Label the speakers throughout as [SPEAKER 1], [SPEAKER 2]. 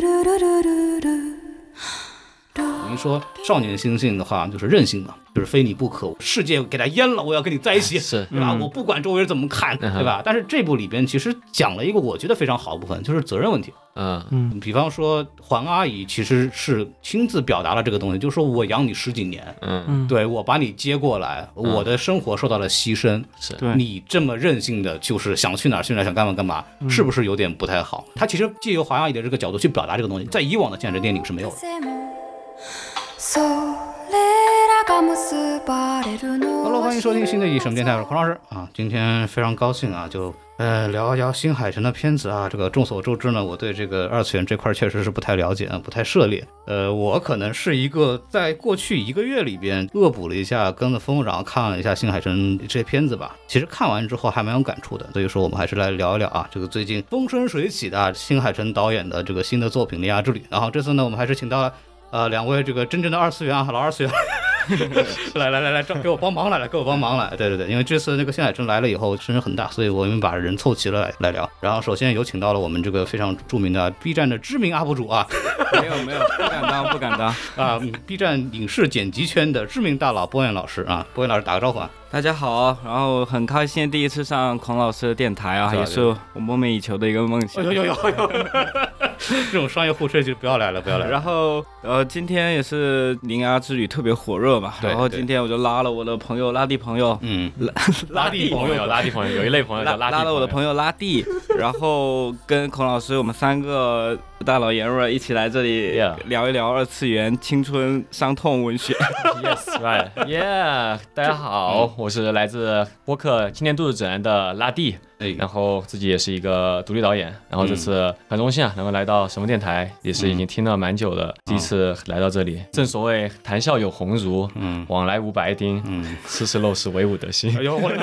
[SPEAKER 1] ルルルル
[SPEAKER 2] 等于说少年心性的话就是任性啊，就是非你不可，世界给他淹了，我要跟你在一起，
[SPEAKER 3] 是
[SPEAKER 2] 对吧？我不管周围人怎么看，
[SPEAKER 3] 嗯
[SPEAKER 2] 对吧？但是这部里边其实讲了一个我觉得非常好的部分，就是责任问题。
[SPEAKER 3] 嗯
[SPEAKER 4] 嗯
[SPEAKER 2] 比方说黄阿姨其实是亲自表达了这个东西，就是说我养你十几年，
[SPEAKER 3] 嗯，
[SPEAKER 4] 嗯，
[SPEAKER 2] 对我把你接过来，我的生活受到了牺牲，
[SPEAKER 3] 是
[SPEAKER 4] 对
[SPEAKER 2] 你这么任性的，就是想去哪儿去哪儿，想干嘛干嘛，
[SPEAKER 3] 嗯
[SPEAKER 2] 是不是有点不太好？他其实借由黄阿姨的这个角度去表达这个东西，在以往的战争电影是没有的。
[SPEAKER 1] 風もそれらが結ばれるの
[SPEAKER 2] 哈喽，欢迎收听新的一什
[SPEAKER 1] 神
[SPEAKER 2] 么电台，我是孔老师啊。今天非常高兴啊，就呃聊一聊新海诚的片子啊。这个众所周知呢，我对这个二次元这块确实是不太了解啊，不太涉猎。呃，我可能是一个在过去一个月里边恶补了一下，跟着风，然后看了一下新海诚这些片子吧。其实看完之后还蛮有感触的，所以说我们还是来聊一聊啊，这个最近风生水起的、啊、新海诚导演的这个新的作品《铃芽之旅》。然后这次呢，我们还是请到了呃两位这个真正的二次元啊，老二次元。 来来来来，这给我帮忙来来，给我帮忙来。对对对，因为这次那个新海诚来了以后声势很大，所以我们把人凑齐了来来聊。然后首先有请到了我们这个非常著名的 B 站的知名 UP 主啊
[SPEAKER 5] 没有没有，不敢当不敢当。
[SPEAKER 2] 啊、b 站影视剪辑圈的知名大佬波彦老师啊，波彦老师打个招呼啊。
[SPEAKER 5] 大家好，然后很开心第一次上孔老师的电台啊，
[SPEAKER 2] 是啊
[SPEAKER 5] 也是我梦寐以求的一个梦想。
[SPEAKER 2] 呦呦呦呦， 这种商业互吹就不要来了，不要来了。
[SPEAKER 5] 然后呃，今天也是铃芽之旅特别火热嘛，
[SPEAKER 2] 对
[SPEAKER 5] 然后
[SPEAKER 2] 对
[SPEAKER 5] 今天我就拉了我的朋友拉弟朋友，
[SPEAKER 2] 嗯，
[SPEAKER 3] 拉弟朋友，拉弟朋友，有一类朋友
[SPEAKER 5] 拉
[SPEAKER 3] 叫
[SPEAKER 5] 拉
[SPEAKER 3] 弟
[SPEAKER 5] 了我的朋
[SPEAKER 3] 友，
[SPEAKER 5] 友 拉弟，然后跟孔老师我们三个大佬言儿一起来这里
[SPEAKER 3] Yeah
[SPEAKER 5] 聊一聊二次元青春伤痛文 学。
[SPEAKER 3] Yes, right, yeah！大家好，我是来自播客《青年度日指南》的拉弟，
[SPEAKER 2] 哎，
[SPEAKER 3] 然后自己也是一个独立导演，然后这次很荣幸啊，能够来到什么电台，也是已经听了蛮久的，第一次来到这里。正所谓谈笑有鸿儒，
[SPEAKER 2] 嗯
[SPEAKER 3] 往来无白丁，
[SPEAKER 2] 嗯，
[SPEAKER 3] 吃吃肉是唯吾德
[SPEAKER 2] 哎
[SPEAKER 3] 馨。
[SPEAKER 2] 呦，我的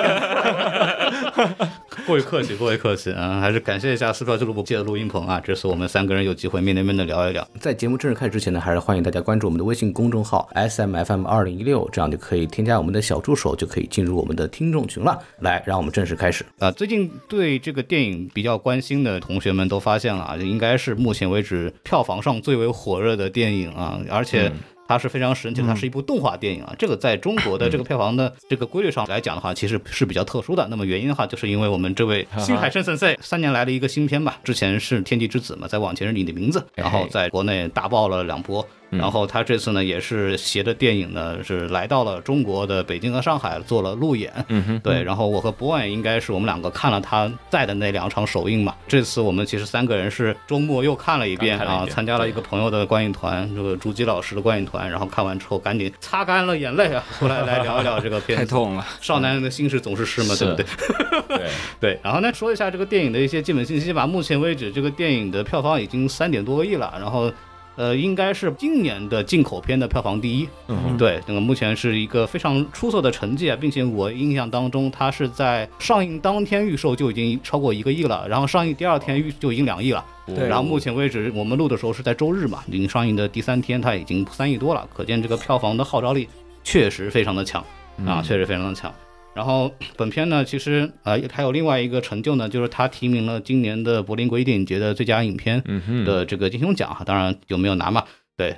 [SPEAKER 2] 天 过于客气，过于客气啊！还是感谢一下撕票俱乐部借的录音棚啊，这次我们三个人有机会面对面的聊一聊。
[SPEAKER 6] 在节目正式开始之前呢，还是欢迎大家关注我们的微信公众号 S M F M 二零一六，这样就可以添加我们的小助手，就可以进入我们的听众群了。来，让我们正式开始。
[SPEAKER 2] 啊，最近对这个电影比较关心的同学们都发现了啊，这应该是目前为止票房上最为火热的电影啊，而且。它是非常神奇的，它是一部动画电影啊。这个在中国的这个票房的这个规律上来讲的话，其实是比较特殊的。那么原因的话，就是因为我们这位新海诚神赛三年来的一个新片吧，之前是《天气之子》嘛，再往前是《你的名字》，然后在国内大爆了两波。然后他这次呢，也是携着电影呢，是来到了中国的北京和上海做了路演。
[SPEAKER 3] 嗯哼，
[SPEAKER 2] 对，然后我和博万应该是我们两个看了他在的那两场首映嘛。这次我们其实三个人是周末又看了一遍
[SPEAKER 3] 刚看了一
[SPEAKER 2] 啊，
[SPEAKER 3] 遍
[SPEAKER 2] 参加了一个朋友的观影团，这个朱基老师的观影团，然后看完之后赶紧擦干了眼泪啊，出来来聊一聊这个
[SPEAKER 5] 太
[SPEAKER 2] 片子。
[SPEAKER 5] 痛了，
[SPEAKER 2] 少男人的心事总是诗嘛，对不
[SPEAKER 3] 是
[SPEAKER 2] 对？
[SPEAKER 3] 对，
[SPEAKER 2] 对，然后呢，说一下这个电影的一些基本信息吧。目前为止，这个电影的票房已经三点多个亿了，然后。呃，应该是今年的进口片的票房第一，
[SPEAKER 3] 嗯哼，
[SPEAKER 2] 对，那个目前是一个非常出色的成绩啊，并且我印象当中，它是在上映当天预售就已经超过一个亿了，然后上映第二天预就已经两亿了，
[SPEAKER 3] 对
[SPEAKER 2] 然后目前为止我们录的时候是在周日嘛，已经上映的第三天它已经三亿多了，可见这个票房的号召力确实非常的强
[SPEAKER 3] 嗯
[SPEAKER 2] 啊，确实非常的强。然后本片呢，其实呃还有另外一个成就呢，就是它提名了今年的柏林国际电影节的最佳影片
[SPEAKER 3] 嗯哼，
[SPEAKER 2] 的这个金熊奖啊，当然有没有拿嘛？ 对，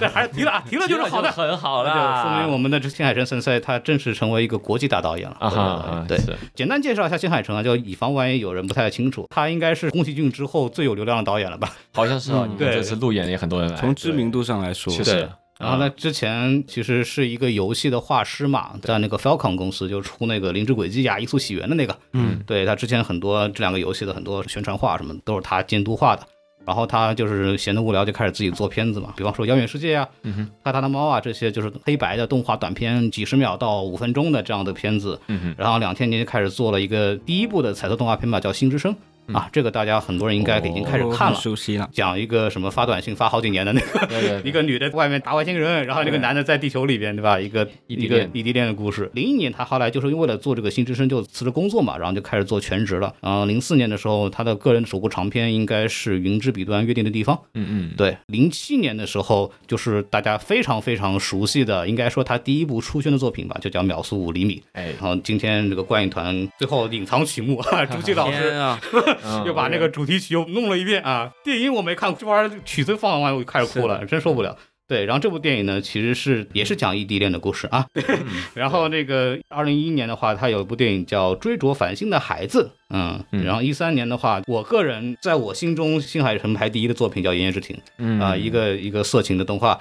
[SPEAKER 2] 但还是提了啊，提了就是好的，
[SPEAKER 3] 很好
[SPEAKER 2] 那
[SPEAKER 3] 啦，
[SPEAKER 2] 就说明我们的这新海诚神赛他正式成为一个国际大导演了。
[SPEAKER 3] 啊哈啊，
[SPEAKER 2] 对，
[SPEAKER 3] 是
[SPEAKER 2] 简单介绍一下新海诚啊，就以防万一有人不太清楚，他应该是宫崎骏之后最有流量的导演了吧？
[SPEAKER 3] 好像是哦，你们
[SPEAKER 2] 对
[SPEAKER 3] 这次路演也很多人来，
[SPEAKER 5] 从知名度上来说，
[SPEAKER 3] 确
[SPEAKER 2] 对
[SPEAKER 3] 实。
[SPEAKER 2] 然后呢，之前其实是一个游戏的画师嘛，在那个 Falcon 公司就出那个《灵之轨迹》啊呀、《异速起源》的那个，
[SPEAKER 4] 嗯，
[SPEAKER 2] 对他之前很多这两个游戏的很多宣传画什么的都是他监督画的。然后他就是闲得无聊就开始自己做片子嘛，比方说《遥远世界》啊，
[SPEAKER 3] 嗯哼，
[SPEAKER 2] 《邋遢的猫》啊，这些就是黑白的动画短片，几十秒到五分钟的这样的片子。
[SPEAKER 3] 嗯哼，
[SPEAKER 2] 然后两千年就开始做了一个第一部的彩色动画片吧，叫《新之声》。
[SPEAKER 3] 嗯
[SPEAKER 2] 啊，这个大家很多人应该已经
[SPEAKER 3] 哦
[SPEAKER 2] 开始看了。
[SPEAKER 5] 熟悉了。
[SPEAKER 2] 讲一个什么发短信发好几年的那个
[SPEAKER 3] 啊对对对
[SPEAKER 2] 一个女的外面打外星人，然后那个男的在地球里边，对吧？一个
[SPEAKER 3] 异地
[SPEAKER 2] 一个
[SPEAKER 3] 恋
[SPEAKER 2] 异地恋的故事。零一年他后来就是因为为了做这个新之声就辞职工作嘛，然后就开始做全职了。然后零四年的时候，他的个人首部长片应该是《云之彼端约定的地方》。
[SPEAKER 3] 嗯嗯，
[SPEAKER 2] 对，零七年的时候，就是大家非常非常熟悉的，应该说他第一部出圈的作品吧，就叫《秒速五厘米》。
[SPEAKER 3] 哎
[SPEAKER 2] 然，后今天这个观影团最后隐藏曲目，啊，朱熹老师
[SPEAKER 5] 天啊，
[SPEAKER 3] 嗯
[SPEAKER 2] 又把那个主题曲又弄了一遍啊。电影我没看，这玩意儿曲子放完我就开始哭了，真受不了。对，然后这部电影呢，其实是也是讲异地恋的故事啊。 然后那个二零一一年的话，它有一部电影叫《追逐繁星的孩子》，嗯，
[SPEAKER 3] 嗯
[SPEAKER 2] 然后一三年的话，我个人在我心中新海诚排第一的作品叫《炎夜之庭》，
[SPEAKER 3] 嗯
[SPEAKER 2] 啊、一个一个色情的动 画，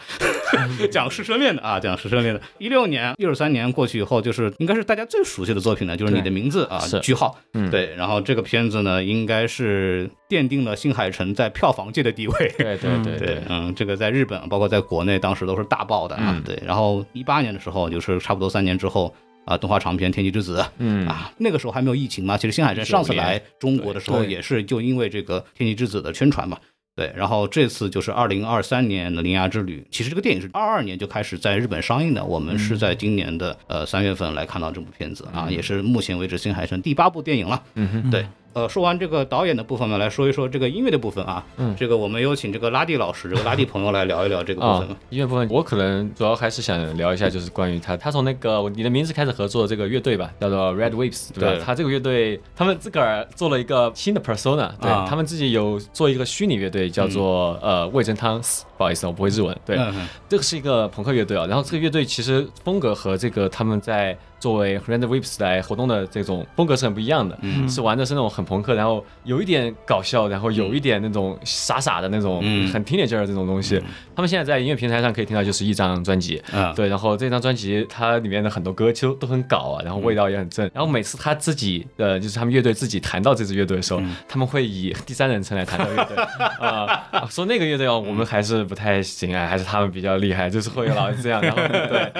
[SPEAKER 2] 讲师生恋的啊，讲师生恋的。一六年、一二三年过去以后，就是应该是大家最熟悉的作品呢，就是你的名字啊
[SPEAKER 3] 是，
[SPEAKER 2] 句号。
[SPEAKER 3] 嗯
[SPEAKER 2] 对。然后这个片子呢，应该是奠定了新海诚在票房界的地位。
[SPEAKER 3] 对对对
[SPEAKER 2] 对
[SPEAKER 3] 对，，
[SPEAKER 2] 嗯，这个在日本，包括在国内，当时都是大爆的啊。
[SPEAKER 3] 嗯
[SPEAKER 2] 对，然后一八年的时候，就是差不多三年之后。啊，动画长片《天气之子》
[SPEAKER 3] 嗯
[SPEAKER 2] 啊，那个时候还没有疫情嘛。其实新海诚上次来中国的时候，
[SPEAKER 3] 对
[SPEAKER 2] 也是就因为这个《天气之子》的宣传嘛。对，然后这次就是二零二三年的《铃芽之旅》，其实这个电影是二二年就开始在日本上映的，我们
[SPEAKER 3] 嗯
[SPEAKER 2] 是在今年的呃三月份来看到这部片子啊，也是目前为止新海诚第八部电影了。
[SPEAKER 3] 嗯哼，
[SPEAKER 2] 对，呃，说完这个导演的部分呢，来说一说这个音乐的部分啊。
[SPEAKER 3] 嗯
[SPEAKER 2] 这个我们有请这个拉蒂老师，这个拉蒂朋友来聊一聊这个部
[SPEAKER 3] 啊
[SPEAKER 2] 分。，
[SPEAKER 3] 音乐部分我可能主要还是想聊一下，就是关于他，他从那个你的名字开始合作的这个乐队吧，叫做 Red Waves，对吧？
[SPEAKER 2] 对
[SPEAKER 3] 他这个乐队，他们自个儿做了一个新的 persona，对、
[SPEAKER 2] 啊
[SPEAKER 3] 他们自己有做一个虚拟乐队，叫做、呃味噌汤，不好意思，我不会日文，对，
[SPEAKER 2] 嗯嗯
[SPEAKER 3] 这个是一个朋克乐队啊，然后这个乐队其实风格和这个他们在作为 Red Waves 来活动的这种风格是很不一样的，
[SPEAKER 2] 嗯
[SPEAKER 3] 是玩的是那种很朋克，然后有一点搞笑，然后有一点那种傻傻的那种，
[SPEAKER 2] 嗯
[SPEAKER 3] 很 teenager 的这种东西。他们现在在音乐平台上可以听到就是一张专辑，
[SPEAKER 2] 嗯，
[SPEAKER 3] 啊对，然后这张专辑它里面的很多歌其实都很搞啊，然后味道也很正。然后每次他自己呃，就是他们乐队自己谈到这支乐队的时候，他们会以第三人称来谈到乐 队啊、说那个乐队哦，我们还是不太行啊，还是他们比较厉害，就是会老是这 样。然后对，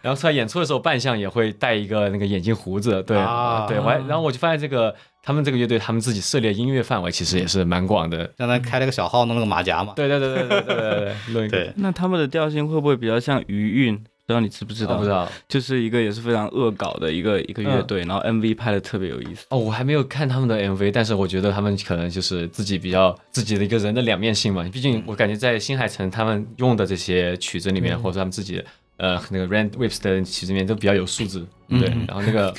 [SPEAKER 3] 然后出来演出的时候，扮相也会戴一个那个眼镜胡子，对、
[SPEAKER 2] 啊
[SPEAKER 3] 对，我还然后我就发现这个。他们这个乐队，他们自己涉猎音乐范围其实也是蛮广的。
[SPEAKER 2] 刚才开了个小号，弄了个马甲嘛。
[SPEAKER 3] 对对对对对对对 对，论一个
[SPEAKER 2] 对，
[SPEAKER 5] 那他们的调性会不会比较像余韵？不知道你知不知
[SPEAKER 3] 我
[SPEAKER 5] 道？
[SPEAKER 3] 不知道嗯
[SPEAKER 5] 就是一个也是非常恶搞的一个一个乐队，然后 MV 拍的特别有意思。
[SPEAKER 3] 哦，我还没有看他们的 MV，但是我觉得他们可能就是自己比较自己的一个人的两面性嘛。毕竟
[SPEAKER 2] 嗯
[SPEAKER 3] 我感觉在新海诚他们用的这些曲子里面，或者他们自己呃那个 Rand Whips 的曲子里面都比较有素质，
[SPEAKER 2] 嗯
[SPEAKER 3] 对。然后 那个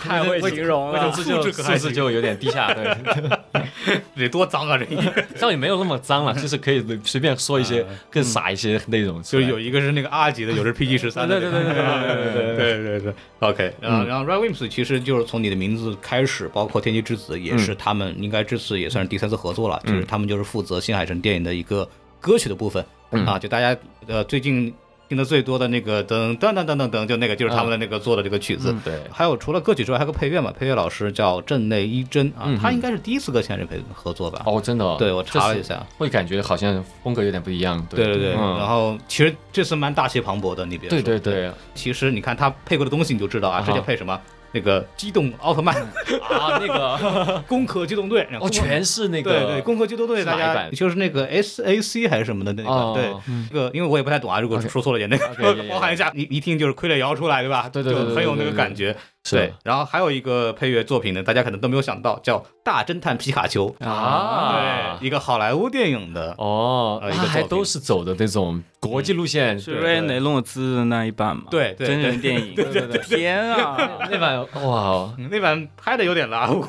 [SPEAKER 3] 太
[SPEAKER 2] 会形容了
[SPEAKER 3] 素质
[SPEAKER 2] 素
[SPEAKER 3] 就
[SPEAKER 2] 质可还
[SPEAKER 3] 素质就有点低下，对。
[SPEAKER 2] 得多脏啊！这一
[SPEAKER 3] 倒也没有那么脏了，就是可以随便说一些更傻一些的内容出
[SPEAKER 2] 嗯就
[SPEAKER 3] 来，
[SPEAKER 2] 是有一个是那个 R 级的，有是 PG 十三的。
[SPEAKER 3] 对对对对对对对对
[SPEAKER 2] 对对对，OK，嗯，然后 Red Wimps 其实就是从你的名字开始，包括天气之子也
[SPEAKER 3] 嗯
[SPEAKER 2] 是他们应该这次也算是第三次合作了，就是他们就是负责新海诚电影的一个歌曲的部分
[SPEAKER 3] 嗯
[SPEAKER 2] 啊，就大家呃最近听的最多的那个噔噔噔噔噔噔，就那个就是他们的那个做的这个曲子。
[SPEAKER 3] 对
[SPEAKER 2] 还有除了歌曲之外，还有个配乐嘛，配乐老师叫镇内一真啊，他应该是第一次跟新海诚配合作吧？
[SPEAKER 3] 嗯哦，真的哦，
[SPEAKER 2] 对我查了一下
[SPEAKER 3] 就是会感觉好像风格有点不一样，
[SPEAKER 2] 对对对，
[SPEAKER 3] 嗯
[SPEAKER 2] 然后其实这次蛮大气磅礴的，你别说，
[SPEAKER 3] 对对对，
[SPEAKER 2] 其实你看他配过的东西，你就知道啊，
[SPEAKER 3] 哈
[SPEAKER 2] 这叫配什么？那个机动奥特曼、
[SPEAKER 3] 啊，那个
[SPEAKER 2] 攻壳机动队，然后
[SPEAKER 3] 哦，
[SPEAKER 2] 攻
[SPEAKER 3] 全是那个
[SPEAKER 2] 对对，攻壳机动队，
[SPEAKER 3] 是哪
[SPEAKER 2] 大
[SPEAKER 3] 一
[SPEAKER 2] 家
[SPEAKER 3] 版
[SPEAKER 2] 就是那个 S A C 还是什么的那
[SPEAKER 3] 哦
[SPEAKER 2] 个，对，那个因为我也不太懂啊，如果
[SPEAKER 3] OK
[SPEAKER 2] 说错了也那
[SPEAKER 3] OK，
[SPEAKER 2] 个
[SPEAKER 3] yeah，yeah，
[SPEAKER 2] 包含一下，你一听就是傀儡摇出来，对吧？
[SPEAKER 3] 对对对
[SPEAKER 2] 就
[SPEAKER 3] 对
[SPEAKER 2] 很有那
[SPEAKER 3] 对
[SPEAKER 2] 个
[SPEAKER 3] 对
[SPEAKER 2] 感觉。
[SPEAKER 3] 是
[SPEAKER 2] 对，然后还有一个配乐作品呢，大家可能都没有想到，叫《大侦探皮卡丘》
[SPEAKER 3] 啊
[SPEAKER 2] 对，一个好莱坞电影的
[SPEAKER 3] 哦，
[SPEAKER 2] 呃
[SPEAKER 3] 他
[SPEAKER 2] 一个作
[SPEAKER 3] 还
[SPEAKER 2] 品
[SPEAKER 3] 都是走的那种国际路线，
[SPEAKER 5] 嗯是瑞内诺兹的那一版吗？
[SPEAKER 2] 对对
[SPEAKER 5] 真人电影。
[SPEAKER 3] 对对
[SPEAKER 5] 天啊！
[SPEAKER 3] 那版哇，
[SPEAKER 2] 嗯那版拍的有点拉，我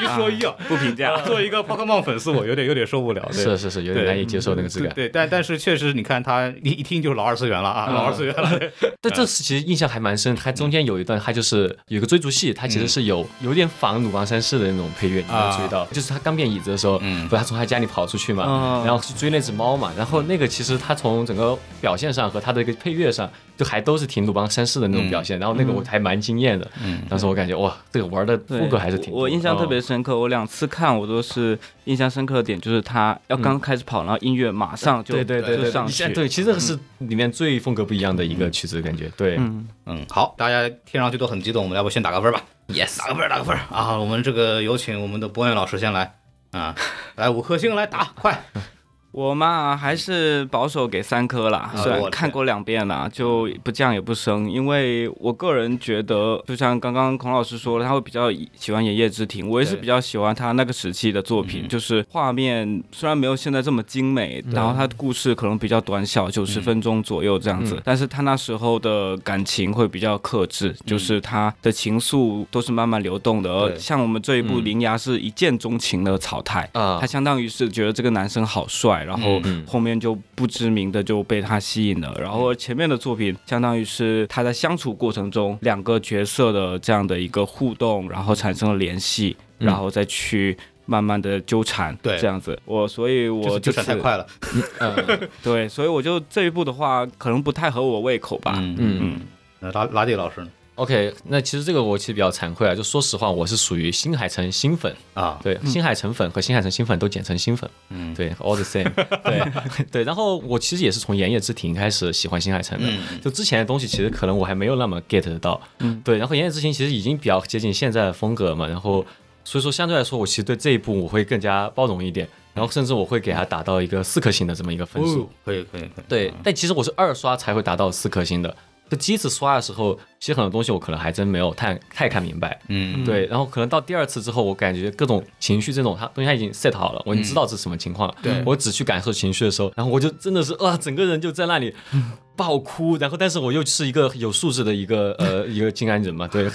[SPEAKER 2] 一说一啊，
[SPEAKER 5] 不评价。
[SPEAKER 2] 作为一个 Pokemon 粉丝，我有点有点受不了。对
[SPEAKER 3] 是是是，有
[SPEAKER 2] 对
[SPEAKER 3] 点难以接受那个质感。
[SPEAKER 2] 对，但但是确实，你看他一一听就是老二次元了啊，老二次元了。对
[SPEAKER 3] 但这次其实印象还蛮深，它中间有一段，它就是有一个追逐戏，它其
[SPEAKER 5] 嗯
[SPEAKER 3] 实是有有点仿鲁邦三世的那种配乐，你
[SPEAKER 2] 啊
[SPEAKER 3] 能注意到，就是他刚变椅子的时候，
[SPEAKER 2] 嗯
[SPEAKER 3] 不是他从他家里跑出去嘛
[SPEAKER 5] 哦，
[SPEAKER 3] 然后去追那只猫嘛，然后
[SPEAKER 5] 嗯
[SPEAKER 3] 那个其实他从整个表现上和他的一个配乐上，就还都是挺鲁邦三世的那
[SPEAKER 5] 嗯
[SPEAKER 3] 种表现，然后那个我还蛮惊艳的，当时我感觉哇，这个玩的
[SPEAKER 5] 对
[SPEAKER 3] 风格还是挺多的，
[SPEAKER 5] 嗯我我印象特别
[SPEAKER 3] 哦
[SPEAKER 5] 深刻，我两次看我都是印象深刻的点就是他要刚开始跑，然后音乐马上
[SPEAKER 3] 嗯
[SPEAKER 5] 就
[SPEAKER 3] 对对对
[SPEAKER 5] 就
[SPEAKER 3] 对
[SPEAKER 5] 上
[SPEAKER 3] 对，
[SPEAKER 5] 去
[SPEAKER 3] 现，对，其实这个是里面最风格不一样的一个曲子，感觉对，
[SPEAKER 5] 嗯，
[SPEAKER 2] 嗯，好，大家听上去都很激动，我们要不先打个分吧？
[SPEAKER 5] Yes，
[SPEAKER 2] 打个分，打个分啊！我们这个有请我们的博远老师先来啊，来五颗星来打，快！
[SPEAKER 5] 我嘛还是保守给三颗啦，
[SPEAKER 2] 啊
[SPEAKER 5] 虽
[SPEAKER 2] 我
[SPEAKER 5] 然
[SPEAKER 2] 天
[SPEAKER 5] 看过两遍啦，就不降也不升，因为我个人觉得，就像刚刚孔老师说了，他会比较喜欢《爷夜之庭》，我也是
[SPEAKER 2] 对
[SPEAKER 5] 比较喜欢他那个时期的作
[SPEAKER 2] 嗯
[SPEAKER 5] 品，就是画面虽然没有现在这么精美，然后他的故事可能比较短小，九
[SPEAKER 2] 嗯
[SPEAKER 5] 十分钟左右这样子，但是他那时候的感情会比较克
[SPEAKER 2] 嗯
[SPEAKER 5] 制，就是他的情愫都是慢慢流动的，而
[SPEAKER 2] 对
[SPEAKER 5] 像我们这一部《
[SPEAKER 3] 嗯
[SPEAKER 5] 铃芽》是一见钟情的草台，
[SPEAKER 3] 啊
[SPEAKER 5] 他，相当于是觉得这个男生好帅，然后
[SPEAKER 3] 嗯
[SPEAKER 5] 后面就不知名的就被他吸引了。然后前面的作品相当于是他在相处过程中两个角色的这样的一个互动，然后产生了联系，
[SPEAKER 3] 嗯
[SPEAKER 5] 然后再去。慢慢的纠缠，
[SPEAKER 2] 对
[SPEAKER 5] 这样子，我所以我
[SPEAKER 2] 就
[SPEAKER 5] 这
[SPEAKER 2] 闪
[SPEAKER 5] 次
[SPEAKER 2] 太快了，
[SPEAKER 3] 嗯
[SPEAKER 5] 对，所以我就这一部的话，可能不太合我胃口吧。
[SPEAKER 2] 嗯
[SPEAKER 3] 嗯。
[SPEAKER 2] 嗯，拉拉蒂老师呢？
[SPEAKER 3] OK，那其实这个我其实比较惭愧啊，就说实话，我是属于新海诚新粉，
[SPEAKER 2] 啊，
[SPEAKER 3] 对，新海诚粉和新海诚新粉都简称新粉，
[SPEAKER 2] 嗯
[SPEAKER 3] 对，all the same，对对。然后我其实也是从《炎夜之庭》开始喜欢新海诚的，
[SPEAKER 2] 嗯
[SPEAKER 3] 就之前的东西其实可能我还没有那么 get 得到，
[SPEAKER 5] 嗯
[SPEAKER 3] 对。然后《炎夜之庭》其实已经比较接近现在的风格嘛，然后
[SPEAKER 2] 嗯
[SPEAKER 3] 所以说相对来说，我其实对这一部我会更加包容一点，然后甚至我会给它打到一个四颗星的这么一个分数。
[SPEAKER 2] 哦，可以可以可以，
[SPEAKER 3] 对，但其实我是二刷才会达到四颗星的。就第一次刷的时候，其实很多东西我可能还真没有太太看明白。
[SPEAKER 2] 嗯，
[SPEAKER 3] 对，然后可能到第二次之后，我感觉各种情绪这种，它东西它已经 set 好了，我已经知道这是什么情况了。
[SPEAKER 2] 嗯对
[SPEAKER 3] 我只去感受情绪的时候，然后我就真的是啊，整个人就在那里
[SPEAKER 2] 嗯
[SPEAKER 3] 爆哭，然后但是我又是一个有素质的一个呃一个静安人嘛， 对，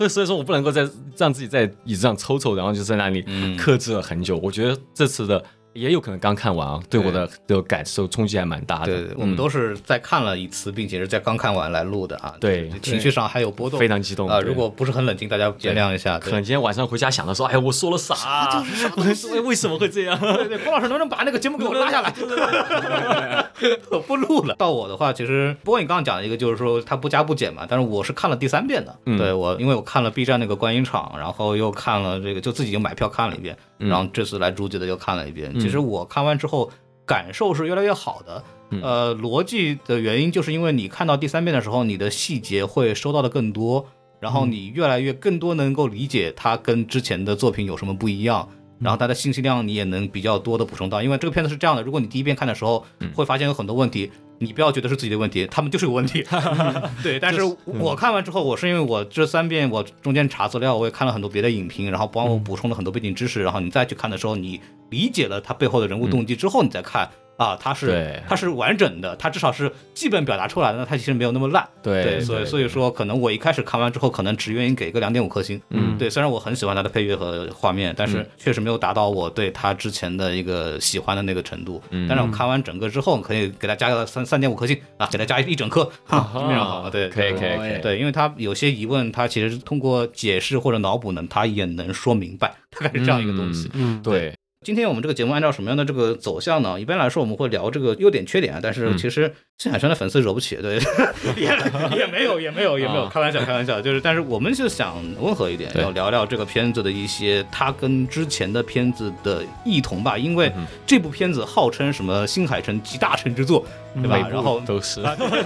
[SPEAKER 3] 对所以说我不能够再让自己在椅子上抽抽，然后就在那里
[SPEAKER 2] 嗯
[SPEAKER 3] 克制了很久。我觉得这次的也有可能刚看完啊，对我的的感受冲击还蛮大的。
[SPEAKER 2] 对，对我们
[SPEAKER 3] 嗯
[SPEAKER 2] 都是在看了一次，并且是在刚看完来录的啊。
[SPEAKER 3] 对
[SPEAKER 2] 就是情绪上还有波动，
[SPEAKER 3] 非常激动
[SPEAKER 2] 啊。
[SPEAKER 3] 对
[SPEAKER 2] 如果不是很冷静，大家见谅一下。
[SPEAKER 3] 可
[SPEAKER 2] 对
[SPEAKER 3] 能今天晚上回家想的时候，哎呀，我说 了啥？就是啥东西？为什么会这样？
[SPEAKER 2] 对对，郭老师能不能把那个节目给我拉下来？ 我不录了。到我的话，其实不过你刚刚讲的一个就是说它不加不减嘛，但是我是看了第三遍的。
[SPEAKER 3] 嗯
[SPEAKER 2] 对我，因为我看了 B 站那个观影场，然后又看了这个，就自己又买票看了一遍，
[SPEAKER 3] 嗯
[SPEAKER 2] 然后这次来朱记的又看了一遍。其实我看完之后感受是越来越好的。
[SPEAKER 3] 嗯
[SPEAKER 2] 呃，逻辑的原因就是因为你看到第三遍的时候，你的细节会收到的更多，然后你越来越更多能够理解它跟之前的作品有什么不一样，然后它的信息量你也能比较多的补充到。因为这个片子是这样的，如果你第一遍看的时候会发现有很多问题，你不要觉得是自己的问题，他们就是有问题。对，但是我看完之后，我是因为我这三遍我中间查资料，我也看了很多别的影评，然后帮我补充了很多背景知识，然后你再去看的时候，你理解了它背后的人物动机之后，你再看。啊，它是
[SPEAKER 3] 对
[SPEAKER 2] 它是完整的，它至少是基本表达出来的，那它其实没有那么烂。
[SPEAKER 3] 对
[SPEAKER 2] 所以所以说，可能我一开始看完之后，可能只愿意给个两点五颗星。
[SPEAKER 3] 嗯
[SPEAKER 2] 对，虽然我很喜欢它的配乐和画面，但是
[SPEAKER 3] 嗯
[SPEAKER 2] 确实没有达到我对它之前的一个喜欢的那个程度。
[SPEAKER 3] 嗯
[SPEAKER 2] 但是我看完整个之后，可以给它加个三三点五颗星啊，给它加一整颗，哈，非常好。对，
[SPEAKER 3] 啊可以可以可以，
[SPEAKER 2] 对，因为他有些疑问，他其实通过解释或者脑补呢，他也能说明白，大概是这样一个东西。
[SPEAKER 3] 嗯，对，
[SPEAKER 2] 今天我们这个节目按照什么样的这个走向呢？一般来说我们会聊这个优点缺点啊，但是
[SPEAKER 3] 嗯
[SPEAKER 2] 其实新海诚的粉丝惹不起，对，也也没有也没有也没有，
[SPEAKER 3] 啊
[SPEAKER 2] 开玩笑开玩笑，就是但是我们就想温和一点，
[SPEAKER 3] 对
[SPEAKER 2] 要聊聊这个片子的一些它跟之前的片子的异同吧，因为这部片子号称什么新海诚集大成之作，对吧？然后啊
[SPEAKER 3] 都是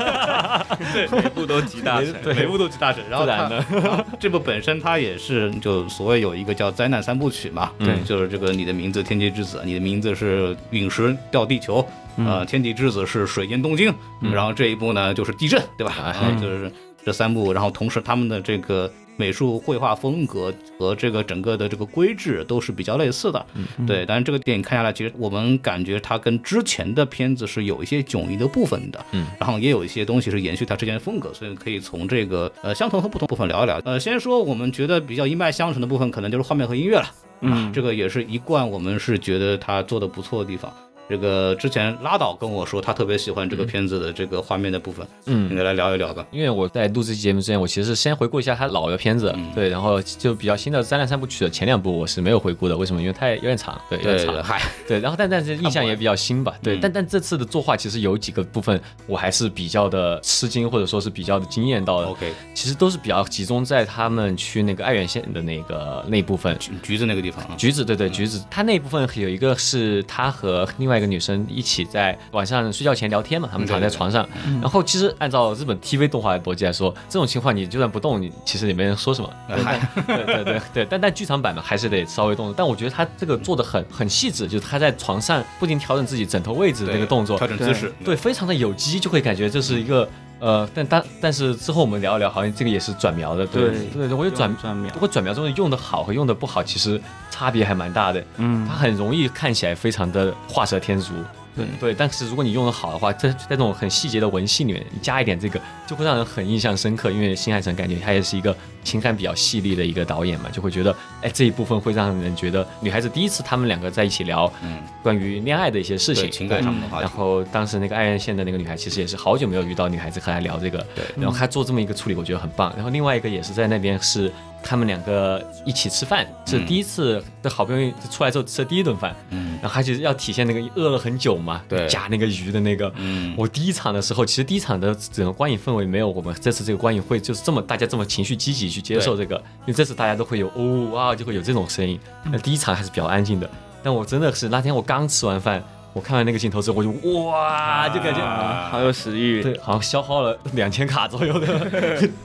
[SPEAKER 5] 每部都集大成，
[SPEAKER 3] 对
[SPEAKER 2] 每部都集大成，然后
[SPEAKER 3] 不
[SPEAKER 2] 它
[SPEAKER 3] 然呢？
[SPEAKER 2] 这部本身它也是就所谓有一个叫灾难三部曲嘛，嗯
[SPEAKER 3] 对
[SPEAKER 2] 就是这个你的名字天气之子，你的名字是陨石掉地球，
[SPEAKER 3] 嗯
[SPEAKER 2] 呃，天地之子是水淹东京，然后这一部呢就是地震，对吧？
[SPEAKER 3] 哎
[SPEAKER 2] 嗯就是这三部，然后同时他们的这个美术绘画风格和这个整个的这个规制都是比较类似的，
[SPEAKER 3] 嗯
[SPEAKER 2] 对。但是这个电影看下来，其实我们感觉它跟之前的片子是有一些迥异的部分的，
[SPEAKER 3] 嗯，
[SPEAKER 2] 然后也有一些东西是延续它之前的风格，所以可以从这个呃相同和不同部分聊一聊。呃，先说我们觉得比较一脉相承的部分，可能就是画面和音乐了。啊
[SPEAKER 5] 嗯，
[SPEAKER 2] 这个也是一贯我们是觉得他做的不错的地方。这个之前拉导跟我说，他特别喜欢这个片子的这个画面的部分，
[SPEAKER 3] 嗯
[SPEAKER 2] 你来聊一聊吧。
[SPEAKER 3] 因为我在录这期节目之前，我其实是先回顾一下他老的片子，对，然后就比较新的《灾难三部曲》的前两部我是没有回顾的，为什么？因为太有点长，对，有点
[SPEAKER 2] 对，
[SPEAKER 3] 长，
[SPEAKER 2] 嗨，
[SPEAKER 3] 对，然后但但是印象也比较新吧，对，
[SPEAKER 2] 嗯
[SPEAKER 3] 但但这次的作画其实有几个部分我还是比较的吃惊，或者说是比较的惊艳到的。
[SPEAKER 2] OK
[SPEAKER 3] 其实都是比较集中在他们去那个爱媛县的那个那一部分。
[SPEAKER 2] 橘子那个地方啊，
[SPEAKER 3] 橘子，对对，橘子，他那一部分有一个是他和另外外一个女生一起在晚上睡觉前聊天嘛，他们
[SPEAKER 2] 嗯对
[SPEAKER 3] 躺在
[SPEAKER 2] 对对
[SPEAKER 3] 床上。然后其实按照日本 TV 动画的逻辑来说，这种情况你就算不动，你其实也没人说 什么。
[SPEAKER 2] 嗨
[SPEAKER 3] 对对对对，但但剧场版嘛，还是得稍微动动。但我觉得他这个做的很很细致，就是他在床上不停调整自己枕头位置的那个动作
[SPEAKER 2] 调，整姿势，
[SPEAKER 3] 对，非常的有机，就会感觉这是一个呃，但但但是之后我们聊一聊，好像这个也是转描的，对
[SPEAKER 5] 对
[SPEAKER 3] 对，我觉得转
[SPEAKER 5] 转秒
[SPEAKER 3] 不过转描中的用的好和用的不好，其实差别还蛮大的。
[SPEAKER 5] 嗯
[SPEAKER 3] 它很容易看起来非常的画蛇添足，
[SPEAKER 5] 对
[SPEAKER 3] 对。但是如果你用的好的话，在在这种很细节的文戏里面，你加一点这个，就会让人很印象深刻。因为新海诚感觉他也是一个情感比较细腻的一个导演嘛，就会觉得，哎，这一部分会让人觉得女孩子第一次他们两个在一起聊
[SPEAKER 2] 嗯，
[SPEAKER 3] 关于恋爱的一些事情，
[SPEAKER 2] 对嗯情感上的话
[SPEAKER 3] 然
[SPEAKER 2] 题，
[SPEAKER 3] 后当时那个爱媛县的那个女孩，其实也是好久没有遇到女孩子和她聊这个，
[SPEAKER 2] 对
[SPEAKER 3] 然后她做这么一个处理，我觉得很棒。然后另外一个也是在那边是他们两个一起吃饭，是第一次的好不容易出来之后吃的第一顿饭，
[SPEAKER 2] 嗯
[SPEAKER 3] 然后她就是要体现那个饿了很久嘛，
[SPEAKER 2] 对
[SPEAKER 3] 夹那个鱼的那个。
[SPEAKER 2] 嗯，
[SPEAKER 3] 我第一场的时候，其实第一场的整个观影氛围没有我们这次这个观影会就是这么大家这么情绪积极去接受这个，因为这次大家都会有哦哇就会有这种声音，那第一场还是比较
[SPEAKER 2] 嗯
[SPEAKER 3] 安静的。但我真的是那天我刚吃完饭，我看完那个镜头之后，我就哇就感觉。
[SPEAKER 2] 啊
[SPEAKER 5] 好有食欲，
[SPEAKER 3] 对，好像消耗了两千卡左右的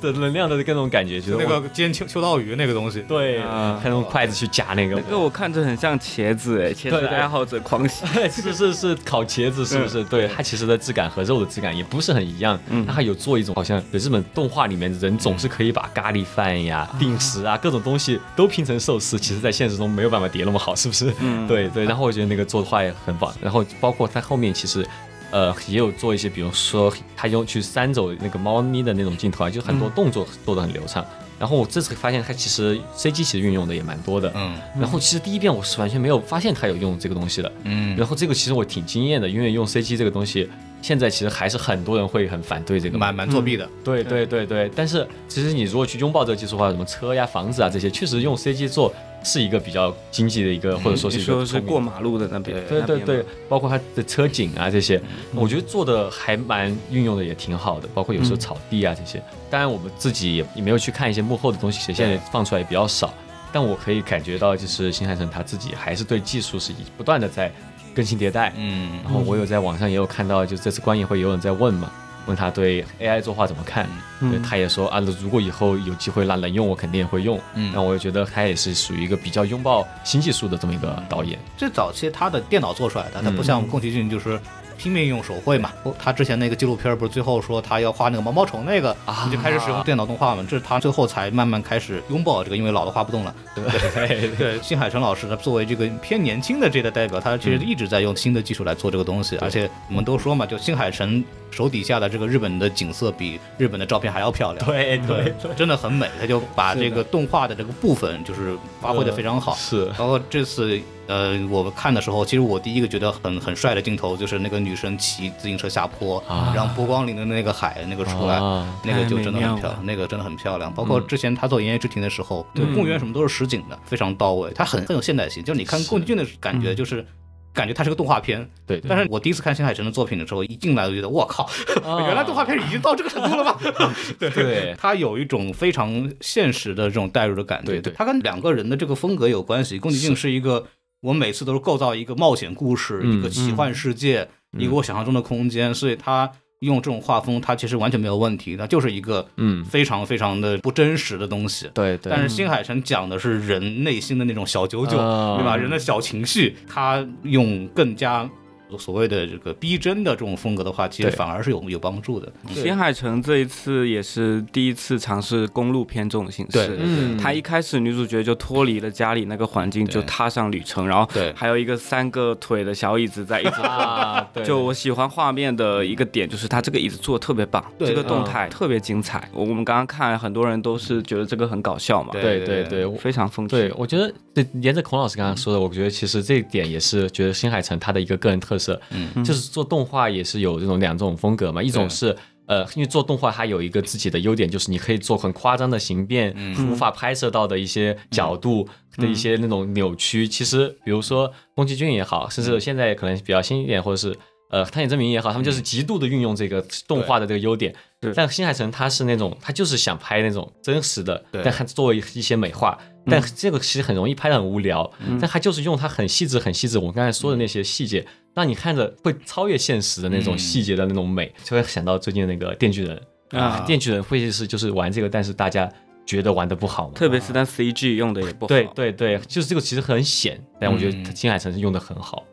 [SPEAKER 3] 的能量的各种感觉，觉得
[SPEAKER 2] 那
[SPEAKER 3] 哇
[SPEAKER 2] 个煎秋秋刀鱼那个东西，
[SPEAKER 3] 对，
[SPEAKER 5] 啊
[SPEAKER 3] 看用筷子去夹那个
[SPEAKER 5] 那，个我看着很像茄子哎，茄
[SPEAKER 3] 对
[SPEAKER 5] 子
[SPEAKER 3] 对
[SPEAKER 5] 爱好者狂喜。
[SPEAKER 3] 是是是烤茄子，是不是？对，它其实的质感和肉的质感也不是很一样。它还有做一种好像对日本动画里面人总是可以把咖喱饭呀、定时啊各种东西都拼成寿司，其实在现实中没有办法叠那么好，是不是？ 对对。然后我觉得那个做的话也很棒，然后包括它后面其实。呃，也有做一些，比如说他用去三走那个猫咪的那种镜头啊，就很多动作做的很流畅。然后我这次发现它其实 CG 其实运用的也蛮多的，
[SPEAKER 2] 嗯
[SPEAKER 3] 然后其实第一遍我是完全没有发现它有用这个东西的，
[SPEAKER 2] 嗯，
[SPEAKER 3] 然后这个其实我挺惊艳的，因为用 CG 这个东西，现在其实还是很多人会很反对这个。
[SPEAKER 2] 蛮蛮作弊的，
[SPEAKER 3] 对对对对，但是其实你如果去拥抱这个技术的话，什么车呀、房子啊这些，确实用 CG 做是一个比较经济的一个，或者说是
[SPEAKER 5] 嗯你
[SPEAKER 3] 一个
[SPEAKER 5] 说是
[SPEAKER 3] 聪明
[SPEAKER 5] 过马路的那边，
[SPEAKER 3] 对
[SPEAKER 5] 那
[SPEAKER 3] 对
[SPEAKER 5] 边
[SPEAKER 3] 对
[SPEAKER 5] 吗，，嗯
[SPEAKER 3] 包括它的车景啊这些，我觉得做的还蛮运用的也挺好的，包括有时候草地啊这些。当然我们自己也也没有去看一些幕后的东西，其实现在放出来也比较少，但我可以感觉到就是新海诚他自己还是对技术是不断的在更新迭代。
[SPEAKER 2] 嗯
[SPEAKER 3] 然后我有在网上也有看到，就这次观影会有人在问嘛，问他对 AI 作画怎么看，对他也说啊，如果以后有机会让能用，我肯定也会用。
[SPEAKER 2] 嗯
[SPEAKER 3] 那我也觉得他也是属于一个比较拥抱新技术的这么一个导演。
[SPEAKER 2] 最早期他的电脑做出来的，他不像宫崎骏就是拼命用手绘嘛。他之前那个纪录片不是最后说他要画那个毛毛虫那个，你就开始使用电脑动画嘛，这是他最后才慢慢开始拥抱这个，因为老了画不动了。
[SPEAKER 3] 对
[SPEAKER 2] 对，新海诚老师他作为这个偏年轻的这代代表，他
[SPEAKER 3] 嗯
[SPEAKER 2] 其实一直在用新的技术来做这个东西，而且我们都说嘛，就新海诚手底下的这个日本的景色比日本的照片还要漂亮。
[SPEAKER 3] 对
[SPEAKER 2] 对，真的很美，他就把
[SPEAKER 3] 是的嗯
[SPEAKER 2] 这个动画的这个部分就是发挥的非常好。
[SPEAKER 3] 是
[SPEAKER 2] 包括这次，呃，我们看的时候，其实我第一个觉得很很帅的镜头就是那个女生骑自行车下坡，
[SPEAKER 3] 啊
[SPEAKER 2] 然后波光粼粼的那个海那个出来，
[SPEAKER 3] 啊
[SPEAKER 2] 那个就真的很
[SPEAKER 5] 太美
[SPEAKER 2] 漂
[SPEAKER 5] 妙了嗯
[SPEAKER 2] 亮，那个真的很漂亮。包括之前他做《言叶之庭》的时候，对公园什么都是实景的，非常到位，他很很有现代性。就是你看宫崎骏的感
[SPEAKER 5] 嗯
[SPEAKER 2] 觉，就是。感觉它是个动画片，
[SPEAKER 3] 对，
[SPEAKER 2] 但是我第一次看新海诚的作品的时候，一进来我就觉得，我靠，
[SPEAKER 3] 啊
[SPEAKER 2] 原来动画片已经到这个程度了吧？
[SPEAKER 3] 哦对
[SPEAKER 2] 它有一种非常现实的这种代入的感觉。
[SPEAKER 3] 对对
[SPEAKER 2] 它跟两个人的这个风格有关系。宫崎骏是一个，我每次都是构造一个冒险故事，
[SPEAKER 3] 嗯
[SPEAKER 2] 一个奇幻世界，一个我想象中的空间，所以他用这种画风，他其实完全没有问题，它就是一个
[SPEAKER 3] 嗯
[SPEAKER 2] 非常非常的不真实的东西。
[SPEAKER 3] 对对，
[SPEAKER 5] 嗯
[SPEAKER 2] 但是新海诚讲的是人内心的那种小九九，
[SPEAKER 3] 啊
[SPEAKER 2] 对吧？人的小情绪，他用更加所谓的这个逼真的这种风格的话，其实
[SPEAKER 3] 对
[SPEAKER 2] 反而是有有帮助的。
[SPEAKER 5] 嗯新海诚这一次也是第一次尝试公路片这种形
[SPEAKER 2] 对对
[SPEAKER 5] 式
[SPEAKER 2] 对。
[SPEAKER 3] 嗯
[SPEAKER 5] 她一开始女主角就脱离了家里那个环境，就踏上旅程，然后
[SPEAKER 2] 对
[SPEAKER 5] 还有一个三个腿的小椅子在一直。
[SPEAKER 3] 啊， 对，
[SPEAKER 5] 就我喜欢画面的一个点，就是它这个椅子做的特别棒，
[SPEAKER 2] 对
[SPEAKER 3] 嗯
[SPEAKER 5] 这个动态特别精彩。我我们刚刚看，很多人都是觉得这个很搞笑嘛，
[SPEAKER 3] 对
[SPEAKER 2] 对
[SPEAKER 3] 对对，我
[SPEAKER 5] 非常风趣。
[SPEAKER 3] 对，我觉得对，沿着孔老师刚刚说的，我觉得其实这一点也是觉得新海诚他的一个个人特色，嗯，就是做动画也是有这种两种风格嘛，一种是。呃，因为做动画它有一个自己的优点，就是你可以做很夸张的形变，无法拍摄到的一些角度的一些那种扭曲。其实，比如说宫崎骏也好，甚至现在可能比较新一点，或者是呃汤浅证明也好，他们就是极度的运用这个动画的这个优点。
[SPEAKER 5] 是
[SPEAKER 3] 但新海诚他是那种，他就是想拍那种真实的，
[SPEAKER 2] 对
[SPEAKER 3] 但他作为一些美化，但这个其实很容易拍的很无聊，但他就是用他很细致、很细致，我刚才说的那些细节，让你看着会超越现实的那种细节的那种美，就会想到最近那个《电锯人》
[SPEAKER 2] 啊
[SPEAKER 3] 电锯人》会是就是玩这个，但是大家觉得玩的不好嘛，
[SPEAKER 5] 特别是它 CG 用的也不好。
[SPEAKER 3] 对对对，就是这个其实很显，但我觉得金海诚是用的很好。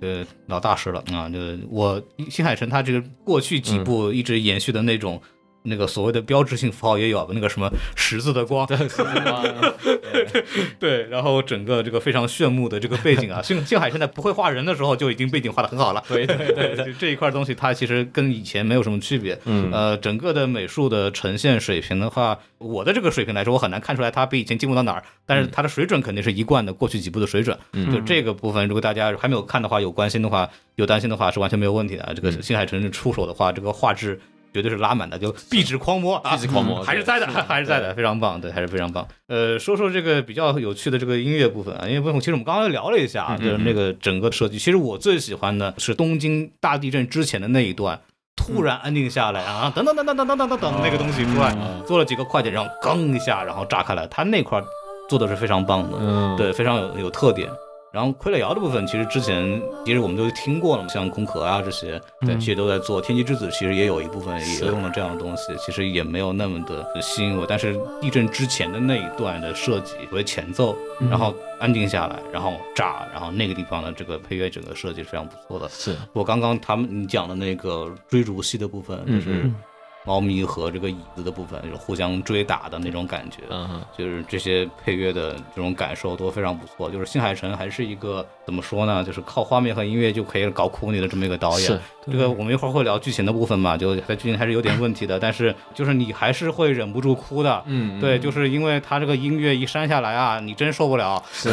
[SPEAKER 2] 呃，老大师了啊！就我新海诚他这个过去几部
[SPEAKER 3] 嗯
[SPEAKER 2] 一直延续的那种。那个所谓的标志性符号也有啊那个什么十字的光，对，然后整个这个非常炫目的这个背景啊，新新海诚在不会画人的时候就已经背景画的很好了，
[SPEAKER 3] 对对对
[SPEAKER 2] 对，这一块东西它其实跟以前没有什么区别。嗯，呃，整个的美术的呈现水平的话，我的这个水平来说，我很难看出来它比以前进步到哪儿，但是它的水准肯定是一贯的过去几部的水准。嗯，就这个部分，如果大家还没有看的话，有关心的话，有担心的话是完全没有问题的啊。这个
[SPEAKER 3] 嗯
[SPEAKER 2] 新海诚出手的话，这个画质。绝对是拉满的，就壁纸狂魔啊，
[SPEAKER 3] 壁纸狂魔
[SPEAKER 2] 还是
[SPEAKER 3] 对
[SPEAKER 2] 在的，还是在的，非常棒，对，还是非常棒。呃，说说这个比较有趣的这个音乐部分啊，因为部分其实我们刚刚聊了一
[SPEAKER 3] 嗯
[SPEAKER 2] 下啊，就是那个整个设计，其实我最喜欢的是东京大地震之前的那一段。突然安静下来啊，等等等等等等等等等，那个东西出来，
[SPEAKER 3] 嗯
[SPEAKER 2] 做了几个快点，然后刚一下，然后炸开来，它那块儿做的是非常棒的，
[SPEAKER 3] 嗯，
[SPEAKER 2] 对，非常有有特点。然后傀儡摇的部分，其实之前其实我们都听过了嘛，像空壳啊这些，对，其实都在做。天气之子其实也有一部分也用了这样的东西，其实也没有那么的吸引我。但是地震之前的那一段的设计为前奏，然后安静下来，然后炸，然后那个地方的这个配乐整个设计是非常不错的。
[SPEAKER 3] 是
[SPEAKER 2] 我刚刚他们你讲的那个追逐戏的部分，就是猫咪和这个椅子的部分，就是互相追打的那种感觉。
[SPEAKER 3] 嗯
[SPEAKER 2] 就是这些配乐的这种感受都非常不错。就是新海诚还是一个怎么说呢，就是靠画面和音乐就可以搞哭你的这么一个导演
[SPEAKER 3] 是。
[SPEAKER 2] 这个我们一会儿会聊剧情的部分嘛，就在剧情还是有点问题的，但是就是你还是会忍不住哭的。
[SPEAKER 3] 嗯，
[SPEAKER 2] 对，就是因为他这个音乐一删下来啊，你真受不了。
[SPEAKER 3] 是，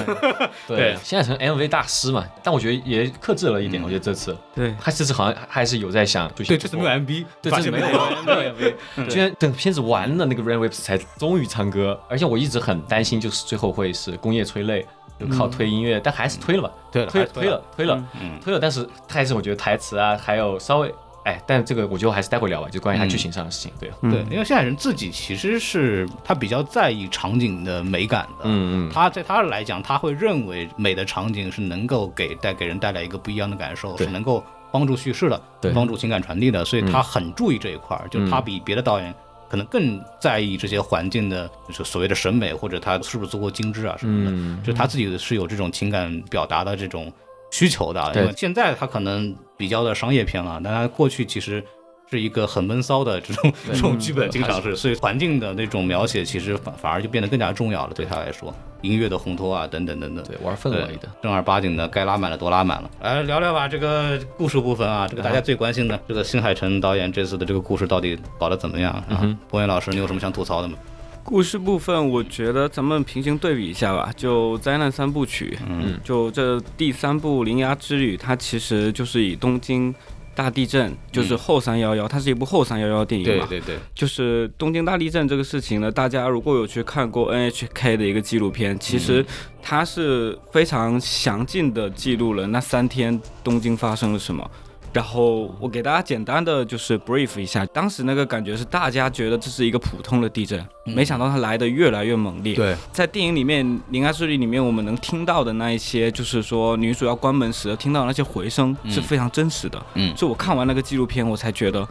[SPEAKER 2] 对
[SPEAKER 3] 对，现在成 MV 大师嘛，但我觉得也克制了一点，我觉得这次
[SPEAKER 5] 对
[SPEAKER 3] 他这次好像还是有在想，对
[SPEAKER 2] 对，这次没有 MV，
[SPEAKER 3] 对，
[SPEAKER 2] 发现
[SPEAKER 3] 这次没有 MV，居然等片子完了，那个 Rain Waves 才终于唱歌，而且我一直很担心，就是最后会是工业催泪，就靠推音乐，但还是推了吧，
[SPEAKER 2] 嗯对了嗯
[SPEAKER 3] 推
[SPEAKER 2] 还是推
[SPEAKER 3] 推了推了推了，但是还是我觉得台词啊，还有稍微。哎，但这个我觉得还是待会聊吧，就关于他剧情上的事情。对，
[SPEAKER 2] 对，因为新海诚自己其实是他比较在意场景的美感的，
[SPEAKER 3] 嗯嗯
[SPEAKER 2] 他在他来讲，他会认为美的场景是能够给带给人带来一个不一样的感受，是
[SPEAKER 3] 对
[SPEAKER 2] 能够帮助叙事的，
[SPEAKER 3] 对嗯
[SPEAKER 2] 帮助情感传递的，所以他很注意这一块儿，就是他比别的导演。可能更在意这些环境的，就是所谓的审美，或者他是不是足够精致啊什么的，
[SPEAKER 3] 嗯
[SPEAKER 2] 就他自己是有这种情感表达的这种需求的啊。
[SPEAKER 3] 对
[SPEAKER 2] 因为现在他可能比较的商业片了，但他过去其实是一个很闷骚的这种 这种剧
[SPEAKER 3] 嗯
[SPEAKER 2] 本，经常是，所以环境的那种描写其实反反而就变得更加重要了，对他来说，音乐的烘托啊，等等等等。
[SPEAKER 3] 对，玩氛围的。
[SPEAKER 2] 正儿八经的该拉满了都拉满了。来聊聊吧，这个故事部分啊，这个大家最关心的，这个新海诚导演这次的这个故事到底搞得怎么样
[SPEAKER 3] 嗯
[SPEAKER 2] 啊？博文老师，你有什么想吐槽的吗？
[SPEAKER 5] 故事部分，我觉得咱们平行对比一下吧，就灾难三部曲，嗯，就这第三部《铃芽之旅》，它其实就是以东京大地震，就是后三幺幺，它是一部后三幺幺电影嘛，
[SPEAKER 2] 对对，
[SPEAKER 3] 嗯
[SPEAKER 5] 就是东京大地震这个事情呢，大家如果有去看过 NHK 的一个纪录片，其
[SPEAKER 2] 嗯
[SPEAKER 5] 实它是非常详尽的记录了那三天东京发生了什么。然后我给大家简单的就是 brief 一下，当时那个感觉是大家觉得这是一个普通的地震，没想到它来的越来越猛烈。
[SPEAKER 2] 嗯对，
[SPEAKER 5] 在电影里面《铃芽之旅》里面，我们能听到的那一些，就是说女主要关门时听到的那些回声是非常真实的。
[SPEAKER 2] 嗯
[SPEAKER 5] 所以我看完那个纪录片，我才觉得，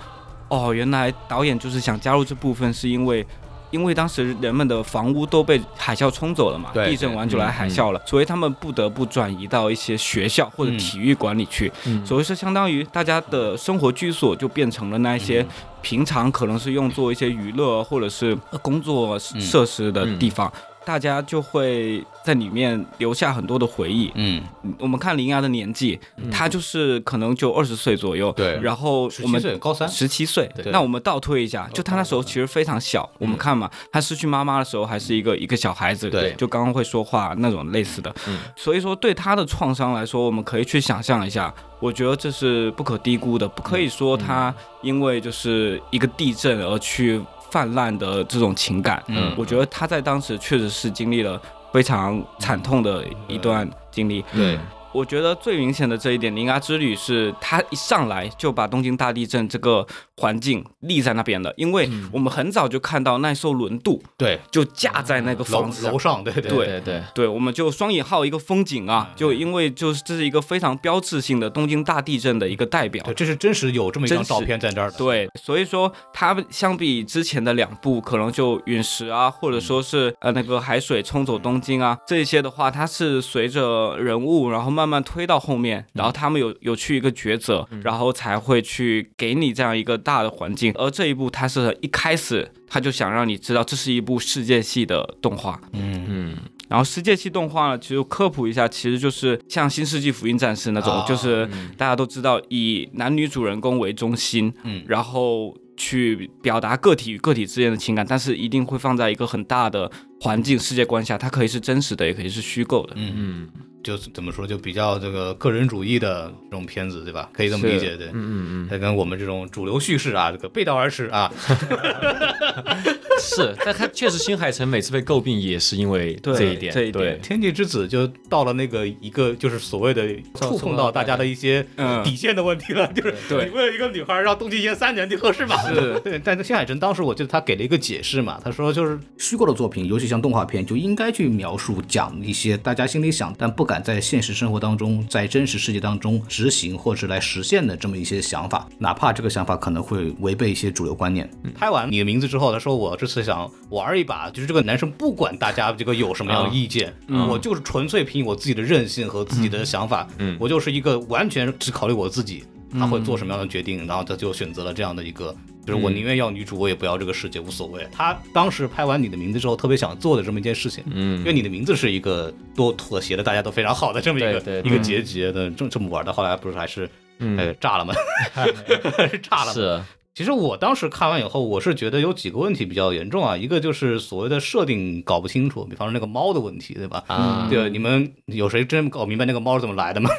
[SPEAKER 5] 哦，原来导演就是想加入这部分，是因为。因为当时人们的房屋都被海啸冲走了嘛，
[SPEAKER 2] 对
[SPEAKER 5] 地震完就来
[SPEAKER 2] 嗯
[SPEAKER 5] 海啸了，所以他们不得不转移到一些学校或者
[SPEAKER 2] 嗯
[SPEAKER 5] 体育馆里去，
[SPEAKER 3] 嗯
[SPEAKER 5] 所以说相当于大家的生活居所就变成了那一
[SPEAKER 2] 嗯
[SPEAKER 5] 些平常可能是用作一些娱乐或者是呃
[SPEAKER 2] 嗯
[SPEAKER 5] 工作设施的地方，大家就会在里面留下很多的回忆。
[SPEAKER 2] 嗯，
[SPEAKER 5] 我们看林芽的年纪，她就是可能就二十岁左右，
[SPEAKER 2] 对
[SPEAKER 5] 然后
[SPEAKER 2] 十
[SPEAKER 5] 我
[SPEAKER 2] 七
[SPEAKER 5] 们
[SPEAKER 2] 岁高三，
[SPEAKER 5] 十七岁
[SPEAKER 2] 对，哦
[SPEAKER 5] 那我们倒推一下，就他那时候其实非常小。我们看
[SPEAKER 2] 嗯
[SPEAKER 5] 嘛，他失去妈妈的时候还是一个一个小孩子，
[SPEAKER 2] 对
[SPEAKER 5] 就刚刚会说话那种类似的。
[SPEAKER 2] 嗯
[SPEAKER 5] 所以说对他的创伤来说，我们可以去想象一下，我觉得这是不可低估的，不可以说
[SPEAKER 2] 嗯
[SPEAKER 5] 他因为就是一个地震而去泛滥的这种情感。
[SPEAKER 2] 嗯
[SPEAKER 5] 我觉得
[SPEAKER 2] 嗯
[SPEAKER 5] 他在当时确实是经历了非常惨痛的一段经历。
[SPEAKER 2] 对，
[SPEAKER 5] 我觉得最明显的这一点，《铃芽之旅》是他一上来就把东京大地震这个环境立在那边了，因为我们很早就看到那艘轮渡
[SPEAKER 2] 对，
[SPEAKER 5] 就架在那个
[SPEAKER 2] 楼
[SPEAKER 5] 房子上
[SPEAKER 2] 楼。上，对对
[SPEAKER 5] 对
[SPEAKER 3] 对对，
[SPEAKER 5] 对，我们就双引号一个风景啊，就因为就是这是一个非常标志性的东京大地震的一个代表
[SPEAKER 2] 对，。这是真实有这么一张
[SPEAKER 5] 真实
[SPEAKER 2] 照片在这儿的，
[SPEAKER 5] 对，所以说它相比之前的两部，可能就陨石啊，或者说是呃那个海水冲走东京啊这一些的话，它是随着人物然后慢慢推到后面，然后他们有有去一个抉择，然后才会去给你这样一个大的环境。而这一部它是一开始它就想让你知道这是一部世界系的动画，
[SPEAKER 3] 嗯，
[SPEAKER 5] 然后世界系动画呢，其实科普一下，其实就是像《新世纪福音战士》那种，
[SPEAKER 2] 啊
[SPEAKER 5] 就是大家都知道以男女主人公为中心，
[SPEAKER 2] 嗯
[SPEAKER 5] 然后去表达个体与个体之间的情感，但是一定会放在一个很大的环境世界观下，它可以是真实的，也可以是虚构的。
[SPEAKER 2] 嗯，
[SPEAKER 3] 嗯
[SPEAKER 2] 就是怎么说，就比较这个个人主义的这种片子，对吧？可以这么
[SPEAKER 5] 是
[SPEAKER 2] 理解，对。
[SPEAKER 3] 嗯嗯嗯，
[SPEAKER 2] 它跟我们这种主流叙事啊，这个背道而驰啊，
[SPEAKER 3] 是，但他确实新海诚每次被诟病也是因为
[SPEAKER 5] 对
[SPEAKER 3] 这一点，
[SPEAKER 5] 这一
[SPEAKER 3] 对
[SPEAKER 5] 点
[SPEAKER 2] 天气之子就到了那个一个就是所谓的触碰到大家的一些
[SPEAKER 5] 嗯
[SPEAKER 2] 底线的问题了，就是
[SPEAKER 5] 对
[SPEAKER 2] 你为了一个女孩让东京腌三年，你合适吗？
[SPEAKER 5] 是
[SPEAKER 2] 对，但是新海诚当时我记得他给了一个解释嘛，他说就是
[SPEAKER 6] 虚构的作品，尤其像动画片，就应该去描述讲一些大家心里想但不敢在现实生活当中、在真实世界当中执行或是来实现的这么一些想法，哪怕这个想法可能会违背一些主流观念。
[SPEAKER 2] 拍完你的名字之后，他说我这次想玩一把，就是这个男生不管大家这个有什么样的意见，我就是纯粹凭我自己的任性和自己的想法，
[SPEAKER 3] 嗯
[SPEAKER 2] 我就是一个完全只考虑嗯我自己，他会做什么样的决定，然后他就选择了这样的一个。就是我宁愿要女主，我也不要这个世界，无所谓。他当时拍完你的名字之后，特别想做的这么一件事情，
[SPEAKER 3] 嗯
[SPEAKER 2] 因为你的名字是一个多妥协的，大家都非常好的这么一个
[SPEAKER 3] 对对
[SPEAKER 2] 一个结局的，这这么玩的，后来不是还是
[SPEAKER 3] 嗯
[SPEAKER 2] 呃炸 了吗？ 是炸了吗？
[SPEAKER 3] 是，啊
[SPEAKER 2] 其实我当时看完以后，我是觉得有几个问题比较严重啊，一个就是所谓的设定搞不清楚，比方说那个猫的问题，对吧？
[SPEAKER 3] 啊
[SPEAKER 2] 对，你们有谁真搞明白那个猫是怎么来的吗？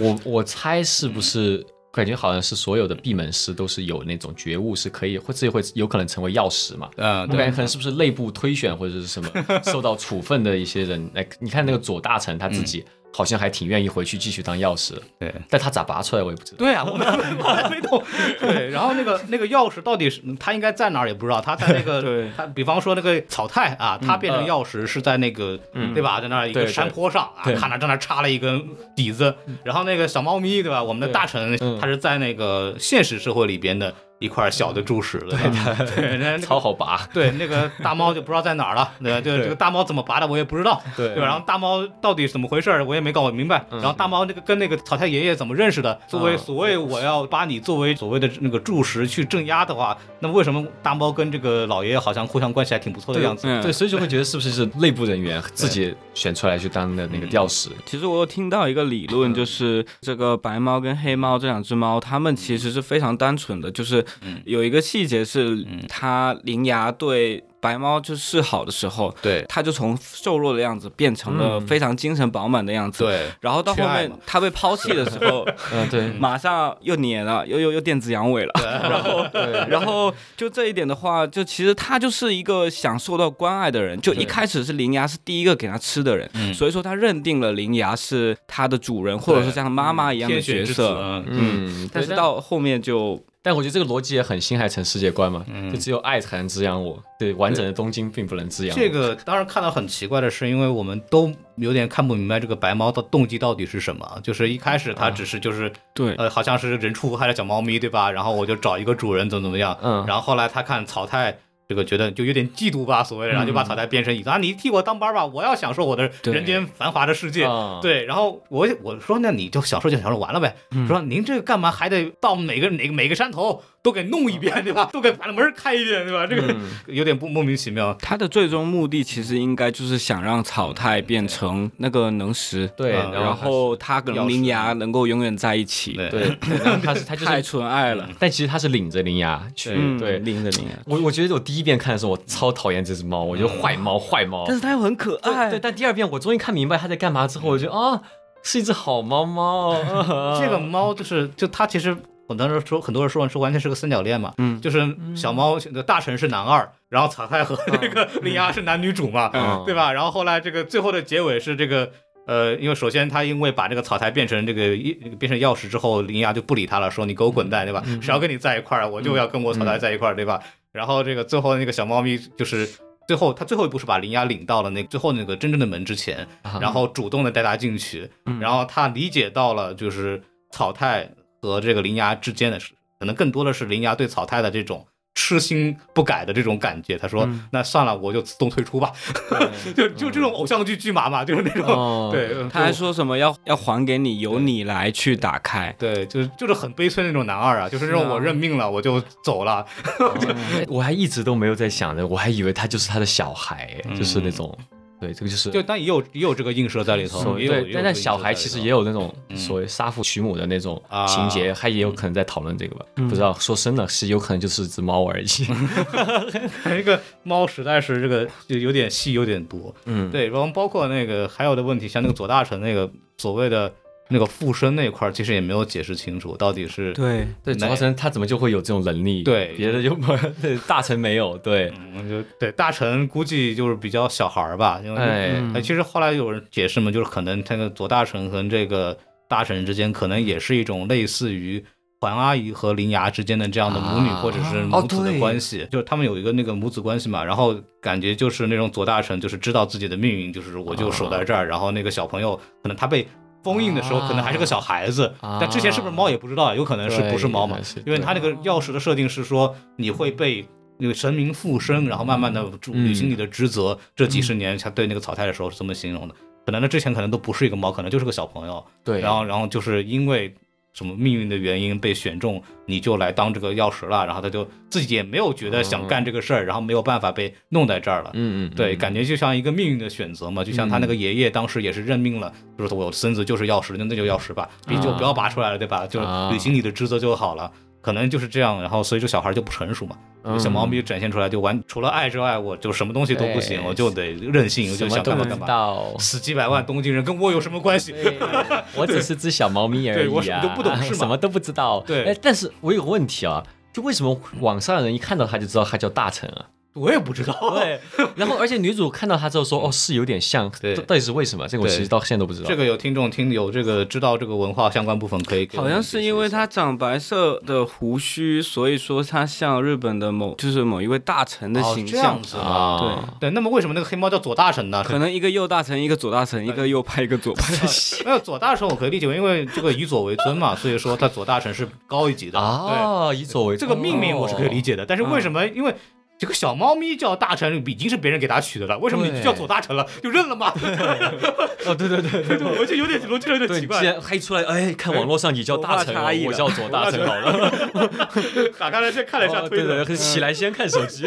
[SPEAKER 3] 我我猜是不是？感觉好像是所有的闭门师都是有那种觉悟，是可以或自己会有可能成为钥匙嘛？
[SPEAKER 2] 嗯，
[SPEAKER 3] 我感觉可能是不是内部推选或者是什么受到处分的一些人？哎，你看那个左大臣他自己好像还挺愿意回去继续当钥匙的，
[SPEAKER 2] 对
[SPEAKER 3] 但他咋拔出来我也不知道。
[SPEAKER 2] 对啊，我们我还没懂。 对，然后那个那个钥匙到底是他应该在哪儿也不知道，他在那个
[SPEAKER 5] 对
[SPEAKER 2] 他比方说那个草太啊，他变成钥匙是在那个、对吧，在那儿一
[SPEAKER 3] 对
[SPEAKER 2] 个
[SPEAKER 3] 对
[SPEAKER 2] 山坡上啊，
[SPEAKER 3] 对
[SPEAKER 2] 看着在那儿插了一根底子，然后那个小猫咪对吧，我们的大臣
[SPEAKER 3] 嗯
[SPEAKER 2] 他是在那个现实社会里边的一块小的柱石，对吧？ 对，那那个
[SPEAKER 3] 超好拔，
[SPEAKER 2] 对，那个大猫就不知道在哪儿了，对吧？对，这个大猫怎么拔的我也不知道，
[SPEAKER 3] 对
[SPEAKER 2] 对吧？然后大猫到底怎么回事儿我也没搞明白。然后大猫那个跟那个草太爷爷怎么认识的？作为
[SPEAKER 3] 嗯
[SPEAKER 2] 所谓我要把你作为所谓的那个柱石去镇压的话，那么为什么大猫跟这个老爷爷好像互相关系还挺不错的样子？
[SPEAKER 5] 嗯
[SPEAKER 3] 对，所以就会觉得是不是是内部人员自己选出来去当的那个钥匙？
[SPEAKER 5] 其实我有听到一个理
[SPEAKER 2] 嗯
[SPEAKER 5] 论，就是这个白猫跟黑猫这两只猫，它们其实是非常单
[SPEAKER 2] 嗯
[SPEAKER 5] 纯的，就是有一个细节是，它灵牙对白猫就示好的时候，
[SPEAKER 2] 对
[SPEAKER 5] 它就从瘦弱的样子变成了非常精神饱满的样子。。
[SPEAKER 2] 嗯对
[SPEAKER 5] 然后到后
[SPEAKER 2] 缺爱
[SPEAKER 5] 面
[SPEAKER 2] 嘛
[SPEAKER 5] 它被抛弃的时候，
[SPEAKER 3] 嗯，对，
[SPEAKER 5] 马上又黏了，又又又电子阳痿了。 然后，然后就这一点的话，就其实他就是一个享受到关爱的人。就一开始是灵牙是第一个给他吃的人，所以说他认定了灵牙是他的主人，或者说像妈妈一样的
[SPEAKER 2] 天选
[SPEAKER 5] 角
[SPEAKER 2] 之子，
[SPEAKER 5] 色。
[SPEAKER 2] 嗯
[SPEAKER 3] 嗯，
[SPEAKER 5] 但
[SPEAKER 3] 对
[SPEAKER 5] 是到后面就
[SPEAKER 3] 但我觉得这个逻辑也很新海诚世界观嘛，就只有爱才能滋养我，对，完整的东京并不能滋养我。
[SPEAKER 2] 这个当然看到很奇怪的是，因为我们都有点看不明白这个白猫的动机到底是什么。就是一开始它只是就是
[SPEAKER 5] 对
[SPEAKER 2] 呃，好像是人畜无害的小猫咪，对吧？然后我就找一个主人怎么怎么样，
[SPEAKER 3] 嗯
[SPEAKER 2] 然后后来他看草太。这个觉得就有点嫉妒吧，所谓的，然后就把草太变成椅子、啊，你替我当班吧，我要享受我的
[SPEAKER 5] 对
[SPEAKER 2] 人间繁华的世界。
[SPEAKER 3] 啊
[SPEAKER 2] 对，然后我我说那你就享受就享受完了呗，说您这个干嘛还得到每个哪个每个山头都给弄一遍，对吧？都给把门儿开一遍，对吧？这个、有点不莫名其妙。
[SPEAKER 5] 他的最终目的其实应该就是想让草太变成那个能食，
[SPEAKER 3] 对，
[SPEAKER 2] 嗯
[SPEAKER 5] 然
[SPEAKER 3] 然后
[SPEAKER 5] 后他跟灵牙能够永远在一起。
[SPEAKER 2] 对
[SPEAKER 3] 对，然后他是他就
[SPEAKER 5] 太
[SPEAKER 3] 是，
[SPEAKER 5] 纯爱了。
[SPEAKER 3] 但其实他是领着铃芽去，
[SPEAKER 5] 嗯
[SPEAKER 3] 对。
[SPEAKER 5] 灵的灵牙，
[SPEAKER 3] 我我觉得我第一遍看的时候，我超讨厌这只猫，我觉得坏猫坏猫。
[SPEAKER 5] 但是哎它又很可爱。
[SPEAKER 3] 对对，但第二遍我终于看明白它在干嘛之后，我觉得啊，是一只好猫猫。 啊
[SPEAKER 2] 这个猫就是就它其实。我当时说，很多人说说完全是个三角恋嘛，嗯，就是小猫大臣是男二，然后草太和那个铃芽是男女主嘛，
[SPEAKER 3] 嗯
[SPEAKER 2] 对吧？然后后来这个最后的结尾是这个呃，因为首先他因为把这个草台变成这个一变成钥匙之后，林芽就不理他了，说你给我滚蛋，对吧？谁要跟你在一块儿，啊我就要跟我草台在一块儿，对吧？然后这个最后那个小猫咪就是。最后，他最后一步是把林芽领到了那最后那个真正的门之前，
[SPEAKER 3] 啊
[SPEAKER 2] 然后主动的带他进去，
[SPEAKER 3] 嗯
[SPEAKER 2] 然后他理解到了就是草太和这个林芽之间的事，可能更多的是林芽对草太的这种痴心不改的这种感觉。他说：“
[SPEAKER 3] 嗯
[SPEAKER 2] 那算了，我就自动退出吧。 就”就这种偶像剧剧麻嘛，就是那种、
[SPEAKER 3] 哦
[SPEAKER 2] 对。嗯
[SPEAKER 5] 他还
[SPEAKER 2] 就
[SPEAKER 5] 说什么要要还给你，由你来去打开。
[SPEAKER 2] 对，就是就是很悲催的那种男二啊，就是那种
[SPEAKER 3] 是啊
[SPEAKER 2] 我认命了，我就走了。
[SPEAKER 3] 我还一直都没有在想着，我还以为他就是他的小孩，就是那种，对，这个就是
[SPEAKER 2] 就但也有也有这个映射在里头，
[SPEAKER 3] 所
[SPEAKER 2] 也
[SPEAKER 3] 以
[SPEAKER 2] 有
[SPEAKER 3] 对，但但小孩其实也。有那种
[SPEAKER 2] 嗯
[SPEAKER 3] 所谓杀父娶母的那种情节，
[SPEAKER 2] 啊
[SPEAKER 3] 他也有可能在讨论这个吧。不知道说深了是有可能就是只猫而已。
[SPEAKER 2] 这个猫实在是这个就有点戏有点多，
[SPEAKER 3] 嗯，
[SPEAKER 2] 对，然后包括那个还有的问题，像那个左大臣那个所谓的那个附身那块儿，其实也没有解释清楚到底是
[SPEAKER 5] 对，
[SPEAKER 3] 对，
[SPEAKER 2] 没
[SPEAKER 3] 主要是他怎么就会有这种能力？
[SPEAKER 2] 对
[SPEAKER 3] 别的就没 对大臣没有。对，
[SPEAKER 2] 嗯，就对大臣估计就是比较小孩儿吧，因为、
[SPEAKER 3] 哎，
[SPEAKER 2] 哎其实后来有人解释嘛，就是可能这个左大臣和这个大臣之间，可能也是一种类似于环阿姨和林芽之间的这样的母女
[SPEAKER 3] 啊
[SPEAKER 2] 或者是
[SPEAKER 3] 哦
[SPEAKER 2] 母子
[SPEAKER 3] 对
[SPEAKER 2] 的关系，就是他们有一个那个母子关系嘛，然后感觉就是那种左大臣就是知道自己的命运，就是我就守在这儿，然后那个小朋友可能他被。封印的时候，
[SPEAKER 3] 啊
[SPEAKER 2] 可能还是个小孩子，
[SPEAKER 3] 啊
[SPEAKER 2] 但之前是不是猫也不知道，有可能是
[SPEAKER 3] 对
[SPEAKER 2] 不是猫嘛
[SPEAKER 3] 原来嗯是？
[SPEAKER 2] 因为它那个钥匙的设定是说，你会被那个神明附身，然后慢慢的履行你的职责。这几十年，他对那个草太的时候是这么形容的。可能他之前可能都不是一个猫，可能就是个小朋友。
[SPEAKER 3] 对
[SPEAKER 2] 然后然后就是因为什么命运的原因被选中，你就来当这个钥匙了。然后他就自己也没有觉得想干这个事儿，然后没有办法被弄在这儿了。
[SPEAKER 3] 嗯嗯，
[SPEAKER 2] 对，
[SPEAKER 3] 嗯
[SPEAKER 2] 感觉就像一个命运的选择嘛，就像他那个爷爷当时也是认命了，就是我孙子就是钥匙，那那就钥匙吧，笔就不要拔出来了，对吧？就
[SPEAKER 3] 啊
[SPEAKER 2] 履行你的职责就好了。可能就是这样，然后所以这小孩就不成熟嘛，
[SPEAKER 3] 嗯
[SPEAKER 2] 小猫咪展现出来就完，除了爱之外，我就什么东西都不行，
[SPEAKER 3] 对
[SPEAKER 2] 我就得任性，我
[SPEAKER 3] 什
[SPEAKER 2] 就
[SPEAKER 3] 么
[SPEAKER 2] 想
[SPEAKER 3] 都
[SPEAKER 2] 干嘛
[SPEAKER 3] 不
[SPEAKER 2] 干
[SPEAKER 3] 知
[SPEAKER 2] 嘛。
[SPEAKER 3] 道。
[SPEAKER 2] 死几百万东京人跟我有什么关系？
[SPEAKER 3] 我只是只小猫咪而已、啊，
[SPEAKER 2] 对我什么都不懂是吗
[SPEAKER 3] 什么都不知道。
[SPEAKER 2] 对
[SPEAKER 3] 哎，但是我有个问题啊，就为什么网上的人一看到他就知道他叫大臣啊？
[SPEAKER 2] 我也不知道。
[SPEAKER 3] 对，然后而且女主看到他之后说：“哦，是有点像，
[SPEAKER 2] 对
[SPEAKER 3] 到到底是为什么？”这个我
[SPEAKER 2] 对
[SPEAKER 3] 其实到现在都不知 道。
[SPEAKER 2] 这个有听众听有这个知道这个文化相关部分可以给我
[SPEAKER 5] 好
[SPEAKER 2] 们
[SPEAKER 5] 像
[SPEAKER 2] 解释
[SPEAKER 5] 是
[SPEAKER 2] 一下，
[SPEAKER 5] 因为他长白色的胡须，所以说他像日本的某就是某一位大臣的
[SPEAKER 2] 哦
[SPEAKER 5] 形
[SPEAKER 2] 这
[SPEAKER 5] 象
[SPEAKER 2] 样。子啊。
[SPEAKER 3] 啊，
[SPEAKER 2] 对，那么为什么那个黑猫叫左大臣呢？
[SPEAKER 5] 可能一个右大臣，一个左大臣，一个右派，一个 左派。
[SPEAKER 2] 没有左大臣，我可以理解为，因为这个以左为尊嘛，所以说他左大臣是高一级的。
[SPEAKER 3] 啊，以左为
[SPEAKER 2] 对，这个命名我是可以理
[SPEAKER 3] 解。
[SPEAKER 2] 解的，但是为
[SPEAKER 3] 哦
[SPEAKER 2] 什么？因为这个小猫咪叫大臣已经是别人给它取的了，为什么你
[SPEAKER 3] 对
[SPEAKER 2] 就叫左大臣了？就认了吗？
[SPEAKER 3] 哦，对对
[SPEAKER 2] 对
[SPEAKER 3] 对对。
[SPEAKER 2] 对，我就有点逻辑有点奇
[SPEAKER 3] 对，你
[SPEAKER 2] 怪
[SPEAKER 3] 既。然黑出来，哎，看网络上你叫大臣
[SPEAKER 5] 文化差异，
[SPEAKER 3] 我
[SPEAKER 5] 了
[SPEAKER 3] 叫左大臣好了。
[SPEAKER 2] 打开来先看了一下
[SPEAKER 3] 哦
[SPEAKER 2] 推
[SPEAKER 3] 对
[SPEAKER 2] 特，嗯
[SPEAKER 3] 对，对起来先看手机。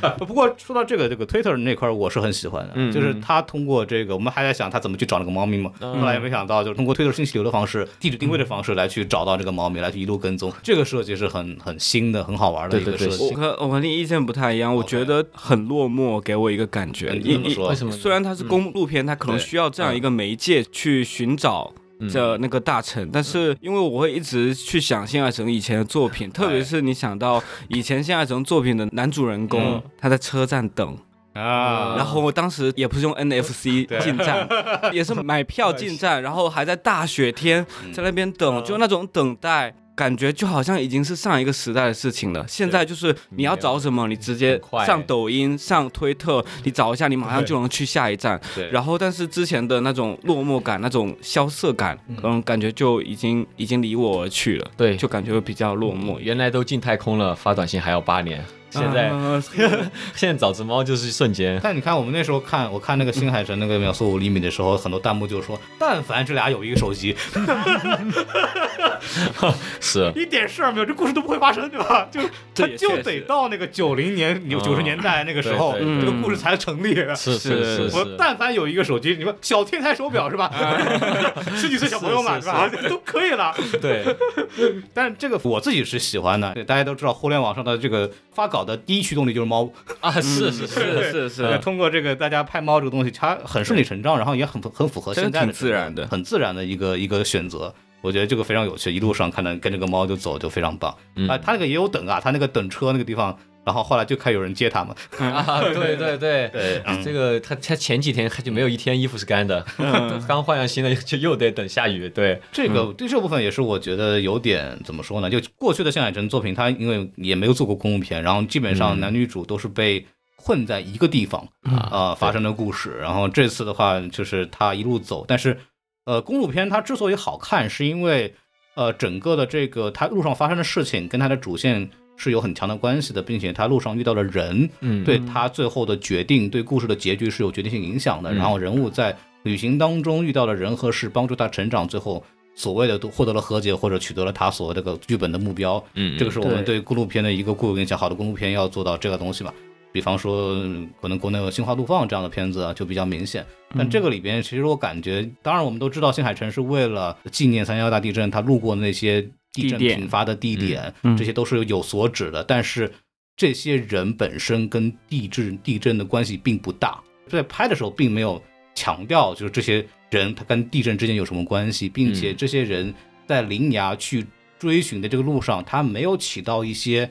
[SPEAKER 2] 呃不过说到这个这个 Twitter 那块，儿，我是很喜欢的，
[SPEAKER 3] 嗯嗯
[SPEAKER 2] 就是他通过这个，我们还在想他怎么去找那个猫咪嘛，后来也没想到，就是通过 Twitter 信息流的方式、地址定位的方式来去找到这个猫咪，来去一路跟踪。这个设计是很很新的、很好玩的一
[SPEAKER 3] 对
[SPEAKER 2] 个
[SPEAKER 3] 对
[SPEAKER 2] 设
[SPEAKER 3] 对
[SPEAKER 2] 计
[SPEAKER 5] 我。和我和你意见不太一样，我觉得很落寞，给我一个感觉。
[SPEAKER 2] 嗯
[SPEAKER 5] 一
[SPEAKER 2] 这么说
[SPEAKER 3] 为什么
[SPEAKER 5] 虽然它是公路片，它可能
[SPEAKER 2] 对
[SPEAKER 5] 需要这样一个媒介去寻找。这那个大臣，但是因为我会一直去想新海诚以前的作品，特别是你想到以前新海诚作品的男主人公，他在车站等，
[SPEAKER 2] 啊，
[SPEAKER 5] 然后我当时也不是用 NFC 进站， 也是买票进站，然后还在大雪天
[SPEAKER 2] 嗯
[SPEAKER 5] 在那边等，就那种等待。感觉就好像已经是上一个时代的事情了。现在就是你要找什么，你直接
[SPEAKER 3] 很快
[SPEAKER 5] 上抖音、上推特，你找一下，你马上就能去下一站。
[SPEAKER 2] 对
[SPEAKER 5] 然后，但是之前的那种落寞感、那种萧瑟感，嗯，感觉就已经已经离我而去了。
[SPEAKER 3] 对
[SPEAKER 5] 就感觉会比较落寞。
[SPEAKER 3] 嗯原来都进太空了，发短信还要八年， 现在
[SPEAKER 2] 嗯
[SPEAKER 5] 啊
[SPEAKER 3] 现在找只猫就是瞬间。
[SPEAKER 2] 但你看，我们那时候看，我看那个新海诚那个《秒速五厘米》的时候，很多弹幕就说：“但凡这俩有一个手机，
[SPEAKER 3] 是，
[SPEAKER 2] 一点事儿没有，这故事都不会发生，对吧？就是
[SPEAKER 5] 这
[SPEAKER 2] 他
[SPEAKER 5] 也
[SPEAKER 2] 就
[SPEAKER 5] 确
[SPEAKER 2] 得
[SPEAKER 5] 实
[SPEAKER 2] 到那个九零年、九十年代那个时候，
[SPEAKER 3] 嗯对对嗯
[SPEAKER 5] 对
[SPEAKER 2] 这个故事才成立。
[SPEAKER 3] 是
[SPEAKER 5] 是
[SPEAKER 3] 是是
[SPEAKER 2] 我
[SPEAKER 3] 是，
[SPEAKER 2] 但凡有一个手机，你说小天才手表是吧？ 十几岁小朋友嘛，
[SPEAKER 3] 是
[SPEAKER 2] 是吧？都可以了。
[SPEAKER 3] 对，
[SPEAKER 2] 但这个我自己是喜欢的。对，大家都知道，互联网上的这个发稿的第一驱动力就是猫。
[SPEAKER 3] 啊，是
[SPEAKER 2] 嗯
[SPEAKER 3] 是是
[SPEAKER 5] 是是是，
[SPEAKER 2] 对
[SPEAKER 3] 嗯
[SPEAKER 2] 通过这个大家拍猫这个东西，它很顺理成章，然后也很很符合
[SPEAKER 5] 真
[SPEAKER 2] 现
[SPEAKER 5] 的
[SPEAKER 2] 在
[SPEAKER 5] 挺
[SPEAKER 2] 的
[SPEAKER 5] 自然的。
[SPEAKER 2] 很自然的一个一个选择。我觉得这个非常有趣，一路上看到跟这个猫就走就非常棒。啊、它那个也有等啊，它那个等车那个地方。然后后来就看有人接他们，
[SPEAKER 3] 啊，对对对
[SPEAKER 2] 对嗯
[SPEAKER 3] 这个他他前几天他就没有一天衣服是干的，
[SPEAKER 2] 嗯
[SPEAKER 3] 刚换上新的就又得等下雨，对，
[SPEAKER 2] 这个对这部分也是我觉得有点怎么说呢？就过去的向海城作品，它因为也没有做过公路片，然后基本上男女主都是被困在一个地方啊、呃发生的故事。然后这次的话，就是他一路走，但是呃，公路片它之所以好看，是因为呃整个的这个它路上发生的事情跟它的主线。是有很强的关系的，并且他路上遇到的人，
[SPEAKER 3] 嗯
[SPEAKER 2] 对他最后的决定、对故事的结局是有决定性影响的。然后人物在旅行当中遇到的人和事，帮助他成长，最后所谓的都获得了和解或者取得了他所谓这个剧本的目标。
[SPEAKER 3] 嗯
[SPEAKER 2] 这个是我们
[SPEAKER 4] 对
[SPEAKER 2] 对公路片的一个固有印象。好的公路片要做到这个东西嘛，比方说嗯可能国内有《心花怒放》这样的片子啊，就比较明显。但这个里边，其实我感觉，当然我们都知道，新海诚是为了纪念三幺大地震，他路过的那些地震
[SPEAKER 5] 地点
[SPEAKER 2] 频发的地点，
[SPEAKER 5] 嗯
[SPEAKER 2] 这些都是有所指的。但是这些人本身跟地质地震的关系并不大，在拍的时候并没有强调，就是这些人他跟地震之间有什么关系，并且
[SPEAKER 3] 嗯
[SPEAKER 2] 这些人在灵崖去追寻的这个路上，他没有起到一些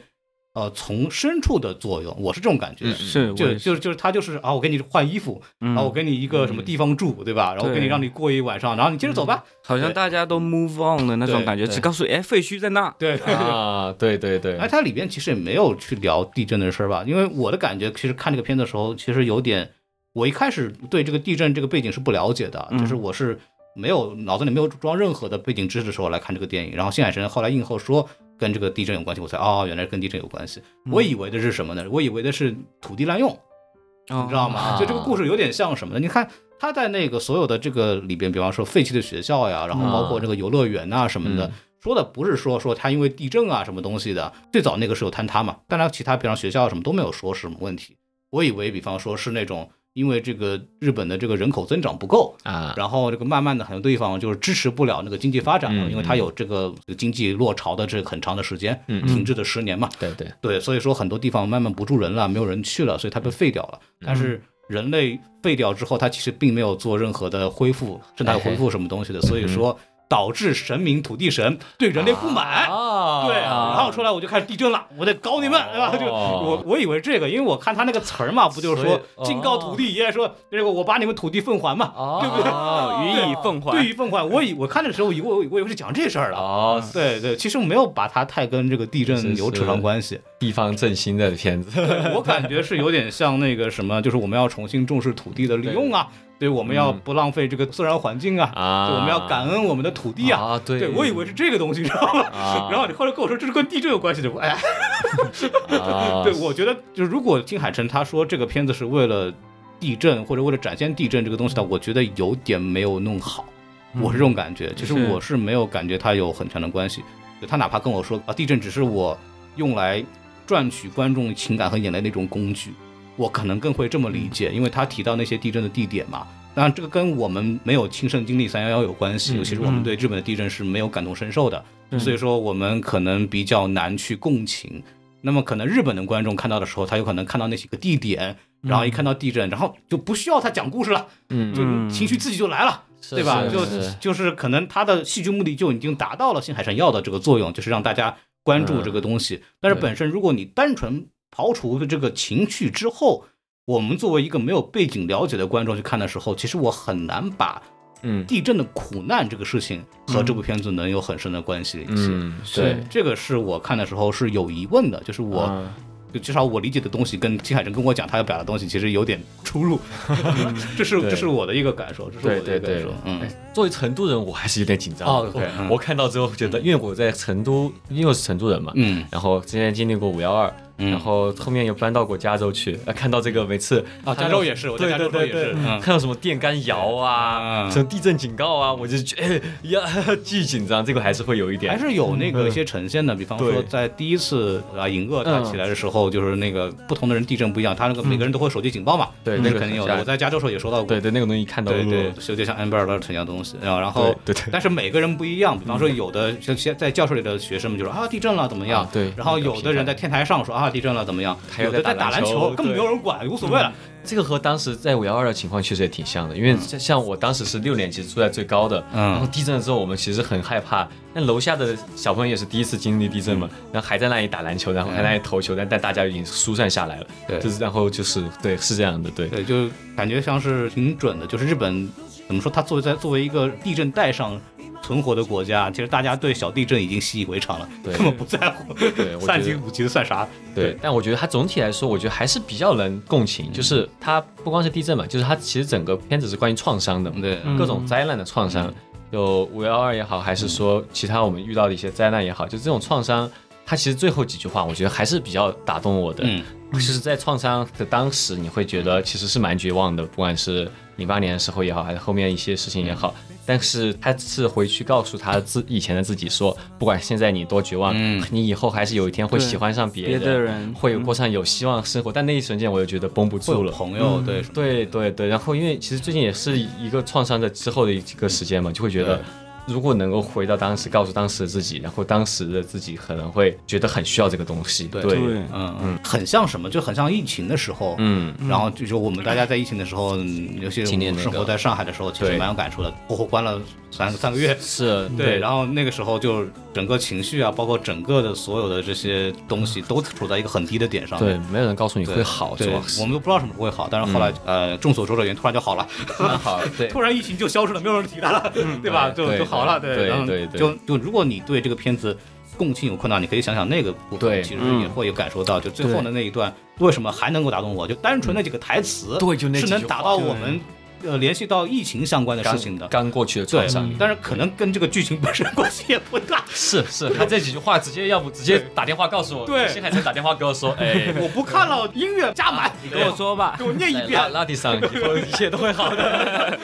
[SPEAKER 2] 呃从深处的作用。我是这种感觉，
[SPEAKER 3] 嗯
[SPEAKER 5] 是，我
[SPEAKER 2] 就
[SPEAKER 5] 也是
[SPEAKER 2] 就是就是他就是啊，我给你换衣服，啊
[SPEAKER 5] 嗯
[SPEAKER 2] 然后我给你一个什么地方住，对吧？然后给你
[SPEAKER 5] 对嗯
[SPEAKER 2] 让你过一晚上，然后你接着走吧。
[SPEAKER 5] 好像大家都 move on 的那种
[SPEAKER 2] 对
[SPEAKER 5] 感觉，
[SPEAKER 2] 对
[SPEAKER 5] 只告诉你哎废墟在那，
[SPEAKER 2] 对，
[SPEAKER 3] 啊，对对对，
[SPEAKER 2] 哎，它里边其实也没有去聊地震的事儿吧？因为我的感觉，其实看这个片子的时候，其实有点，我一开始对这个地震这个背景是不了解的，就是我是没有脑子里没有装任何的背景知识的时候来看这个电影。然后新海诚后来映后说跟这个地震有关系，我才哦，原来跟地震有关系。我以为的是什么呢？我以为的是土地滥用，你知道吗？
[SPEAKER 3] 啊
[SPEAKER 2] 就这个故事有点像什么呢？你看他在那个所有的这个里边，比方说废弃的学校呀，然后包括这个游乐园呐、什么的，
[SPEAKER 3] 嗯
[SPEAKER 2] 说的不是说说他因为地震啊什么东西的，最早那个是有坍塌嘛，但他其他比方学校什么都没有说是什么问题。我以为比方说是那种因为这个日本的这个人口增长不够，
[SPEAKER 3] 啊，
[SPEAKER 2] 然后这个慢慢的很多地方就是支持不了那个经济发展了，
[SPEAKER 3] 嗯
[SPEAKER 2] 因为它有这个经济落潮的这个很长的时间，
[SPEAKER 3] 嗯嗯
[SPEAKER 2] 停滞的十年嘛，
[SPEAKER 3] 对对，
[SPEAKER 2] 对，所以说很多地方慢慢不住人了，没有人去了，所以它被废掉了。
[SPEAKER 3] 嗯
[SPEAKER 2] 但是人类废掉之后，它其实并没有做任何的恢复，生
[SPEAKER 3] 哎
[SPEAKER 2] 态恢复什么东西的，所
[SPEAKER 3] 嗯
[SPEAKER 2] 以说导致神明土地神对人类不满。
[SPEAKER 3] 啊，
[SPEAKER 2] 哎
[SPEAKER 3] 哦
[SPEAKER 2] 对，然后出来我就开始地震了，我得搞你们，对吧？就 我我以为这个，因为我看他那个词儿嘛，不就是
[SPEAKER 3] 所
[SPEAKER 2] 说
[SPEAKER 3] 以哦
[SPEAKER 2] 敬告土地爷，说这个我把你们土地奉还嘛，
[SPEAKER 3] 哦
[SPEAKER 2] 对不对？
[SPEAKER 5] 哦，予以奉还，
[SPEAKER 2] 对于奉还，我以我看的时候，以为我以为是讲这事儿了。
[SPEAKER 3] 哦，
[SPEAKER 2] 对对，其实没有把它太跟这个地
[SPEAKER 3] 是
[SPEAKER 2] 震
[SPEAKER 3] 是
[SPEAKER 2] 有扯上关系。
[SPEAKER 3] 地方振兴的 片子，
[SPEAKER 2] 我感觉是有点像那个什么，就是我们要重新重视土地的利用啊，对，我们要不浪费这个自然环境啊，
[SPEAKER 3] 啊
[SPEAKER 2] 对我们要感恩我们的土地啊。
[SPEAKER 3] 啊，对，
[SPEAKER 2] 我以为是这个东西，你知道吗？
[SPEAKER 3] 啊
[SPEAKER 2] 然后你后来跟我说这是跟地震有关系的，我哎，
[SPEAKER 3] 啊，
[SPEAKER 2] 对，我觉得就是如果金海诚他说这个片子是为了地震或者为了展现地震这个东西的，我觉得有点没有弄好，我是这种感觉。其实
[SPEAKER 5] 是
[SPEAKER 2] 我是没有感觉它有很强的关系，就他哪怕跟我说啊，地震只是我用来赚取观众情感和眼泪的一种工具，我可能更会这么理解，因为他提到那些地震的地点嘛。当然，这个跟我们没有亲身经历三幺幺有关系，尤其是我们对日本的地震是没有感同身受的，所以说我们可能比较难去共情。那么可能日本的观众看到的时候，他有可能看到那几个地点，然后一看到地震，然后就不需要他讲故事了，
[SPEAKER 3] 嗯
[SPEAKER 2] 就情绪自己就来了，对吧？
[SPEAKER 3] 是
[SPEAKER 2] 就是就是可能他的戏剧目的就已经达到了新海诚要的这个作用，就是让大家关注这个东西。但是本身如果你单纯刨除这个情绪之后，我们作为一个没有背景了解的观众去看的时候，其实我很难把
[SPEAKER 3] 嗯
[SPEAKER 2] 地震的苦难这个事情和这部片子能有很深的关系联系。
[SPEAKER 3] 嗯，对，
[SPEAKER 2] 这个是我看的时候是有疑问的，就是我、
[SPEAKER 3] 啊
[SPEAKER 2] 就至少我理解的东西跟金海诚跟我讲他要表达的东西其实有点出 入， 这是
[SPEAKER 3] 对
[SPEAKER 2] 这是我的一个感受，这是我的一
[SPEAKER 3] 对对
[SPEAKER 2] 个感
[SPEAKER 3] 对
[SPEAKER 2] 受，，嗯
[SPEAKER 3] 哎。作为成都人，我还是有点紧张。
[SPEAKER 2] 哦，OK，嗯
[SPEAKER 3] 我我看到之后觉得，因为我在成都，因为我是成都人嘛，
[SPEAKER 2] 嗯
[SPEAKER 3] 然后之前经历过五幺二，
[SPEAKER 2] 嗯
[SPEAKER 3] 然后后面又搬到过加州去，呃看到这个每次
[SPEAKER 2] 啊加州也是我在
[SPEAKER 3] 对
[SPEAKER 2] 加州
[SPEAKER 3] 对
[SPEAKER 2] 的时候也
[SPEAKER 3] 对
[SPEAKER 2] 是
[SPEAKER 3] 对
[SPEAKER 2] 嗯
[SPEAKER 3] 看到什么电杆摇啊，
[SPEAKER 2] 嗯
[SPEAKER 3] 什么地震警告啊，我就觉得哎呀 巨紧张，这个还是会有一点，
[SPEAKER 2] 还是有那个一些呈现的，比方说
[SPEAKER 3] 嗯对嗯
[SPEAKER 2] 在第一次啊银鳄它起来的时候，就是那个不同的人地震不一样，他那个每个人都会手机警报嘛，
[SPEAKER 3] 对
[SPEAKER 2] 那
[SPEAKER 3] 那
[SPEAKER 2] 是
[SPEAKER 3] 个
[SPEAKER 2] 肯定有
[SPEAKER 3] 很
[SPEAKER 2] 的。
[SPEAKER 3] 吓
[SPEAKER 2] 我在加州时候也收到过
[SPEAKER 3] 对，对那个东西看到
[SPEAKER 2] 对对，就就像 Amber Alert 一样的东西。然后，然后
[SPEAKER 3] 对嗯对对
[SPEAKER 2] 但是每个人不一样，比方说有的像现在教室里的学生们就说啊地震了怎么样
[SPEAKER 3] 啊，对
[SPEAKER 2] 然后
[SPEAKER 3] 那个
[SPEAKER 2] 有的人在天台上说啊啊，地震了怎么样？
[SPEAKER 3] 还有
[SPEAKER 2] 有的
[SPEAKER 3] 在
[SPEAKER 2] 在
[SPEAKER 3] 打
[SPEAKER 2] 打
[SPEAKER 3] 篮
[SPEAKER 2] 篮
[SPEAKER 3] 球嗯
[SPEAKER 2] 球，根本没有人管，无所谓了。
[SPEAKER 3] 这个和当时在五幺二的情况确实也挺像的，因为像像我当时是六年级住在最高的，
[SPEAKER 2] 嗯
[SPEAKER 3] 然后地震了之后我们其实很害怕，但楼下的小朋友也是第一次经历地震嘛，
[SPEAKER 2] 嗯
[SPEAKER 3] 然后还在那里打篮球，然后还在那里投球，但但大家已经疏散下来了，
[SPEAKER 2] 对
[SPEAKER 3] 就是然后就是对是这样的，对，
[SPEAKER 2] 对，就感觉像是挺准的，就是日本怎么说，它作为在作为一个地震带上存活的国家，其实大家对小地震已经习以为常了，
[SPEAKER 3] 对
[SPEAKER 2] 根本不在乎，
[SPEAKER 3] 对我觉得
[SPEAKER 2] 三级五级的算啥？
[SPEAKER 3] 对，但我觉得它总体来说，我觉得还是比较能共情，
[SPEAKER 2] 嗯
[SPEAKER 3] 就是它不光是地震嘛，就是它其实整个片子是关于创伤的嘛，
[SPEAKER 2] 对
[SPEAKER 3] 各种
[SPEAKER 5] 嗯
[SPEAKER 3] 灾难的创伤，有五幺二也好，还是说其他我们遇到的一些灾难也好，就这种创伤，它其实最后几句话，我觉得还是比较打动我的。
[SPEAKER 2] 嗯
[SPEAKER 3] 就是在创伤的当时，你会觉得其实是蛮绝望的，不管是零八年的时候也好，还是后面一些事情也好。但是他是回去告诉他自以前的自己说，不管现在你多绝望，你以后还是有一天会
[SPEAKER 5] 对
[SPEAKER 3] 喜欢上别
[SPEAKER 5] 别
[SPEAKER 3] 人，
[SPEAKER 5] 的人嗯
[SPEAKER 3] 会有过上有希望的生活。但那一瞬间，我就觉得绷不
[SPEAKER 2] 会
[SPEAKER 3] 住
[SPEAKER 2] 有
[SPEAKER 3] 了。
[SPEAKER 2] 朋友对什么
[SPEAKER 3] 对对对，然后因为其实最近也是一个创伤的之后的一个时间嘛，就会觉得
[SPEAKER 2] 对
[SPEAKER 3] 如果能够回到当时，告诉当时的自己，然后当时的自己可能会觉得很需要这个东西。
[SPEAKER 2] 对
[SPEAKER 5] 对
[SPEAKER 2] 嗯嗯，很像什么，就很像疫情的时候，
[SPEAKER 3] 嗯，
[SPEAKER 2] 然后就是我们大家在疫情的时候，嗯尤其是
[SPEAKER 3] 今
[SPEAKER 2] 我
[SPEAKER 3] 年
[SPEAKER 2] 们
[SPEAKER 3] 那
[SPEAKER 2] 生
[SPEAKER 3] 个
[SPEAKER 2] 活在上海的时候，其实
[SPEAKER 3] 对
[SPEAKER 2] 蛮有感触的，活活关了三三个月，
[SPEAKER 3] 是，
[SPEAKER 2] 对，然后那个时候就整个情绪啊，包括整个的所有的这些东西都处在一个很低的点上。
[SPEAKER 3] 对，没有人告诉你
[SPEAKER 2] 对，
[SPEAKER 3] 会好，
[SPEAKER 2] 对，
[SPEAKER 3] 主要
[SPEAKER 2] 哦我
[SPEAKER 3] 是
[SPEAKER 2] 们都不知道什么时候会好，但是后来呃，众所周知，原突然就好了，
[SPEAKER 3] 蛮嗯好，对嗯
[SPEAKER 2] 突然疫情就消失了，没有人提它了， 对吧？
[SPEAKER 3] 对
[SPEAKER 2] 就
[SPEAKER 3] 对
[SPEAKER 2] 就好了，
[SPEAKER 3] 对对
[SPEAKER 2] 然后
[SPEAKER 3] 对对
[SPEAKER 2] 就就如果你对这个片子。共情有困难，你可以想想那个部分，
[SPEAKER 3] 对
[SPEAKER 2] 其实
[SPEAKER 5] 嗯
[SPEAKER 2] 也会有感受到，就最后的那一段，为什么还能够打动我？就单纯那几个台词，
[SPEAKER 3] 对就那
[SPEAKER 2] 是
[SPEAKER 3] 几
[SPEAKER 2] 能
[SPEAKER 3] 句
[SPEAKER 2] 打
[SPEAKER 3] 话
[SPEAKER 2] 到我们，呃，联系到疫情相关的事情的
[SPEAKER 3] 刚。刚过去的
[SPEAKER 2] 对
[SPEAKER 3] 创伤，，
[SPEAKER 2] 但是可能跟这个剧情本身关系也不大。
[SPEAKER 3] 是是，他这几句话直接，要不直接打电话告诉我，
[SPEAKER 2] 对
[SPEAKER 3] 新海诚打电话给我说，哎，
[SPEAKER 2] 我不看了，音乐加满，
[SPEAKER 5] 你跟我说吧
[SPEAKER 2] 啊给，我念一遍
[SPEAKER 3] 哎拉。拉地上，以后一切都会好的。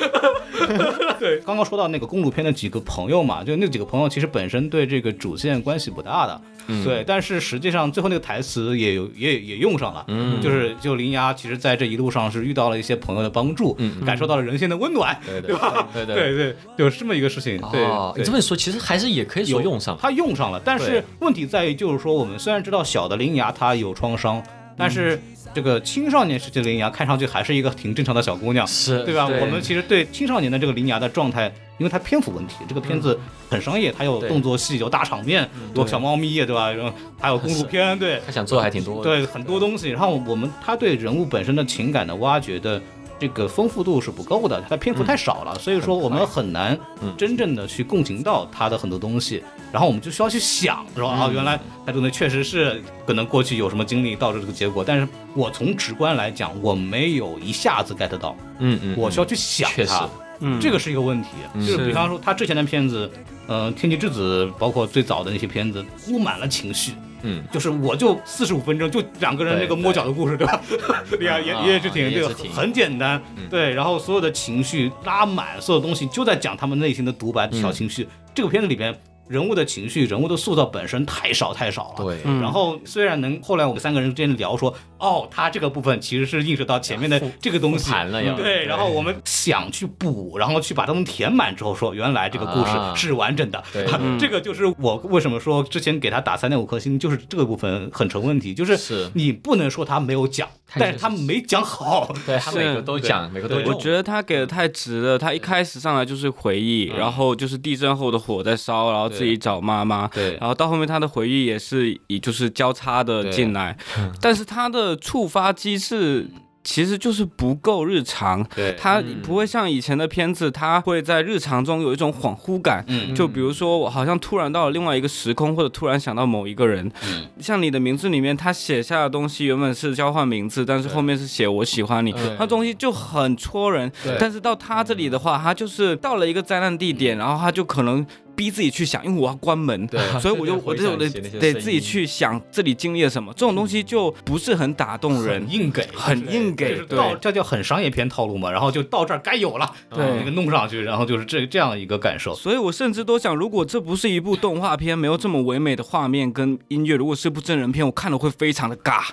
[SPEAKER 2] 刚刚说到那个公路片的几个朋友嘛，就那几个朋友其实本身对这个主线关系不大的，
[SPEAKER 3] 嗯
[SPEAKER 2] 对，但是实际上最后那个台词也有也也用上了，嗯，就是就林芽其实在这一路上是遇到了一些朋友的帮助，嗯、感受到了人性的温暖，
[SPEAKER 3] 对
[SPEAKER 2] 对吧？
[SPEAKER 3] 对对
[SPEAKER 2] 对对，就是这么一个事情，对
[SPEAKER 3] 哦，，你
[SPEAKER 2] 对
[SPEAKER 3] 这么一说，其实还是也可以说用上，
[SPEAKER 2] 他用上了，但
[SPEAKER 3] 对
[SPEAKER 2] 是问题在于就是说，我们虽然知道小的铃芽她有创伤，但是这个青少年时期的铃芽看上去还是一个挺正常的小姑娘，
[SPEAKER 3] 是
[SPEAKER 2] 对吧？
[SPEAKER 3] 对
[SPEAKER 2] 我们其实对青少年的这个铃芽的状态，因为它篇幅问题，这个片子很商业，它有
[SPEAKER 3] 对
[SPEAKER 2] 动作戏，有大场面，有小猫咪，嗯对吧？然后还有公路片，对
[SPEAKER 3] 他想做的还挺 多的。
[SPEAKER 2] 对，很多东西。然后我们他对人物本身的情感的挖掘的。这个丰富度是不够的，它的篇幅太少嗯了，所以说我们嗯很难真正的去共情到他的很多东西，然后我们就需要去想，说啊，原来他这个确实是可能过去有什么经历导致这个结果，但是我从直观来讲，我没有一下子 get 到，
[SPEAKER 3] 嗯嗯，
[SPEAKER 2] 我需要去想
[SPEAKER 3] 确实
[SPEAKER 2] 它，
[SPEAKER 5] 嗯
[SPEAKER 2] 这个是一个问题。就是
[SPEAKER 5] 是
[SPEAKER 2] 比方说他之前的片子，嗯、天气之子》，包括最早的那些片子，铺满了情绪。
[SPEAKER 3] 嗯，
[SPEAKER 2] 就是我就四十五分钟，就两个人那个
[SPEAKER 3] 对
[SPEAKER 2] 摸脚的故事，对吧？对呀， 也
[SPEAKER 3] 啊
[SPEAKER 2] 也也之挺，
[SPEAKER 3] 也
[SPEAKER 2] 这个
[SPEAKER 3] 是挺嗯
[SPEAKER 2] 很简单，对。然后所有的情绪拉满，所有东西就在讲他们内心的独白、
[SPEAKER 3] 嗯
[SPEAKER 2] 小情绪。这个片子里边人物的情绪、人物的塑造本身太少太少了。
[SPEAKER 3] 对，
[SPEAKER 5] 嗯
[SPEAKER 2] 然后虽然能，后来我们三个人之间聊说，哦，他这个部分其实是映射到前面的这个东西嗯
[SPEAKER 3] 盘了要
[SPEAKER 2] 对，然后我们想去补，然后去把它们填满之后说，原来这个故事
[SPEAKER 3] 啊
[SPEAKER 2] 是完整的。
[SPEAKER 3] 对
[SPEAKER 2] 这个就是我为什么说之前给他打三点五颗星，就是这个部分很成问题，就是
[SPEAKER 3] 是
[SPEAKER 2] 你不能说他没有讲，
[SPEAKER 3] 他
[SPEAKER 2] 但是
[SPEAKER 3] 就是
[SPEAKER 2] 他没讲好。
[SPEAKER 3] 对他每个都讲，每个都
[SPEAKER 2] 对
[SPEAKER 3] 用
[SPEAKER 5] 我觉得他给的太直了，他一开始上来就是回忆，然后就是地震后的火在烧，然后自己找妈妈，
[SPEAKER 2] 对
[SPEAKER 5] 然后到后面他的回忆也是以就是交叉的进来，但是他的触发机制。其实就是不够日常，
[SPEAKER 2] 对
[SPEAKER 5] 他不会像以前的片子，他会在日常中有一种恍惚感。
[SPEAKER 2] 嗯
[SPEAKER 5] 就比如说我好像突然到了另外一个时空，或者突然想到某一个人。
[SPEAKER 2] 嗯
[SPEAKER 5] 像你的名字里面，他写下的东西原本是交换名字，但是后面是写我喜欢你
[SPEAKER 3] 对，
[SPEAKER 5] 那东西就很戳人
[SPEAKER 2] 对。
[SPEAKER 5] 但是到他这里的话，他就是到了一个灾难地点，然后他就可能。逼自己去想，因为我要关门， 所以我就
[SPEAKER 3] 嗯对
[SPEAKER 5] 我
[SPEAKER 3] 回
[SPEAKER 5] 就
[SPEAKER 3] 想
[SPEAKER 5] 得
[SPEAKER 3] 一些那些
[SPEAKER 5] 得
[SPEAKER 3] 声
[SPEAKER 5] 自己
[SPEAKER 3] 音
[SPEAKER 5] 去想这里经历了什么，这种东西就不是很打动人
[SPEAKER 2] 很。硬给，
[SPEAKER 5] 很硬给
[SPEAKER 2] 就是到
[SPEAKER 5] 对
[SPEAKER 2] 这叫很商业片套路嘛，然后就到这儿该有了，啊
[SPEAKER 5] 对
[SPEAKER 2] 那个弄上去，然后就是这这样一个感受。
[SPEAKER 5] 所以我甚至都想，如果这不是一部动画片，没有这么唯美的画面跟音乐，如果是部真人片，我看了会非常的 尬。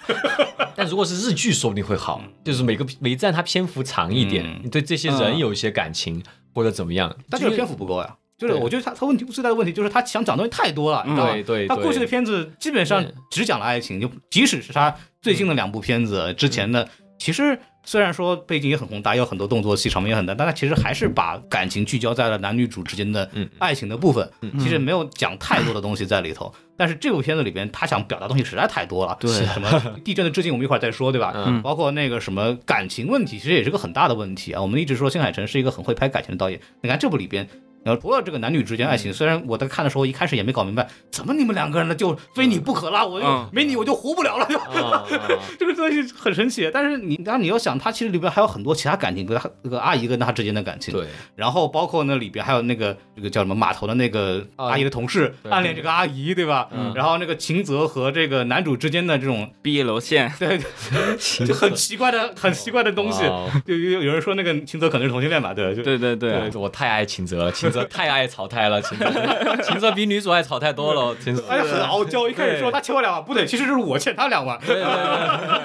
[SPEAKER 3] 但如果是日剧，说不定会好，就是每个每一站它篇幅长一点
[SPEAKER 2] 嗯，
[SPEAKER 3] 你对这些人有一些感情或者怎么样。
[SPEAKER 2] 但
[SPEAKER 3] 就
[SPEAKER 2] 这
[SPEAKER 3] 是
[SPEAKER 2] 个篇幅不够呀，就是
[SPEAKER 3] 对嗯
[SPEAKER 2] 我觉得他他问题最大的问题就是他想讲的东西太多了，你知道吧
[SPEAKER 3] 对对
[SPEAKER 2] 他嗯啊过去的
[SPEAKER 3] 对
[SPEAKER 2] 片子基本上
[SPEAKER 3] 对
[SPEAKER 2] 只讲了爱情，就即使是他最近的两部片子之前的，其实虽然说背景也很宏大，有很多动作戏场面也很大，但他其实还是把感情聚焦在了男女主之间的
[SPEAKER 3] 嗯
[SPEAKER 2] 爱情的部分，
[SPEAKER 3] 嗯
[SPEAKER 2] 其实没有讲太多的东西在里头。但是这部片子里边，他想表达的东西实在太多了，
[SPEAKER 5] 对
[SPEAKER 2] 什 么地震的致敬，我们一会儿再说，对吧？
[SPEAKER 3] 嗯
[SPEAKER 2] 包括那个什么感情问题，其实也是个很大的问题啊。我们一直说新海诚是一个很会拍感情的导演，你看这部里边。然后除了这个男女之间爱情，虽然我在看的时候一开始也没搞明白，怎么你们两个人呢就非你不可啦，我就
[SPEAKER 5] 嗯
[SPEAKER 2] 没你我就活不了了， 就
[SPEAKER 3] 啊，
[SPEAKER 2] 这个东西很神奇。但是你，当然你要想，他其实里边还有很多其他感情，比如他那个阿姨跟他之间的感情，
[SPEAKER 3] 对，
[SPEAKER 2] 然后包括那里边还有那个这个叫什么码头的那个阿姨的同事
[SPEAKER 3] 啊对
[SPEAKER 2] 暗恋这个阿姨，对吧？
[SPEAKER 3] 嗯
[SPEAKER 2] 然后那个秦泽和这个男主之间的这种
[SPEAKER 5] 毕业楼线，
[SPEAKER 2] 对，对就很奇怪的很奇怪的东西。
[SPEAKER 3] 哦哇哦
[SPEAKER 2] 就有有人说那个秦泽可能是同性恋吧， 对，就
[SPEAKER 5] 对对对，
[SPEAKER 3] 对，我太爱秦泽了，秦泽太爱草太了，秦泽， 秦泽比女主爱草太多了，秦泽。
[SPEAKER 2] 哎呀，很傲娇。一开始说
[SPEAKER 3] 对
[SPEAKER 2] 他欠我两万，不对，其实就是我欠他两万。
[SPEAKER 3] 对嗯对对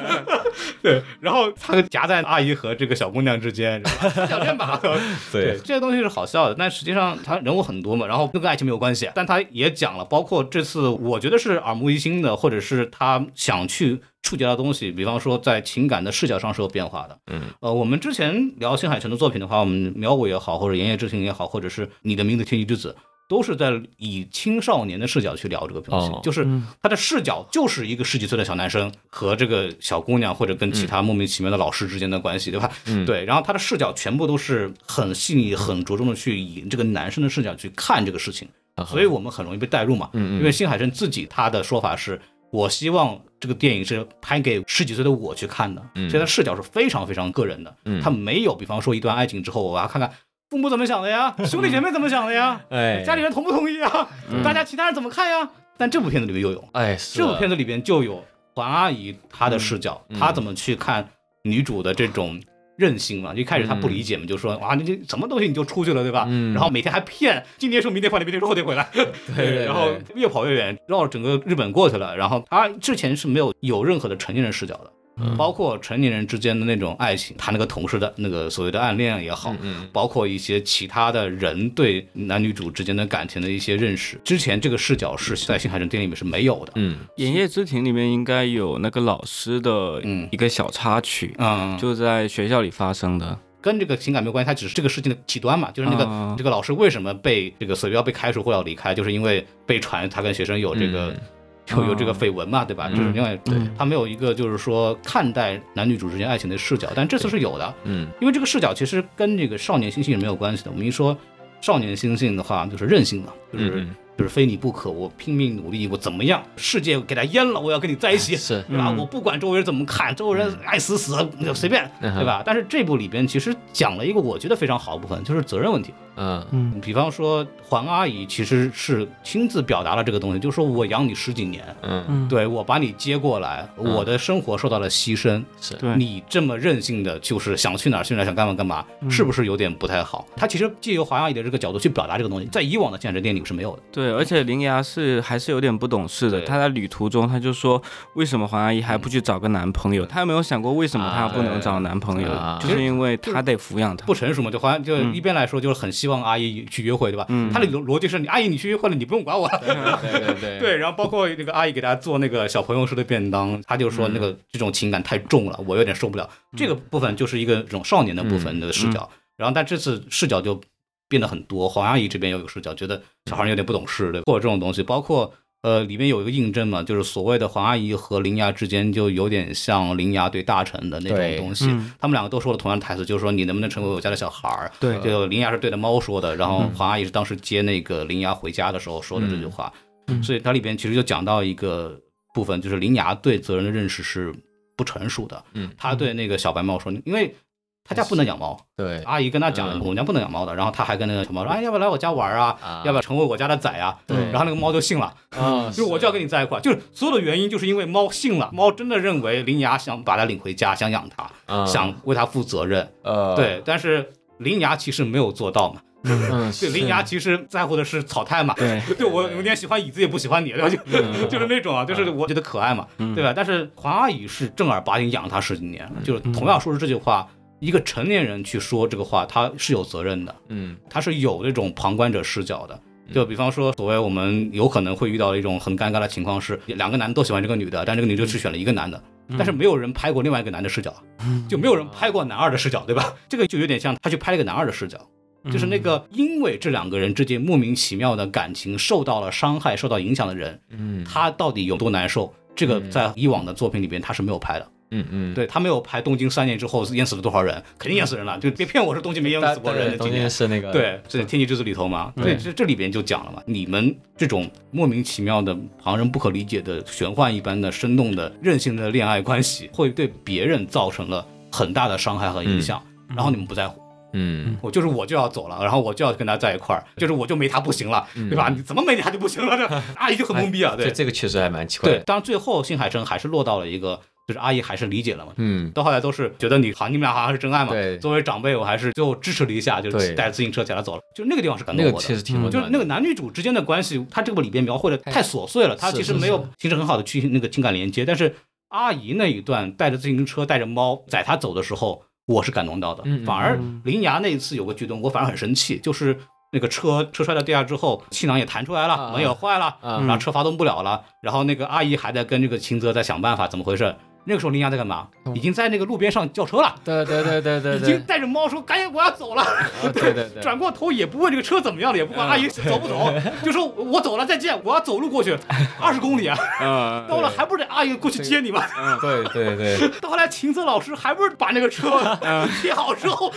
[SPEAKER 2] 对，然后他夹在阿姨和这个小姑娘之间，然后 他想练吧。
[SPEAKER 3] 对，
[SPEAKER 2] 这些东西是好笑的，但实际上他人物很多嘛，然后跟爱情没有关系，但他也讲了，包括这次我觉得是耳目一新的，或者是他想去触及到的东西，比方说在情感的视角上是有变化的。
[SPEAKER 3] 嗯，
[SPEAKER 2] 呃，我们之前聊新海诚的作品的话，我们苗舞也好，或者岩野之行也好，或者是你的名字天气之子。都是在以青少年的视角去聊这个东西，
[SPEAKER 3] 哦
[SPEAKER 2] 就是他的视角就是一个十几岁的小男生和这个小姑娘或者跟其他莫名其妙的老师之间的关系，对吧？
[SPEAKER 3] 嗯
[SPEAKER 2] 对，然后他的视角全部都是很细腻、很着重的去以这个男生的视角去看这个事情，
[SPEAKER 3] 嗯
[SPEAKER 2] 所以我们很容易被带入嘛。
[SPEAKER 3] 嗯嗯
[SPEAKER 2] 因为新海诚自己他的说法是，我希望这个电影是拍给十几岁的我去看的，
[SPEAKER 3] 嗯
[SPEAKER 2] 所以他视角是非常非常个人的，
[SPEAKER 3] 嗯
[SPEAKER 2] 他没有比方说一段爱情之后，我要看看。父母怎么想的呀？
[SPEAKER 3] 嗯
[SPEAKER 2] 兄弟姐妹怎么想的呀？
[SPEAKER 3] 哎
[SPEAKER 2] 家里人同不同意啊？
[SPEAKER 3] 嗯
[SPEAKER 2] 大家其他人怎么看呀？但这部片子里面又有，
[SPEAKER 3] 哎，是
[SPEAKER 2] 这部片子
[SPEAKER 3] 子
[SPEAKER 2] 里边就有黄阿姨她的视角，
[SPEAKER 3] 嗯
[SPEAKER 2] 她怎么去看女主的这种任性嘛？一开始她不理解嘛，就说哇，你这什么东西你就出去了，对吧？
[SPEAKER 3] 嗯
[SPEAKER 2] 然后每天还骗，今天说明天回来，明天说后天 回来，
[SPEAKER 3] 对对
[SPEAKER 2] 然后越跑越远，绕整个日本过去了。然后她之前是没有有任何的成年人视角的。
[SPEAKER 3] 嗯
[SPEAKER 2] 包括成年人之间的那种爱情，她那个同事的那个所谓的暗恋也好，
[SPEAKER 3] 嗯
[SPEAKER 2] 包括一些其他的人对男女主之间的感情的一些认识，之前这个视角是在新海诚电影里面是没有的。
[SPEAKER 3] 嗯
[SPEAKER 5] 《炎夜之庭》里面应该有那个老师的
[SPEAKER 2] 嗯
[SPEAKER 5] 一个小插曲，
[SPEAKER 2] 嗯，
[SPEAKER 5] 就在学校里发生的。
[SPEAKER 2] 跟这个情感没有关系，它只是这个事情的极端嘛，就是那个、
[SPEAKER 5] 啊
[SPEAKER 2] 这个老师为什么被这个随标被开除或要离开，就是因为被传他跟学生有这个、
[SPEAKER 3] 嗯
[SPEAKER 2] 有有这个绯闻嘛，对吧？
[SPEAKER 3] 嗯
[SPEAKER 2] 这是另外，
[SPEAKER 5] 对
[SPEAKER 2] 他没有一个就是说看待男女主之间爱情的视角，但这次是有的，
[SPEAKER 3] 嗯
[SPEAKER 2] 因为这个视角其实跟这个少年心性是没有关系的。我们一说少年心性的话，就是任性嘛，就是、
[SPEAKER 3] 嗯
[SPEAKER 2] 就是非你不可，我拼命努力，我怎么样，世界给他淹了，我要跟你在一起，
[SPEAKER 3] 哎是
[SPEAKER 2] 对吧？
[SPEAKER 5] 嗯
[SPEAKER 2] 我不管周围人怎么看，周围人爱死死就随便，
[SPEAKER 3] 嗯哼
[SPEAKER 2] 对吧？但是这部里边其实讲了一个我觉得非常好的部分，就是责任问题。
[SPEAKER 3] 嗯
[SPEAKER 4] 嗯
[SPEAKER 2] 比方说，黄阿姨其实是亲自表达了这个东西，就是说我养你十几年，
[SPEAKER 3] 嗯
[SPEAKER 4] 嗯，
[SPEAKER 2] 对我把你接过来，我的生活受到了牺牲，
[SPEAKER 3] 是
[SPEAKER 5] 对
[SPEAKER 2] 你这么任性的，就是想去哪儿去哪儿，想干嘛干嘛，
[SPEAKER 3] 嗯
[SPEAKER 2] 是不是有点不太好？他其实借由黄阿姨的这个角度去表达这个东西，在以往的现实电影里是没有的。
[SPEAKER 5] 对，而且铃芽是还是有点不懂事的。
[SPEAKER 2] 对
[SPEAKER 5] 她在旅途中，她就说，为什么黄阿姨还不去找个男朋友？她有没有想过为什么她不能找男朋友？
[SPEAKER 3] 啊
[SPEAKER 5] 就是因为她得抚养她。
[SPEAKER 2] 不成熟嘛，就好像就一边来说就是很希望阿姨去约会，对吧？
[SPEAKER 5] 嗯
[SPEAKER 2] 他的逻逻辑是你阿姨你去约会了，你不用管我。
[SPEAKER 3] 对对对
[SPEAKER 2] 嗯对，然后包括那个阿姨给大家做那个小朋友式的便当，她就说那
[SPEAKER 3] 嗯
[SPEAKER 2] 个这种情感太重了，我有点受不了。这个部分就是一个这种少年的部分的
[SPEAKER 3] 嗯
[SPEAKER 2] 视角，然后但这次视角就变得很多。黄阿姨这边有一个视角，觉得小孩儿有点不懂事，对吧，或者这种东西，包括。呃，里面有一个印证嘛，就是所谓的黄阿姨和林芽之间就有点像林芽对大臣的那种
[SPEAKER 3] 对嗯
[SPEAKER 2] 东西，他们两个都说了同样的台词，就是说你能不能成为我家的小孩儿？
[SPEAKER 5] 对
[SPEAKER 2] 就林芽是对着猫说的，然后
[SPEAKER 3] 嗯
[SPEAKER 2] 黄阿姨是当时接那个林芽回家的时候说的这句话，
[SPEAKER 3] 嗯
[SPEAKER 2] 所以它里边其实就讲到一个部分，就是林芽对责任的认识是不成熟的。
[SPEAKER 3] 嗯
[SPEAKER 2] 他对那个小白猫说，因为他家不能养猫，
[SPEAKER 3] 对
[SPEAKER 2] 阿姨跟他讲了，
[SPEAKER 3] 嗯
[SPEAKER 2] 我们家不能养猫的。然后他还跟那个小猫说，哎，要不要来我家玩啊
[SPEAKER 3] 啊？
[SPEAKER 2] 要不要成为我家的崽啊？
[SPEAKER 3] 对
[SPEAKER 2] 然后那个猫就信了，
[SPEAKER 3] 啊，
[SPEAKER 2] 就是我就要跟你在一块儿。就是所有的原因，就是因为猫信了，猫真的认为林芽想把它领回家，想养它，
[SPEAKER 3] 你
[SPEAKER 2] 想为它负责任。
[SPEAKER 3] 呃
[SPEAKER 2] 对，但是林芽其实没有做到嘛。
[SPEAKER 3] 嗯
[SPEAKER 2] 对，林芽其实在乎的是草太嘛。
[SPEAKER 5] 对，
[SPEAKER 2] 对我有点喜欢椅子也不喜欢你，对吧？就就是那种啊，就是我觉得可爱嘛，对吧？但是黄阿姨是正儿八经养他十几年，就是同样说出这句话。一个成年人去说这个话，他是有责任的，
[SPEAKER 3] 嗯
[SPEAKER 2] 他是有这种旁观者视角的。就比方说，所谓我们有可能会遇到的一种很尴尬的情况是，两个男的都喜欢这个女的，但这个女的只选了一个男的，
[SPEAKER 3] 嗯
[SPEAKER 2] 但是没有人拍过另外一个男的视角，就没有人拍过男二的视角，对吧？这个就有点像他去拍了一个男二的视角，
[SPEAKER 3] 嗯
[SPEAKER 2] 就是那个因为这两个人之间莫名其妙的感情受到了伤害、受到影响的人，
[SPEAKER 3] 嗯
[SPEAKER 2] 他到底有多难受？这个
[SPEAKER 3] 嗯
[SPEAKER 2] 在以往的作品里边他是没有拍的，
[SPEAKER 3] 嗯嗯，
[SPEAKER 2] 对他没有拍东京三年之后淹死了多少人，肯定淹死人了，就别骗我是东京没淹死过人的
[SPEAKER 3] 中
[SPEAKER 2] 今
[SPEAKER 3] 间
[SPEAKER 2] 年。
[SPEAKER 3] 是那个
[SPEAKER 2] 对，这呃《天气之子》里头嘛，对，这这里边就讲了嘛，你们这种莫名其妙的、旁人不可理解的、玄幻一般的、生动的、任性的恋爱关系， 会对别人造成了很大的伤害和影响，然后你们不在乎。
[SPEAKER 3] 嗯
[SPEAKER 2] 我就是我就要走了，然后我就要跟他在一块儿，就是我就没他不行了，对吧？你怎么没他就不行了？ 这阿姨就很懵逼啊，
[SPEAKER 3] 这
[SPEAKER 2] 对
[SPEAKER 3] 这个确实还蛮奇怪
[SPEAKER 2] 对
[SPEAKER 3] 的。。
[SPEAKER 2] 当然最后新海诚还是落到了一个，就是阿姨还是理解了嘛。
[SPEAKER 3] 嗯，
[SPEAKER 2] 到后来都是觉得你好，你们俩好像是真爱嘛。
[SPEAKER 3] 对
[SPEAKER 2] 作为长辈，我还是最后支持了一下，就
[SPEAKER 3] 对
[SPEAKER 2] 是带着自行车带他走了。就那个地方是感
[SPEAKER 3] 那
[SPEAKER 2] 动我
[SPEAKER 3] 个
[SPEAKER 2] 的。
[SPEAKER 3] 确实挺温
[SPEAKER 2] 就
[SPEAKER 3] 暖
[SPEAKER 2] 是
[SPEAKER 3] 的
[SPEAKER 2] 那个男女主之间的关系，他这个里边描绘的太琐碎了，他
[SPEAKER 3] 是
[SPEAKER 2] 其实
[SPEAKER 3] 是
[SPEAKER 2] 没有形成很好的去那个情感连接。但是阿姨那一段带着自行车带着猫载他走的时候，我是感动到的
[SPEAKER 3] 嗯嗯。
[SPEAKER 2] 反而林芽那一次有个举动，我反而很生气，就是那个车车摔到地下之后，气囊也弹出来
[SPEAKER 3] 啊
[SPEAKER 2] 了，门也坏了，
[SPEAKER 3] 啊
[SPEAKER 2] 然后车发动不了了，然后那个阿姨还在跟这个秦泽在想办法，怎么回事？那个时候林芽在干嘛？已经在那个路边上叫车了。
[SPEAKER 3] 嗯对对对对对
[SPEAKER 2] 已经带着猫说：“赶紧，我要 走了。”
[SPEAKER 3] 对对对 嗯对，
[SPEAKER 2] 转过头也不问这个车怎么样了，也不管阿姨走不 走，就说我走了，再见，我要走路过去，二十公里啊，
[SPEAKER 5] 啊，
[SPEAKER 2] 到了还不是得阿姨过去接你吗？
[SPEAKER 3] 对嗯对嗯对嗯
[SPEAKER 2] 到后来秦泽老师还不是把那个车贴好之后，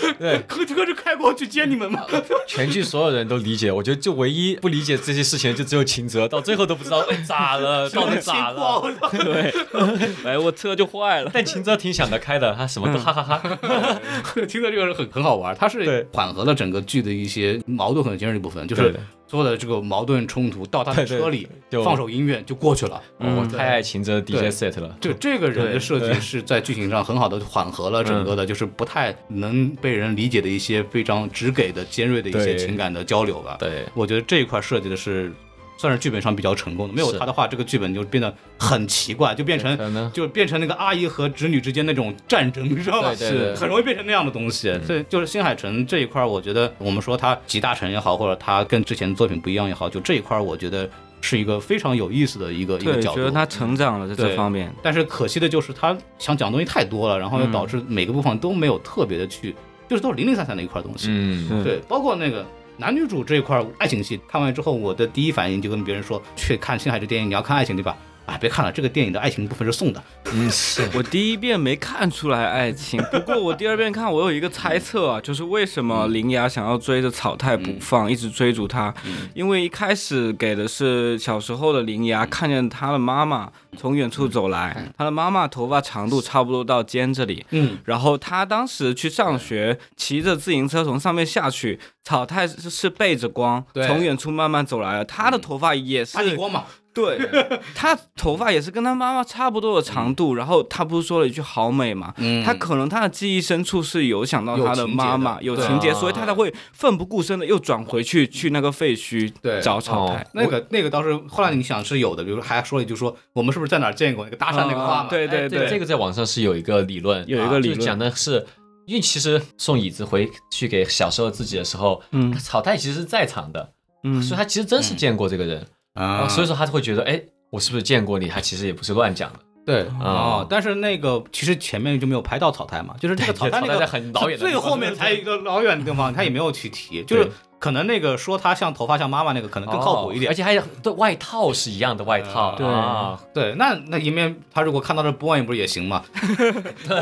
[SPEAKER 2] 可车就开过去接你们吗？
[SPEAKER 3] 嗯全剧所有人都理解，我觉得就唯一不理解这些事情的就只有秦泽，到最后都不知道哎咋了，到底
[SPEAKER 2] 情
[SPEAKER 3] 咋
[SPEAKER 2] 况
[SPEAKER 3] 了。
[SPEAKER 2] 我操
[SPEAKER 5] 对， 哎，我车就坏了。
[SPEAKER 3] 但秦泽挺想得开的，他什么都哈哈哈。
[SPEAKER 2] 秦泽这个人很很好玩，他
[SPEAKER 3] 对
[SPEAKER 2] 是缓和了整个剧的一些矛盾和尖锐的部分，就
[SPEAKER 3] 对
[SPEAKER 2] 是
[SPEAKER 3] 的
[SPEAKER 2] 所有的这个矛盾冲突到他的
[SPEAKER 3] 对对
[SPEAKER 2] 车里
[SPEAKER 3] 就嗯
[SPEAKER 2] 放首音乐就过去了。哦
[SPEAKER 3] 我太爱秦泽的 DJ
[SPEAKER 2] 对
[SPEAKER 3] set 了。
[SPEAKER 2] 就这个人的设计是在剧情上很好的缓和了整个
[SPEAKER 3] 嗯
[SPEAKER 2] 的，就是不太能被人理解的一些非常直给的、尖锐的一
[SPEAKER 3] 对
[SPEAKER 2] 些情感的交流吧。，
[SPEAKER 3] 对，
[SPEAKER 2] 我觉得这一块设计的是算是剧本上比较成功的，没有
[SPEAKER 3] 是
[SPEAKER 2] 他的话，这个剧本就变得很奇怪，就变
[SPEAKER 3] 可
[SPEAKER 2] 成
[SPEAKER 3] 能
[SPEAKER 2] 就变成那个阿姨和侄女之间那种战争，你知道吧？
[SPEAKER 3] 对对对嗯
[SPEAKER 2] 是很容易变成那样的东西。所以就是新海诚这一块，我觉得我们说他集大成也好，或者他跟之前的作品不一样也好，就这一块，我觉得是一个非常有意思的一个一个
[SPEAKER 5] 对，
[SPEAKER 2] 角
[SPEAKER 5] 觉
[SPEAKER 2] 度。
[SPEAKER 5] 得他成长了在这
[SPEAKER 2] 对
[SPEAKER 5] 方面。
[SPEAKER 2] 但是可惜的就是他想讲的东西太多了，然后又导致每个部分都没有特别的去，就是都是零零散散的一块东西。
[SPEAKER 3] 嗯，
[SPEAKER 5] 是
[SPEAKER 2] 对，包括那个男女主这一块爱情戏，看完之后我的第一反应就跟别人说，去看新海这电影，你要看爱情对吧？啊，别看了，这个电影的爱情部分是送的，
[SPEAKER 3] 嗯是，
[SPEAKER 5] 我第一遍没看出来爱情，不过我第二遍看，我有一个猜测啊，就是为什
[SPEAKER 3] 嗯
[SPEAKER 5] 么铃芽想要追着草太不放，一直追逐他？
[SPEAKER 3] 嗯
[SPEAKER 5] 因为一开始给的是小时候的铃芽
[SPEAKER 3] 嗯
[SPEAKER 5] 看见他的妈妈从远处走来，他的妈妈头发长度差不多到肩这里，
[SPEAKER 2] 嗯，
[SPEAKER 5] 然后他当时去上学，骑着自行车从上面下去，草太是是背着光，
[SPEAKER 3] 对嗯
[SPEAKER 5] 从远处慢慢走来了，他的头发也是
[SPEAKER 2] 打你啊光嘛，
[SPEAKER 5] 对，他头发也是跟他妈妈差不多的长度，然后他不是说了一句“好美”嘛？
[SPEAKER 2] 嗯
[SPEAKER 5] 他可能他的记忆深处是有想到
[SPEAKER 2] 有
[SPEAKER 5] 他的
[SPEAKER 2] 情节
[SPEAKER 5] 妈
[SPEAKER 2] 的
[SPEAKER 5] 妈有
[SPEAKER 2] 对
[SPEAKER 5] 情节，
[SPEAKER 3] 啊
[SPEAKER 5] 所以他才会奋不顾身的又转回去去那个废墟
[SPEAKER 2] 啊对哦
[SPEAKER 5] 找草台。
[SPEAKER 2] 那个那个当时后来你想是有的，比如说还说了一句说我们是不是在哪儿见过那个搭讪那个话嘛？
[SPEAKER 5] 啊对
[SPEAKER 3] 哎
[SPEAKER 5] 对
[SPEAKER 3] 这个在网上是有一个理论，
[SPEAKER 5] 有一
[SPEAKER 3] 啊
[SPEAKER 5] 个理
[SPEAKER 3] 就
[SPEAKER 5] 论
[SPEAKER 3] 讲的是。因为其实送椅子回去给小时候自己的时候，
[SPEAKER 5] 嗯
[SPEAKER 3] 草太其实是在场的，
[SPEAKER 5] 嗯
[SPEAKER 3] 所以他其实真是见过这个人，
[SPEAKER 2] 啊
[SPEAKER 3] 啊，所以说他会觉得，哎，我是不是见过你？他其实也不是乱讲的，
[SPEAKER 2] 对
[SPEAKER 3] 哦
[SPEAKER 2] 哦，但是那个其实前面就没有拍到草太嘛，就是这个草太那
[SPEAKER 3] 草太在
[SPEAKER 2] 个
[SPEAKER 3] 很老远的地
[SPEAKER 2] 最
[SPEAKER 3] 方
[SPEAKER 2] 后面才一个老远的地方，他也没有去提，就是可能那个说他像头发像妈妈那个可能更靠谱一
[SPEAKER 3] 哦而
[SPEAKER 2] 点。嗯
[SPEAKER 3] 且还有对外套是一样的外套，
[SPEAKER 5] 对
[SPEAKER 3] 啊，
[SPEAKER 2] 对，那那一面他如果看到这波恩不是也行 吗？波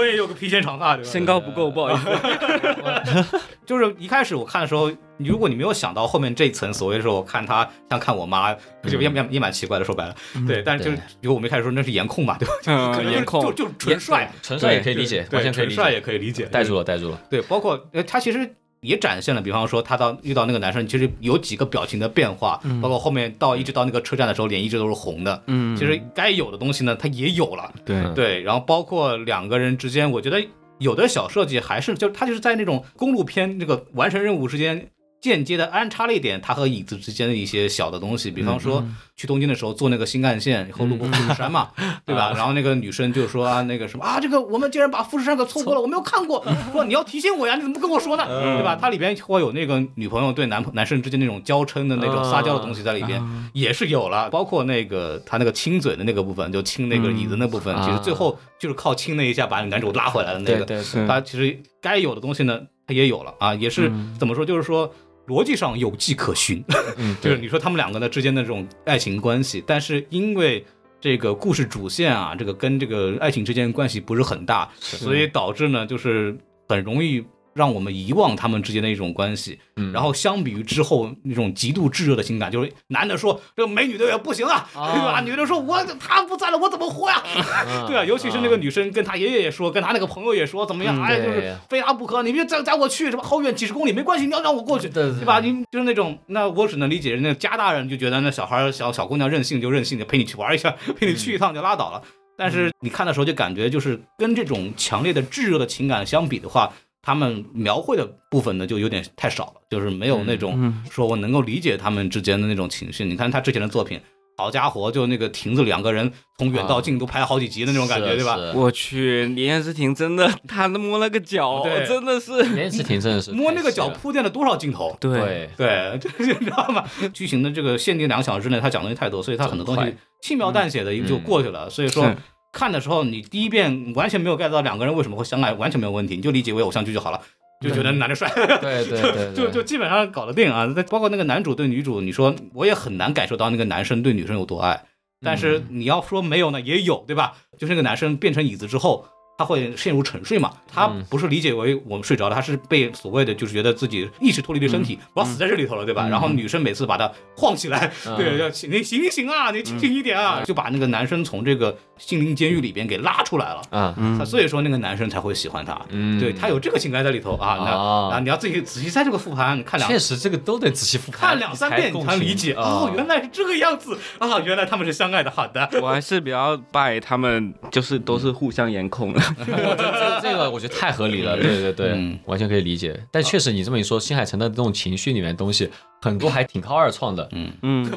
[SPEAKER 2] 恩也有个披肩长发，对吧
[SPEAKER 5] 身高不够，不好意 思。
[SPEAKER 2] 就是一开始我看的时候，你如果你没有想到后面这一层，所谓说我看他像看我妈，就
[SPEAKER 3] 嗯
[SPEAKER 2] 也也也蛮奇怪的。说白了，对，但是就是如果我没开始说那是颜控嘛，对吧？
[SPEAKER 5] 嗯
[SPEAKER 2] 可能就是
[SPEAKER 5] 颜控
[SPEAKER 2] 就就纯帅，
[SPEAKER 3] 纯帅也可以理解，完
[SPEAKER 2] 对，
[SPEAKER 3] 全可以
[SPEAKER 2] 纯
[SPEAKER 3] 理
[SPEAKER 2] 帅
[SPEAKER 3] 解，
[SPEAKER 2] 也可以理解，
[SPEAKER 3] 带入了，带入了，
[SPEAKER 2] 对，包括呃，他其实也展现了，比方说他到遇到那个男生，其实有几个表情的变化，包括后面到一直到那个车站的时候，脸一直都是红的。
[SPEAKER 5] 嗯
[SPEAKER 2] 其实该有的东西呢，他也有了。
[SPEAKER 5] 对
[SPEAKER 3] 嗯
[SPEAKER 2] 对，然后包括两个人之间，我觉得有的小设计还是就是他就是在那种公路片那个完成任务之间。间接的安插了一点他和影子之间的一些小的东西，比方说去东京的时候坐那个新干线，以后路过富士山嘛，对吧？然后那个女生就说啊，那个什么啊，这个我们竟然把富士山给错过了，我没有看过，说你要提醒我呀，你怎么不跟我说呢？对吧？它里边会有那个女朋友对男男生之间那种娇嗔的那种撒娇的东西在里
[SPEAKER 3] 啊
[SPEAKER 2] 边，也是有了，包括那个他那个亲嘴的那个部分，就亲那个椅子那部分，其实最后就是靠亲那一下把男主拉回来的那
[SPEAKER 3] 啊对
[SPEAKER 2] 个，
[SPEAKER 3] 对
[SPEAKER 5] 是
[SPEAKER 3] 是，
[SPEAKER 2] 它其实该有的东西呢，它也有了啊，也是、怎么说，就是说逻辑上有迹可循，
[SPEAKER 3] 嗯，
[SPEAKER 2] 就是
[SPEAKER 3] 对，
[SPEAKER 2] 你说他们两个呢之间的这种爱情关系，但是因为这个故事主线啊，这个跟这个爱情之间的关系不是很大，所以导致呢就是很容易。让我们遗忘他们之间的一种关系，
[SPEAKER 3] 嗯
[SPEAKER 2] 然后相比于之后那种极度炙热的情感，就是男的说这个美女队也不行啊，
[SPEAKER 3] 啊
[SPEAKER 2] 对吧？女的说我他不在了，我怎么活呀？ 对啊，尤其是那个女生跟她爷爷也说，跟她那个朋友也说怎么样，
[SPEAKER 3] 嗯嗯
[SPEAKER 2] 哎，
[SPEAKER 3] 对
[SPEAKER 2] 就是非他不可，你们就载载我去什么好远几十公里没关系，你要让我过去，
[SPEAKER 3] 对对
[SPEAKER 2] 对吧？你就是那种，那我只能理解人家家大人就觉得那小孩儿小小姑娘任性就任性，就陪你去玩一下，陪你去一趟就拉倒了。但是你看的时候就感觉就是跟这种强烈的炙热的情感相比的话。他们描绘的部分呢，就有点太少了，就是没
[SPEAKER 3] 嗯
[SPEAKER 2] 有那种说我能够理解他们之间的那种情绪。你看他之前的作品，好家伙，就那个亭子两个人从远
[SPEAKER 3] 啊
[SPEAKER 2] 到近都拍了好几集的那种感觉，对吧？
[SPEAKER 5] 我去，李彦诗婷真的，她摸了个脚
[SPEAKER 2] 对，
[SPEAKER 5] 真的是，
[SPEAKER 3] 严诗婷真的是
[SPEAKER 2] 摸那个
[SPEAKER 3] 太细
[SPEAKER 2] 脚
[SPEAKER 3] 了，
[SPEAKER 2] 铺垫了多少镜头？
[SPEAKER 5] 对，
[SPEAKER 3] 对，
[SPEAKER 2] 对， 就是你知道吗？剧情的这个限定两个小时之内，他讲的东西太多，所以他很多东
[SPEAKER 3] 很嗯
[SPEAKER 2] 西轻描淡写的就过去了。所以说
[SPEAKER 5] 是
[SPEAKER 2] 看的时候，你第一遍完全没有 get 到两个人为什么会相爱，完全没有问题，你就理解为偶像剧就好了。就觉得男的帅，
[SPEAKER 3] 对对对对
[SPEAKER 2] 就就基本上搞得定啊！包括那个男主对女主，你说我也很难感受到那个男生对女生有多爱，但是
[SPEAKER 3] 嗯
[SPEAKER 2] 你要说没有呢，也有对吧？就是那个男生变成椅子之后，他会陷入沉睡嘛，他
[SPEAKER 3] 嗯
[SPEAKER 2] 不是理解为我们睡着了，他是被所谓的就是觉得自己意识脱离了身体，我要死在这里头了，对吧？然后女生每次把他晃起来，
[SPEAKER 3] 嗯
[SPEAKER 2] 对，要起你醒一醒啊，你清醒一点啊，就把那个男生从这个心灵监狱里边给拉出来了。
[SPEAKER 3] 啊，
[SPEAKER 2] 他所以说那个男生才会喜欢她，
[SPEAKER 3] 嗯
[SPEAKER 2] 对他有这个情感在里头啊，那
[SPEAKER 3] 哦
[SPEAKER 2] 啊你要自己仔细在这个复盘，你看两
[SPEAKER 3] 确实这个都得仔细复盘，
[SPEAKER 2] 看两三遍你
[SPEAKER 3] 共
[SPEAKER 2] 才
[SPEAKER 3] 情
[SPEAKER 2] 理解，
[SPEAKER 3] 啊
[SPEAKER 2] 哦，原来是这个样子啊，原来他们是相爱的，好的，
[SPEAKER 5] 我还是比较拜他们，就是都是互相颜控的。
[SPEAKER 3] 这这个我觉得太合理了，对对对，
[SPEAKER 2] 嗯。
[SPEAKER 3] 完全可以理解。但确实你这么一说，新海诚的这种情绪里面的东西很多还挺靠二创的。
[SPEAKER 5] 嗯，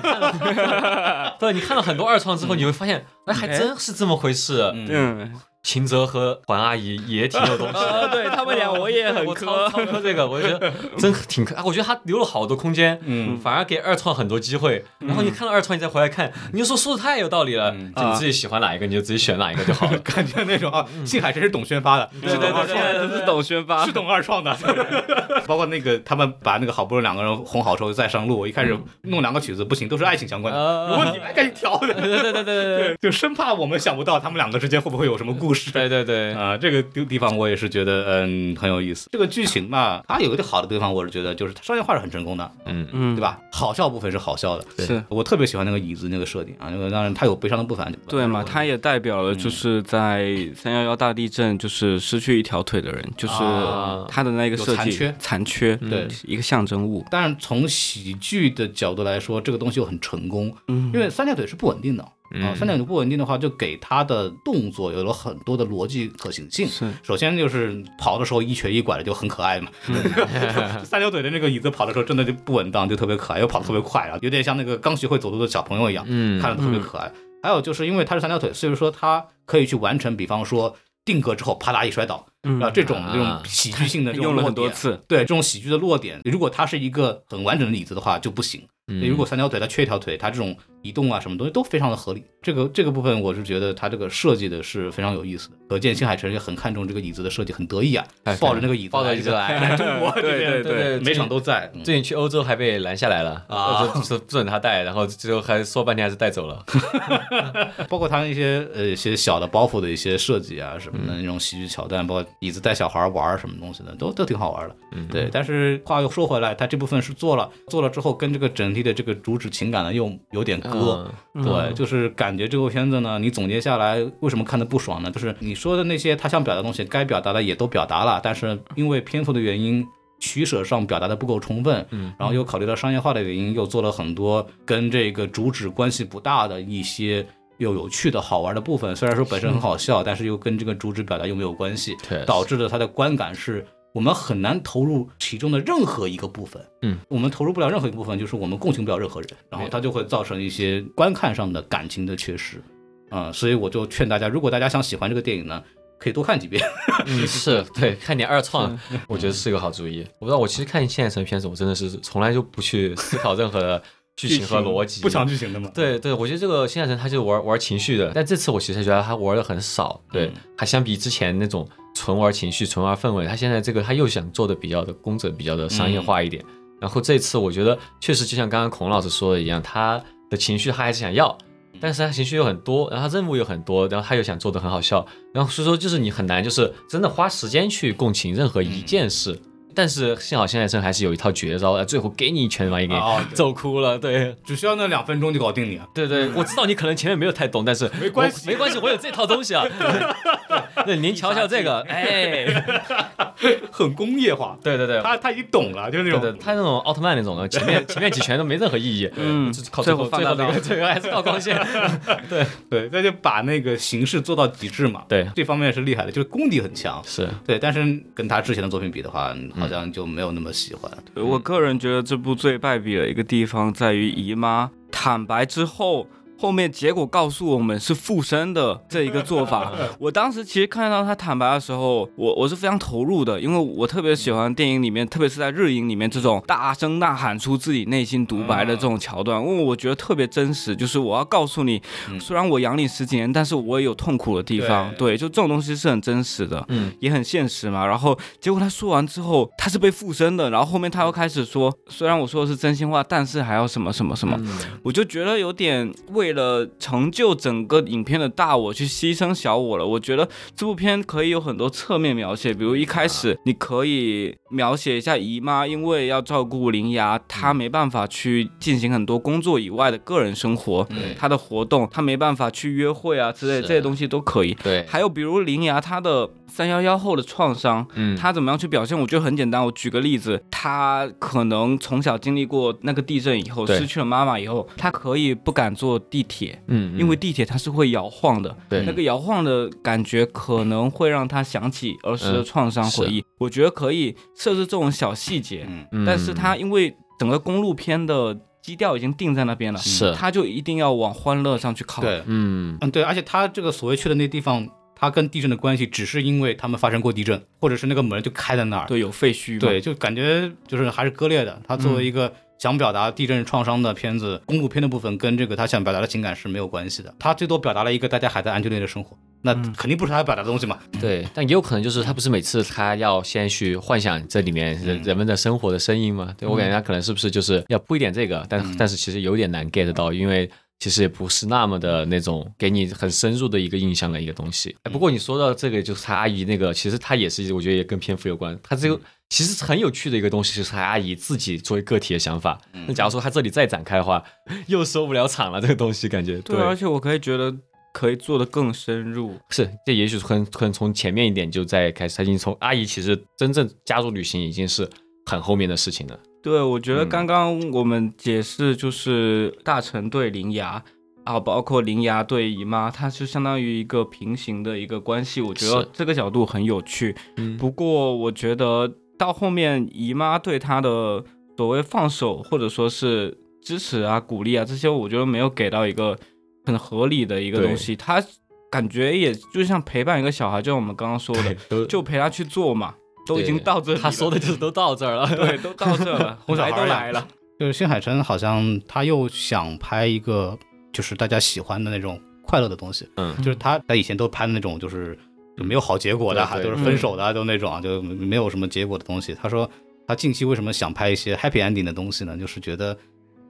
[SPEAKER 3] 对你看了很多二创之后，你会发现，哎，还真是这么回事。
[SPEAKER 5] 嗯，
[SPEAKER 3] 秦泽和环阿姨也挺有东 西的。
[SPEAKER 5] 啊，对他们俩我也很
[SPEAKER 3] 我超
[SPEAKER 5] 磕，
[SPEAKER 3] 超磕这个，我就觉得真挺磕。啊我觉得他留了好多空间，嗯，反而给二创很多机会。然后你看了二创，你再回来看，你就说说的太有道理了。就你自己喜欢哪一个，你就自己选哪一个就好了
[SPEAKER 2] 感觉那种啊，信海真是懂宣发的，
[SPEAKER 3] 嗯对对对对对
[SPEAKER 5] 这是董宣发
[SPEAKER 2] 是，懂二创 的，包括那个他们把那个好不容易两个人哄好之后再上路，我一开始
[SPEAKER 3] 嗯
[SPEAKER 2] 弄两个曲子不行，都是爱情相关的，
[SPEAKER 3] 啊
[SPEAKER 2] 有问题还赶紧调的，
[SPEAKER 3] 对对对对对对
[SPEAKER 2] 对，就生怕我们想不到他们两个之间会不会有什么故事。
[SPEAKER 3] 对对对。
[SPEAKER 2] 啊、这个地地方我也是觉得，嗯，很有意思。这个剧情吧，它有一个好的地方，我是觉得就是它商业化是很成功的，
[SPEAKER 3] 嗯，
[SPEAKER 5] 嗯
[SPEAKER 2] 对？吧？好笑部分是好笑的，
[SPEAKER 5] 是
[SPEAKER 2] 我特别喜欢那个椅子那个设定啊，那个当然它有悲伤的部分，啊
[SPEAKER 5] 对嘛，他也代表了就是在三幺幺大地震，就是失去一条腿的人，就是
[SPEAKER 3] 啊
[SPEAKER 5] 他的那个设
[SPEAKER 2] 有
[SPEAKER 5] 计
[SPEAKER 2] 残缺嗯
[SPEAKER 5] 残缺，
[SPEAKER 2] 对
[SPEAKER 5] 一个象征物。
[SPEAKER 2] 但是从喜剧的角度来说，这个东西又很成功，
[SPEAKER 5] 嗯
[SPEAKER 2] 因为三条腿是不稳定的。啊，三条腿不稳定的话，就给他的动作有了很多的逻辑可行性。
[SPEAKER 5] 是
[SPEAKER 2] 首先就是跑的时候一瘸一拐的就很可爱嘛。嗯 三条腿的那个椅子跑的时候真的就不稳当，就特别可爱，又跑得特别快，然后有点像那个刚学会走路的小朋友一样，
[SPEAKER 3] 嗯
[SPEAKER 2] 看着特别可爱。还有就是因为他是三条腿，所以说他可以去完成，比方说定格之后啪嗒一摔倒，
[SPEAKER 5] 嗯
[SPEAKER 2] 啊，这种
[SPEAKER 3] 啊
[SPEAKER 2] 这种喜剧性的这种
[SPEAKER 5] 用了很
[SPEAKER 2] 落
[SPEAKER 5] 多
[SPEAKER 2] 点
[SPEAKER 5] 次，
[SPEAKER 2] 对这种喜剧的落点，如果它是一个很完整的椅子的话就不行。嗯如
[SPEAKER 3] 嗯
[SPEAKER 2] 果三条腿它缺一条腿，它这种移动啊什么东西都非常的合理。这个这个部分我是觉得它这个设计的是非常有意思的。可见新海诚也很看重这个椅子的设计，很得意啊，抱着那个椅子，
[SPEAKER 3] 哎抱着椅子
[SPEAKER 2] 来
[SPEAKER 3] 来
[SPEAKER 2] 这个来中 国这边，
[SPEAKER 5] 对对
[SPEAKER 3] 对
[SPEAKER 2] 每场都在。嗯
[SPEAKER 3] 最近去欧洲还被拦下来了
[SPEAKER 2] 啊
[SPEAKER 3] 就说不准他带，然后最后还说半天还是带走了。
[SPEAKER 2] 包括他那些呃一些小的包袱的一些设计啊什么
[SPEAKER 3] 嗯
[SPEAKER 2] 的，那种喜剧桥段，包括椅子带小孩玩儿什么东西的，都都挺好玩的。
[SPEAKER 3] 嗯
[SPEAKER 2] 对，但是话又说回来，他这部分是做了，做了之后跟这个整体的这个主旨情感呢又有点
[SPEAKER 3] 嗯
[SPEAKER 2] 割。对，就是感觉这部片子呢，你总结下来为什么看的不爽呢？就是你说的那些他想表达的东西，该表达的也都表达了，但是因为篇幅的原因。取舍上表达的不够充分，嗯，然后又考虑到商业化的原因，又做了很多跟这个主旨关系不大的一些又有趣的好玩的部分。虽然说本身很好笑，但是又跟这个主旨表达又没有关系
[SPEAKER 3] 确实，
[SPEAKER 2] 导致了它的观感是我们很难投入其中的任何一个部分。
[SPEAKER 3] 嗯，
[SPEAKER 2] 我们投入不了任何一部分，就是我们共情不了任何人，然后它就会造成一些观看上的感情的缺失。啊、所以我就劝大家，如果大家想喜欢这个电影呢，可以多看几遍。
[SPEAKER 3] 嗯，是对，看点二创， 我觉得是个好主意。我不知道，我其实看现在什么片子，我真的是从来就不去思考任何 的剧情和逻辑，
[SPEAKER 2] 不讲剧情的嘛。
[SPEAKER 3] 对对，我觉得这个新海诚他就玩玩情绪的，但这次我其实觉得他玩的很少，对，
[SPEAKER 2] 嗯
[SPEAKER 3] 他相比之前那种纯玩情绪、纯玩氛围，他现在这个他又想做的比较的工整、比较的商业
[SPEAKER 2] 嗯
[SPEAKER 3] 化一点。然后这次我觉得确实就像刚刚孔老师说的一样，他的情绪他还是想要，
[SPEAKER 2] 嗯
[SPEAKER 3] 但是他情绪又很多，然后他任务又很多，然后他又想做的很好笑，然后所以说就是你很难就是真的花时间去共情任何一
[SPEAKER 2] 嗯
[SPEAKER 3] 件事。但是幸好现在这还是有一套绝招，呃最后给你一拳把你给
[SPEAKER 2] 哦对
[SPEAKER 3] 揍哭了，对，
[SPEAKER 2] 只需要那两分钟就搞定你啊！
[SPEAKER 3] 对对，我知道你可能前面没有太懂，但是没
[SPEAKER 2] 关系
[SPEAKER 3] 没关系，我有这套东西 啊。对，您瞧瞧这个，哎，
[SPEAKER 2] 很工业化，
[SPEAKER 3] 对对对，
[SPEAKER 2] 他他已经懂了，就是那
[SPEAKER 3] 对
[SPEAKER 2] 种
[SPEAKER 3] 对，他那种奥特曼那种的，前面前面几拳都没任何意义，
[SPEAKER 5] 嗯
[SPEAKER 3] 就靠最后
[SPEAKER 5] 最后放
[SPEAKER 3] 最后
[SPEAKER 5] 大
[SPEAKER 3] 那个
[SPEAKER 5] 招
[SPEAKER 3] 最后还是靠光线。 对
[SPEAKER 2] 对，那就把那个形式做到极致嘛。
[SPEAKER 3] 对
[SPEAKER 2] 这方面是厉害的，就是功底很强。
[SPEAKER 3] 是，
[SPEAKER 2] 对，但是跟他之前的作品比的话，
[SPEAKER 3] 嗯
[SPEAKER 2] 好像就没有那么喜欢。
[SPEAKER 5] 我个人觉得这部最败笔的一个地方在于姨妈坦白之后。后面结果告诉我们是附身的这一个做法，我当时其实看到她坦白的时候，我我是非常投入的，因为我特别喜欢电影里面，特别是在日影里面这种大声呐喊出自己内心独白的这种桥段，因为我觉得特别真实。就是我要告诉你，虽然我养你十几年，但是我也有痛苦的地方。对，就这种东西是很真实的。
[SPEAKER 3] 嗯，
[SPEAKER 5] 也很现实嘛。然后结果他说完之后，他是被附身的，然后后面他又开始说，虽然我说的是真心话，但是还要什么什么什么，我就觉得有点为了成就整个影片的大我去牺牲小我了。我觉得这部片可以有很多侧面描写，比如一开始你可以描写一下姨妈，因为要照顾灵牙，她没办法去进行很多工作以外的个人生活，
[SPEAKER 3] 嗯
[SPEAKER 5] 她的活动，她没办法去约会啊之类的
[SPEAKER 3] 是
[SPEAKER 5] 这些东西都可以。
[SPEAKER 3] 对，
[SPEAKER 5] 还有比如林牙他的三幺幺后的创伤，
[SPEAKER 3] 嗯
[SPEAKER 5] 他怎么样去表现？我觉得很简单，我举个例子，他可能从小经历过那个地震以后，
[SPEAKER 3] 对
[SPEAKER 5] 失去了妈妈以后，他可以不敢坐地铁。
[SPEAKER 3] 嗯，
[SPEAKER 5] 因为地铁它是会摇晃的，
[SPEAKER 3] 对
[SPEAKER 5] 那个摇晃的感觉可能会让他想起儿时的
[SPEAKER 3] 嗯
[SPEAKER 5] 创伤回
[SPEAKER 3] 是
[SPEAKER 5] 忆。我觉得可以设置这种小细节，
[SPEAKER 2] 嗯，
[SPEAKER 3] 嗯
[SPEAKER 5] 但是他因为整个公路片的基调已经定在那边了，
[SPEAKER 3] 是
[SPEAKER 5] 他就一定要往欢乐上去靠。
[SPEAKER 2] 对，
[SPEAKER 3] 嗯
[SPEAKER 2] 嗯对，而且他这个所谓去的那地方，他跟地震的关系，只是因为他们发生过地震，或者是那个门就开在那儿。
[SPEAKER 5] 对，有废墟嘛。
[SPEAKER 2] 对，嗯就感觉就是还是割裂的。他作为一个想表达地震创伤的片子，公路片的部分跟这个他想表达的情感是没有关系的。他最多表达了一个大家还在安全内的生活，那肯定不是他要表达的东西嘛。
[SPEAKER 3] 对，但也有可能就是他不是每次他要先去幻想这里面人人们的生活的声音吗？对我感觉他可能是不是就是要铺一点这个，但但是其实有点难 get 到，因为。其实也不是那么的那种给你很深入的一个印象的一个东西。哎不过你说到这个，就是他阿姨那个，其实他也是，我觉得也跟篇幅有关。他这个其实很有趣的一个东西，就是他阿姨自己作为个体的想法。那假如说他这里再展开的话，又收不了场了。这个东西感觉
[SPEAKER 5] 对，而且我可以觉得可以做得更深入。
[SPEAKER 3] 是，这也许可能可能从前面一点就在开始，他已经从阿姨其实真正加入旅行已经是很后面的事情了。
[SPEAKER 5] 对，我觉得
[SPEAKER 3] 嗯
[SPEAKER 5] 刚刚我们解释就是大臣对灵牙。啊，包括灵牙对姨妈，它就相当于一个平行的一个关系，我觉得
[SPEAKER 3] 是
[SPEAKER 5] 这个角度很有趣。
[SPEAKER 3] 嗯
[SPEAKER 5] 不过我觉得到后面姨妈对她的所谓放手或者说是支持啊、鼓励啊这些，我觉得没有给到一个很合理的一个
[SPEAKER 3] 对
[SPEAKER 5] 东西。她感觉也就像陪伴一个小孩，就像我们刚刚说的，
[SPEAKER 3] 都
[SPEAKER 5] 就陪他去做嘛，都已
[SPEAKER 3] 对
[SPEAKER 5] 经到这里了，
[SPEAKER 3] 他说的就是都到这儿 了。
[SPEAKER 5] 对，都到这了，
[SPEAKER 2] 哄小
[SPEAKER 5] 来
[SPEAKER 2] 孩
[SPEAKER 5] 都
[SPEAKER 2] 儿一样
[SPEAKER 5] 来了，
[SPEAKER 2] 就是新海诚好像他又想拍一个就是大家喜欢的那种快乐的东西，
[SPEAKER 3] 嗯
[SPEAKER 2] 就是他在以前都拍那种就是就没有好结果的，
[SPEAKER 3] 嗯对对
[SPEAKER 2] 都是分手的啊，都那种啊，就没有什么结果的东西。他说他近期为什么想拍一些 happy ending 的东西呢？就是觉得。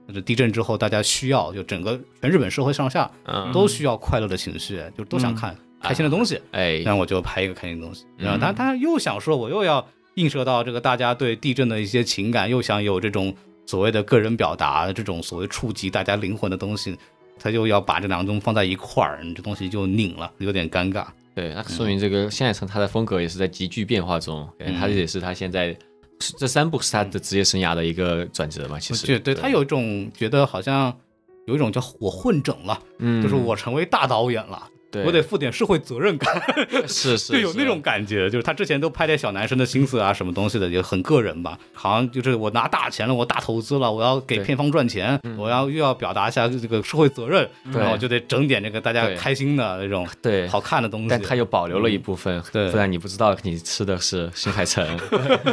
[SPEAKER 2] 就是地震之后，大家需要就整个全日本社会上下
[SPEAKER 3] 嗯，
[SPEAKER 2] 都需要快乐的情绪，就都想看开心的东西。
[SPEAKER 3] 哎，
[SPEAKER 2] 那我就拍一个开心的东西。
[SPEAKER 3] 嗯
[SPEAKER 2] 然后他他又想说，我又要映射到这个大家对地震的一些情感，又想有这种所谓的个人表达，这种所谓触及大家灵魂的东西，他就要把这两种放在一块儿，你这东西就拧了，有点尴尬。
[SPEAKER 3] 对，那说明这个现在从他的风格也是在急剧变化中，感觉他
[SPEAKER 2] 嗯
[SPEAKER 3] 也是他现在是这三部是他的职业生涯的一个转折嘛。其实
[SPEAKER 2] 对，对他有一种觉得好像有一种叫我混整了，
[SPEAKER 3] 嗯，
[SPEAKER 2] 就是我成为大导演了。
[SPEAKER 3] 对
[SPEAKER 2] 我得负点社会责任感，
[SPEAKER 3] 是是
[SPEAKER 2] 就有那
[SPEAKER 3] 是
[SPEAKER 2] 种感觉，就是他之前都拍点小男生的心思啊，什么东西的，也很个人吧。好像就是我拿大钱了，我大投资了，我要给
[SPEAKER 3] 对嗯
[SPEAKER 2] 片方赚钱，我要又要表达一下这个社会责任，
[SPEAKER 3] 对
[SPEAKER 2] 然后就得整点这个大家
[SPEAKER 3] 对
[SPEAKER 2] 开心的那种
[SPEAKER 3] 对
[SPEAKER 2] 好看的东西。
[SPEAKER 3] 但他又保留了一部分，
[SPEAKER 2] 对
[SPEAKER 3] 不然你不知道你吃的是新海诚。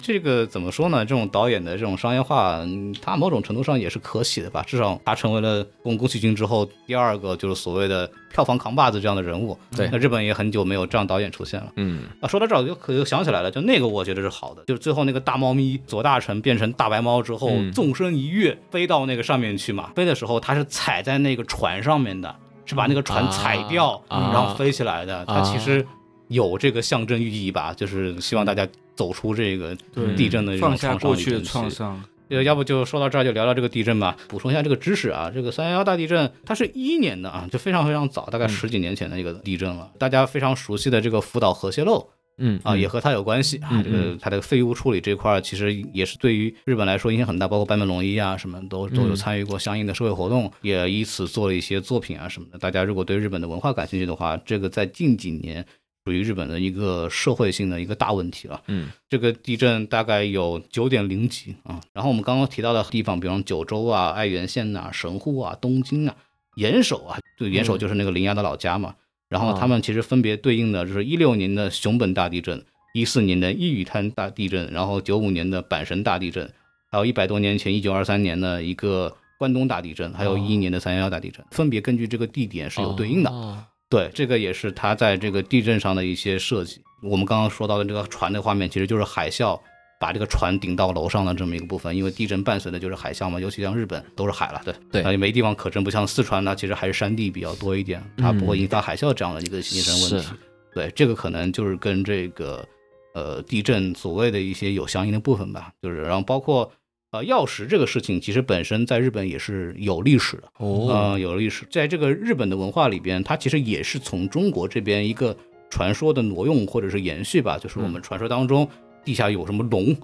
[SPEAKER 2] 这个怎么说呢？这种导演的这种商业化，嗯它某种程度上也是可喜的吧。至少他成为了宫宫崎骏之后第二个就是所谓的票房扛把子这样的人物。
[SPEAKER 3] 对
[SPEAKER 2] 那日本也很久没有这样导演出现了。
[SPEAKER 3] 嗯，
[SPEAKER 2] 啊，说到这儿我就可就想起来了，就那个我觉得是好的，就是最后那个大猫咪左大臣变成大白猫之后，
[SPEAKER 3] 嗯
[SPEAKER 2] 纵身一跃飞到那个上面去嘛，飞的时候它是踩在那个船上面的，是把那个船踩掉，
[SPEAKER 3] 啊
[SPEAKER 2] 然后飞起来的，它
[SPEAKER 3] 啊
[SPEAKER 2] 其实有这个象征寓意吧，就是希望大家。走出这个地震的这种创
[SPEAKER 5] 放
[SPEAKER 2] 伤
[SPEAKER 5] 下过去的
[SPEAKER 2] 与
[SPEAKER 5] 创
[SPEAKER 2] 震区
[SPEAKER 5] 伤，
[SPEAKER 2] 呃，要不就说到这儿，就聊聊这个地震吧。补充一下这个知识啊，这个三幺幺大地震，它是一一年的啊，就非常非常早，大
[SPEAKER 3] 嗯
[SPEAKER 2] 概十几年前的一个地震了。大家非常熟悉的这个福岛核泄漏
[SPEAKER 3] 嗯
[SPEAKER 2] 啊，也和它有关系啊。
[SPEAKER 3] 嗯
[SPEAKER 2] 这个
[SPEAKER 3] 嗯
[SPEAKER 2] 它的废物处理这块，其实也是对于日本来说影响很大，包括坂本龙一啊什么都都有
[SPEAKER 3] 嗯
[SPEAKER 2] 参与过相应的社会活动，也以此做了一些作品啊什么的。大家如果对日本的文化感兴趣的话，这个在近几年属于日本的一个社会性的一个大问题了。
[SPEAKER 3] 嗯
[SPEAKER 2] 这个地震大概有九点零级啊。然后我们刚刚提到的地方，比方九州啊、爱媛县呐、神户啊、东京啊、岩手啊，对，岩手就是那个林芽的老家嘛。然后他们其实分别对应的就是一六年的熊本大地震、一四年的一语滩大地震，然后九五年的阪神大地震，还有一百多年前一九二三年的一个关东大地震，还有一一年的三幺幺大地震，分别根据这个地点是有对应的。
[SPEAKER 3] 哦
[SPEAKER 2] 对，这个也是它在这个地震上的一些设计。我们刚刚说到的这个船的画面，其实就是海啸把这个船顶到楼上的这么一个部分，因为地震伴随的就是海啸嘛，尤其像日本都是海了，对
[SPEAKER 3] 对
[SPEAKER 2] 啊也没地方可震，不像四川呢，其实还是山地比较多一点，它不会引发海啸这样的一个形成问题。
[SPEAKER 3] 嗯是
[SPEAKER 2] 对，这个可能就是跟这个呃地震所谓的一些有相应的部分吧，就是然后包括呃钥匙这个事情，其实本身在日本也是有历史的。
[SPEAKER 3] 哦，
[SPEAKER 2] 呃，有历史，在这个日本的文化里边，它其实也是从中国这边一个传说的挪用或者是延续吧，就是我们传说当中地下有什么龙。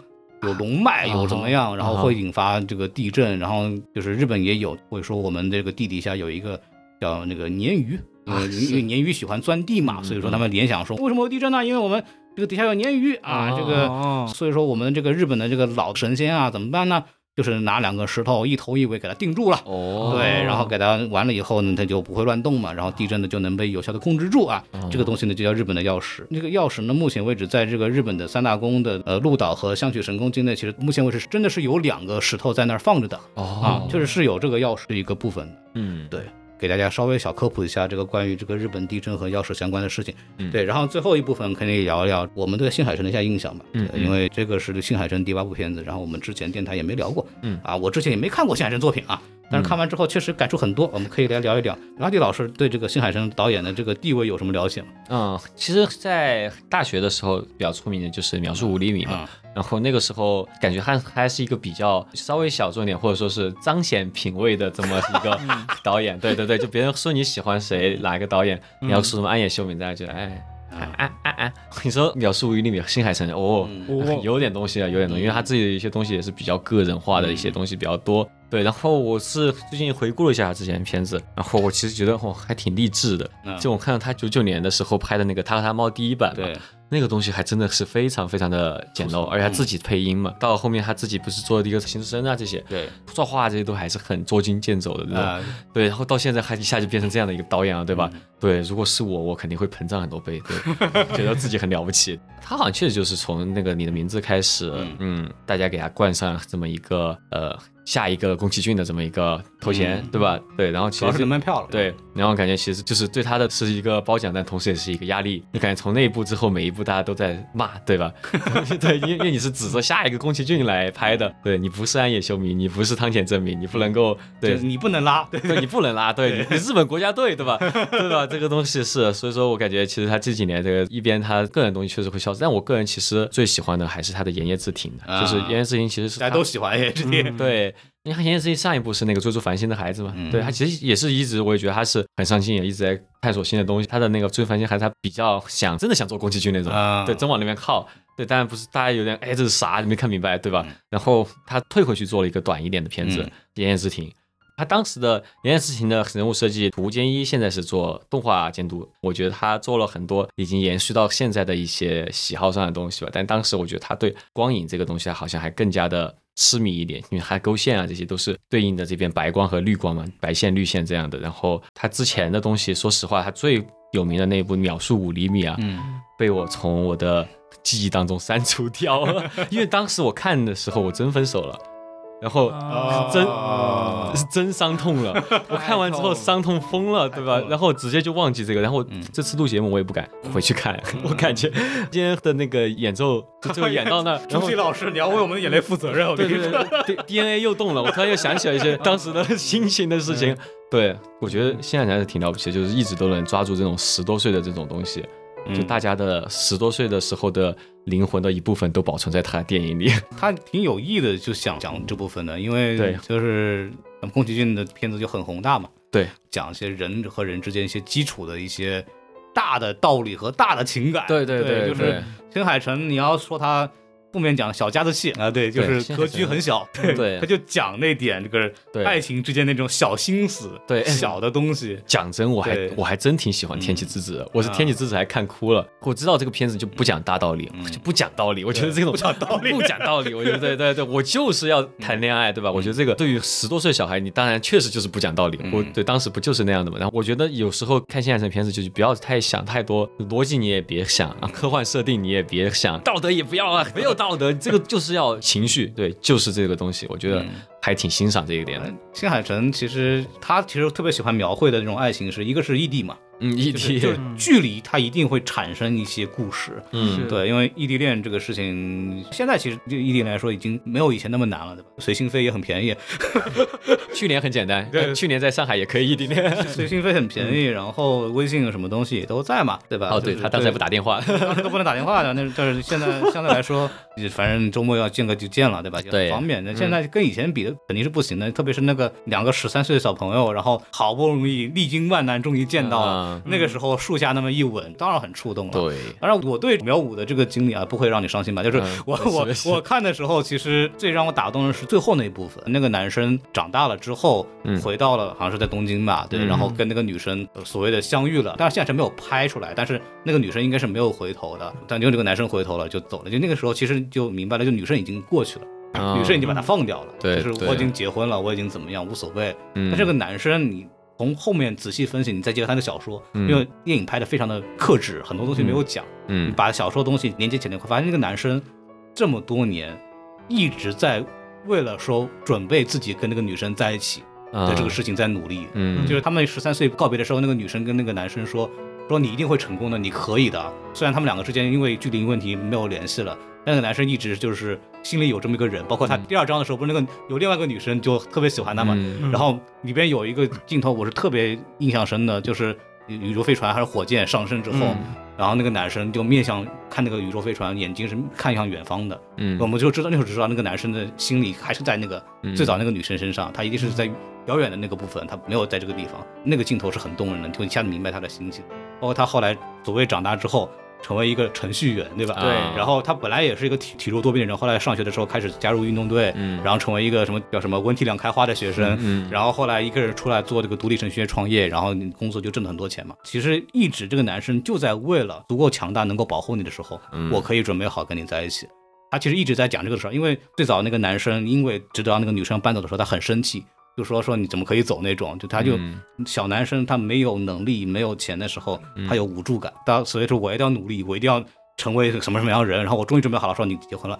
[SPEAKER 2] 有龙脉，有怎么样，然后会引发这个地震，然后就是日本也有会说我们这个地底下有一个叫那个鲶鱼，因为因为鲶鱼喜欢钻地嘛，所以说他们联想说为什么有地震呢？因为我们这个底下有鲶鱼啊，这个
[SPEAKER 5] 哦，
[SPEAKER 2] 所以说我们这个日本的这个老神仙啊怎么办呢？就是拿两个石头一头一尾给它定住了，
[SPEAKER 3] 哦，
[SPEAKER 2] 对，然后给它完了以后呢，它就不会乱动嘛，然后地震呢就能被有效的控制住啊。
[SPEAKER 3] 哦
[SPEAKER 2] 这个东西呢就叫日本的钥匙。这个钥匙呢，目前为止在这个日本的三大宫的呃鹿岛和香取神宫境内，其实目前为止是真的是有两个石头在那儿放着的啊
[SPEAKER 3] 哦，，
[SPEAKER 2] 就是是有这个钥匙的一个部分的。
[SPEAKER 3] 嗯，
[SPEAKER 2] 对给大家稍微小科普一下这个关于这个日本地震和钥匙相关的事情，
[SPEAKER 3] 嗯
[SPEAKER 2] 对，然后最后一部分肯定也聊一聊我们对新海诚的一下印象吧，
[SPEAKER 3] 嗯
[SPEAKER 2] 对因为这个是新海诚第八部片子，然后我们之前电台也没聊过，
[SPEAKER 3] 嗯
[SPEAKER 2] 啊，我之前也没看过新海诚作品啊，但是看完之后确实感触很多，我们可以来聊一聊拉蒂老师对这个新海诚导演的这个地位有什么了解吗？
[SPEAKER 3] 嗯，其实，在大学的时候比较出名的就是《秒速五厘米》嘛，然后那个时候感觉他还是一个比较稍微小众一点，或者说是彰显品味的这么一 个导演。对对对，就别人说你喜欢谁哪个导演，你要说什么安野秀明，大家觉得哎。嗯啊啊啊啊！ 你说《秒速五厘米》新海诚哦，有点东西啊，有点东西，因为他自己的一些东西也是比较个人化的一些东西比较多。对，然后我是最近回顾了一下他之前的片子，然后我其实觉得哦，还挺励志的。
[SPEAKER 2] 嗯
[SPEAKER 3] 就我看到他九九年的时候拍的那个《他和他猫》第一版嘛
[SPEAKER 2] 对，
[SPEAKER 3] 那个东西还真的是非常非常的简陋，而且他
[SPEAKER 2] 嗯
[SPEAKER 3] 自己配音嘛，到后面他自己不是做了一个形式生啊这些，
[SPEAKER 2] 对，
[SPEAKER 3] 作画这些都还是很捉襟见肘的那种。
[SPEAKER 2] 啊，
[SPEAKER 3] 对，然后到现在还一下就变成这样的一个导演了，啊对吧？
[SPEAKER 2] 嗯
[SPEAKER 3] 对，如果是我，我肯定会膨胀很多倍， 对，觉得自己很了不起。他好像确实就是从那个你的名字开始，嗯，大家给他冠上这么一个呃下一个宫崎骏的这么一个头衔，
[SPEAKER 2] 嗯
[SPEAKER 3] 对吧？对，然后
[SPEAKER 2] 主
[SPEAKER 3] 其
[SPEAKER 2] 要
[SPEAKER 3] 实
[SPEAKER 2] 是能卖票了，
[SPEAKER 3] 对，然后感觉其实就是对他的是一个褒奖，但同时也是一个压力。你感觉从那一步之后，每一步大家都在骂，对吧？ 对，因为因为你是指着下一个宫崎骏来拍的，对你不是安野秀明，你不是汤浅证明，你不能够对
[SPEAKER 2] 就是你不能拉，对，
[SPEAKER 3] 对你不能拉，对你你日本国家队对吧？ 对吧？这个东西是，所以说我感觉其实他这几年这个一边他个人东西确实会消失，但我个人其实最喜欢的还是他的盐业自挺的，就是
[SPEAKER 2] 啊
[SPEAKER 3] 盐业自挺其实是
[SPEAKER 2] 大家
[SPEAKER 3] 他嗯
[SPEAKER 2] 都喜欢哎 H D，
[SPEAKER 3] 对，因为他现在是上一部是那个追逐繁星的孩子
[SPEAKER 2] 嗯
[SPEAKER 3] 嘛，对他其实也是一直我也觉得他是很上进，也一直在探索新的东西。他的那个追逐繁星孩子，他比较想真的想做宫崎骏那种，
[SPEAKER 2] 啊
[SPEAKER 3] 对，真往那边靠。对，当然不是，大家有点哎这是啥？你没看明白对吧？然后他退回去做了一个短一点的片子《
[SPEAKER 2] 嗯
[SPEAKER 3] 炎炎之庭》。他当时的岩井事情的人物设计，涂坚一现在是做动画监督，我觉得他做了很多已经延续到现在的一些喜好上的东西吧。但当时我觉得他对光影这个东西好像还更加的痴迷一点，因为它勾线啊这些都是对应的这边白光和绿光嘛，白线绿线这样的。然后他之前的东西，说实话，他最有名的那一部《秒速五厘米》啊，
[SPEAKER 6] 嗯，
[SPEAKER 3] 被我从我的记忆当中删除掉了， 因为当时我看的时候我真分手了，然后是真、是真伤痛 了，我看完之后伤痛疯了，嗯对吧？然后直接就忘记这个，然后这次录节目我也不敢回去看，我感觉今天的那个演奏 就就演到那儿，然后
[SPEAKER 2] 朱熹老师，你要为我们的眼泪负责任，我
[SPEAKER 3] 对
[SPEAKER 2] 跟你
[SPEAKER 3] 对
[SPEAKER 2] 说。
[SPEAKER 3] 对对，DNA 又动了，我突然又想起了一些当时的心情的事情。对，我觉得现在还是挺了不起的，就是一直都能抓住这种十多岁的这种东西，
[SPEAKER 2] 嗯
[SPEAKER 3] 就大家的十多岁的时候的灵魂的一部分都保存在他的电影里。
[SPEAKER 2] 他挺有意的，就想讲这部分的，因为
[SPEAKER 3] 对
[SPEAKER 2] 就是嗯宫崎骏的片子就很宏大嘛，
[SPEAKER 3] 对，
[SPEAKER 2] 讲一些人和人之间一些基础的一些大的道理和大的情感。
[SPEAKER 3] 对
[SPEAKER 2] 对
[SPEAKER 3] 对对
[SPEAKER 2] 就是新海诚，你要说他负面讲小家子气啊，对，就
[SPEAKER 3] 对
[SPEAKER 2] 是格局很小，
[SPEAKER 3] 诚 对
[SPEAKER 2] 他就讲那点这个
[SPEAKER 3] 对
[SPEAKER 2] 爱情之间那种小心思，
[SPEAKER 3] 对
[SPEAKER 2] 小的东西。
[SPEAKER 3] 讲真，我还
[SPEAKER 2] 对嗯
[SPEAKER 3] 我还真挺喜欢《天气之子》的，我是《天气之子》还看哭了。我知道这个片子就不讲大道理，
[SPEAKER 2] 嗯
[SPEAKER 3] 就不讲道理。我觉得这种不讲道理，不讲道理。我觉得对对对，我就是要谈恋爱，
[SPEAKER 2] 嗯
[SPEAKER 3] 对吧？我觉得这个对于十多岁小孩，你当然确实就是不讲道理。我
[SPEAKER 2] 嗯
[SPEAKER 3] 对当时不就是那样的嘛。然后我觉得有时候看现在这片子，就是不要太想太多，逻辑你也别想啊，科幻设定你也别想，道德也不 要啊，没有道德，这个就是要情绪，对，就是这个东西。我
[SPEAKER 2] 嗯
[SPEAKER 3] 觉得还挺欣赏这一点的。
[SPEAKER 2] 新海诚其实他其实特别喜欢描绘的这种爱情是一个是异地嘛，
[SPEAKER 3] 嗯，一
[SPEAKER 2] 就是
[SPEAKER 3] 体
[SPEAKER 2] 就是距离它一定会产生一些故事，
[SPEAKER 3] 嗯
[SPEAKER 2] 对，因为异地恋这个事情，现在其实对异地恋来说已经没有以前那么难了，对吧？随心飞也很便宜，
[SPEAKER 3] 去年很简单，呃去年在上海也可以异地 恋。
[SPEAKER 2] 随心飞很便宜，然后微信什么东西也都在嘛，对吧？
[SPEAKER 3] 嗯哦，对他当时还不打电话，
[SPEAKER 2] 话，当时都不能打电话的，那但是现在相对来说，反正周末要见个就见了，对吧？
[SPEAKER 3] 对嗯
[SPEAKER 2] 方便。那现在跟以前比的肯定是不行的，特别是那个两个十三岁的小朋友，然后好不容易历经万难终于见到
[SPEAKER 3] 啊
[SPEAKER 2] 了，
[SPEAKER 3] 嗯
[SPEAKER 2] 那个时候树下那么一吻，当然很触动了。
[SPEAKER 3] 对，
[SPEAKER 2] 当然，我对秒五的这个经历啊，不会让你伤心吧？就是
[SPEAKER 3] 嗯
[SPEAKER 2] 我、
[SPEAKER 3] 是
[SPEAKER 2] 我
[SPEAKER 3] 是
[SPEAKER 2] 我看的时候，其实最让我打动的是最后那一部分。那个男生长大了之后，
[SPEAKER 3] 嗯
[SPEAKER 2] 回到了好像是在东京吧，对，
[SPEAKER 3] 嗯
[SPEAKER 2] 然后跟那个女生呃所谓的相遇了。但是现在是没有拍出来，但是那个女生应该是没有回头的，但因为这个男生回头了就走了。就那个时候其实就明白了，就女生已经过去了。
[SPEAKER 3] 嗯
[SPEAKER 2] 女生已经把他放掉了，
[SPEAKER 3] 对
[SPEAKER 2] 就是
[SPEAKER 3] 对
[SPEAKER 2] 我已经结婚了，我已经怎么样无所谓。
[SPEAKER 3] 嗯
[SPEAKER 2] 但这个男生，你从后面仔细分析，你再结合他的小说，
[SPEAKER 3] 嗯
[SPEAKER 2] 因为电影拍的非常的克制，很多东西没有讲。你
[SPEAKER 3] 嗯，
[SPEAKER 2] 把小说的东西连接起来，会发现这个男生这么多年一直在为了说准备自己跟那个女生在一起的
[SPEAKER 3] 啊
[SPEAKER 2] 这个，事情在努力。
[SPEAKER 3] 嗯，
[SPEAKER 2] 就是他们十三岁告别的时候，那个女生跟那个男生说：“说你一定会成功的，你可以的。”虽然他们两个之间因为距离问题没有联系了，但那个男生一直就是心里有这么一个人。包括他第二章的时候，不是那个有另外一个女生就特别喜欢他嘛，
[SPEAKER 3] 嗯
[SPEAKER 2] 然后里边有一个镜头我是特别印象深的，就是宇宙飞船还是火箭上升之后，然后那个男生就面向看那个宇宙飞船，眼睛是看向远方的。
[SPEAKER 3] 嗯
[SPEAKER 2] 我们就知道那时候知道那个男生的心里还是在那个、
[SPEAKER 3] 嗯
[SPEAKER 2] 最早那个女生身上，他一定是在遥远的那个部分，他没有在这个地方。那个镜头是很动人的，就一下子明白他的心情。包括他后来所谓长大之后。成为一个程序员，对吧？
[SPEAKER 3] 对
[SPEAKER 2] 然后他本来也是一个体体弱多病的人，后来上学的时候开始加入运动队，
[SPEAKER 3] 嗯
[SPEAKER 2] 然后成为一个什么叫什么文体两开花的学生，
[SPEAKER 3] 嗯嗯
[SPEAKER 2] 然后后来一个人出来做这个独立程序员创业，然后你工作就挣了很多钱嘛。其实一直这个男生就在为了足够强大能够保护你的时候，
[SPEAKER 3] 嗯
[SPEAKER 2] 我可以准备好跟你在一起。他其实一直在讲这个事儿，因为最早那个男生因为知道那个女生搬走的时候，他很生气，就说说你怎么可以走那种，就他就、
[SPEAKER 3] 嗯
[SPEAKER 2] 小男生他没有能力、没有钱的时候，他有无助感，到所以说我一定要努力，我一定要成为什么什么样的人，然后我终于准备好了，说你结婚了，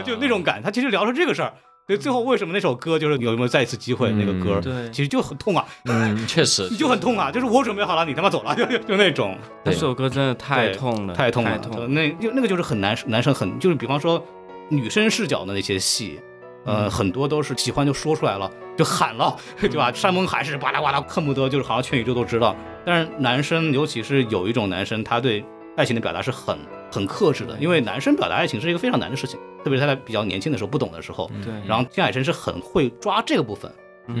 [SPEAKER 2] 就那种感。他其实聊是这个事儿，所以最后为什么那首歌就是有没有再一次机会那个歌，
[SPEAKER 5] 对
[SPEAKER 2] 其实就很痛啊，
[SPEAKER 3] 嗯，确实
[SPEAKER 2] 你就很痛啊，就是我准备好了，你他妈走了，就就就那种。
[SPEAKER 5] 那首歌真的太
[SPEAKER 2] 对
[SPEAKER 5] 痛了，
[SPEAKER 2] 太痛
[SPEAKER 5] 太
[SPEAKER 2] 了，就那就那个就是很难，男生很就是比方说女生视角的那些戏，
[SPEAKER 5] 嗯
[SPEAKER 2] 呃，很多都是喜欢就说出来了，就喊了， 对吧？
[SPEAKER 5] 嗯
[SPEAKER 2] 山盟海誓，巴拉巴拉，恨不得就是好像全宇宙都知道。但是男生，尤其是有一种男生，他对爱情的表达是很很克制的，因为男生表达爱情是一个非
[SPEAKER 5] 嗯
[SPEAKER 2] 常难的事情，特别是他在比较年轻的时候、不懂的时候。嗯
[SPEAKER 5] 对，
[SPEAKER 2] 然后金海神是很会抓这个部分，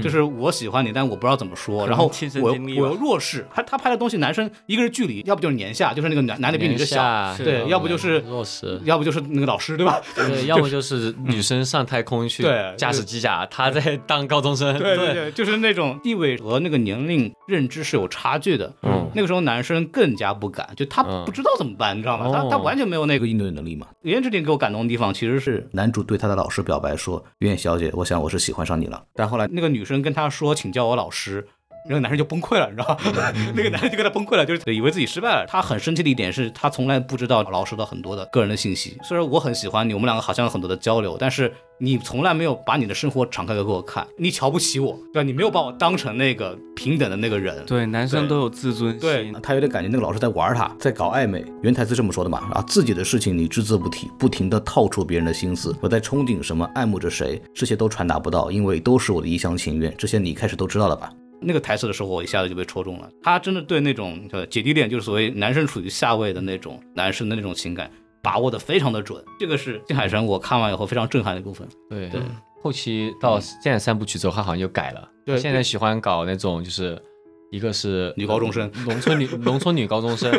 [SPEAKER 2] 就是我喜欢你，但我不知道怎么说。
[SPEAKER 5] 嗯能
[SPEAKER 2] 然后
[SPEAKER 5] 亲身
[SPEAKER 2] 我
[SPEAKER 5] 经历
[SPEAKER 2] 我
[SPEAKER 5] 吧
[SPEAKER 2] 又弱势，他他拍的东西，男生一个是距离，要不就是年下，就是那个男男的比女的小，
[SPEAKER 3] 年下
[SPEAKER 2] 对，
[SPEAKER 5] 是啊
[SPEAKER 2] 要不就是嗯
[SPEAKER 3] 落实。
[SPEAKER 2] 要不就是那个老师， 对吧？
[SPEAKER 3] 对，要不就是女生上太空去
[SPEAKER 2] 嗯对
[SPEAKER 3] 驾驶机甲，她在当高中生。
[SPEAKER 2] 对对，对，就是那种地位和那个年龄认知是有差距的。
[SPEAKER 3] 嗯
[SPEAKER 2] 那个时候男生更加不敢，就他
[SPEAKER 3] 嗯
[SPEAKER 2] 不知道怎么办，你知道吗？
[SPEAKER 3] 哦
[SPEAKER 2] 他他完全没有那
[SPEAKER 6] 这
[SPEAKER 2] 个
[SPEAKER 6] 个应对能力嘛。
[SPEAKER 2] 原这点给我感动的地方，其实是
[SPEAKER 6] 男主对他的老师表白说：“袁小姐，我想我是喜欢上你了。”但后来
[SPEAKER 2] 那个女生跟他说请叫我老师，那个男生就崩溃了，你知道吗？
[SPEAKER 6] 嗯
[SPEAKER 2] 那个男生就跟他崩溃了，就是以为自己失败了。他很生气的一点是他从来不知道老师的很多的个人的信息。虽然我很喜欢你，我们两个好像有很多的交流，但是你从来没有把你的生活敞开给我看，你瞧不起我，对吧？你没有把我当成那个平等的那个人。
[SPEAKER 5] 对，男生都有自尊
[SPEAKER 2] 对
[SPEAKER 5] 心，
[SPEAKER 6] 他有点感觉那个老师在玩他，在搞暧昧。原台词这么说的嘛，啊，自己的事情你只字不提，不停的套出别人的心思。我在憧憬什么，爱慕着谁，这些都传达不到，因为都是我的一厢情愿。这些你一开始都知道了吧？
[SPEAKER 2] 那个台词的时候，我一下子就被戳中了。他真的对那种呃姐弟恋，就是所谓男生处于下位的那种男生的那种情感，把握的非常的准。这个是金海神我看完以后非常震撼的一部分。
[SPEAKER 3] 对对，后期到现在三部曲之后，他好像又改了。
[SPEAKER 2] 嗯对
[SPEAKER 3] 现在喜欢搞那种就是。一个是
[SPEAKER 2] 女高中生、
[SPEAKER 3] 农村女、农村女高 中生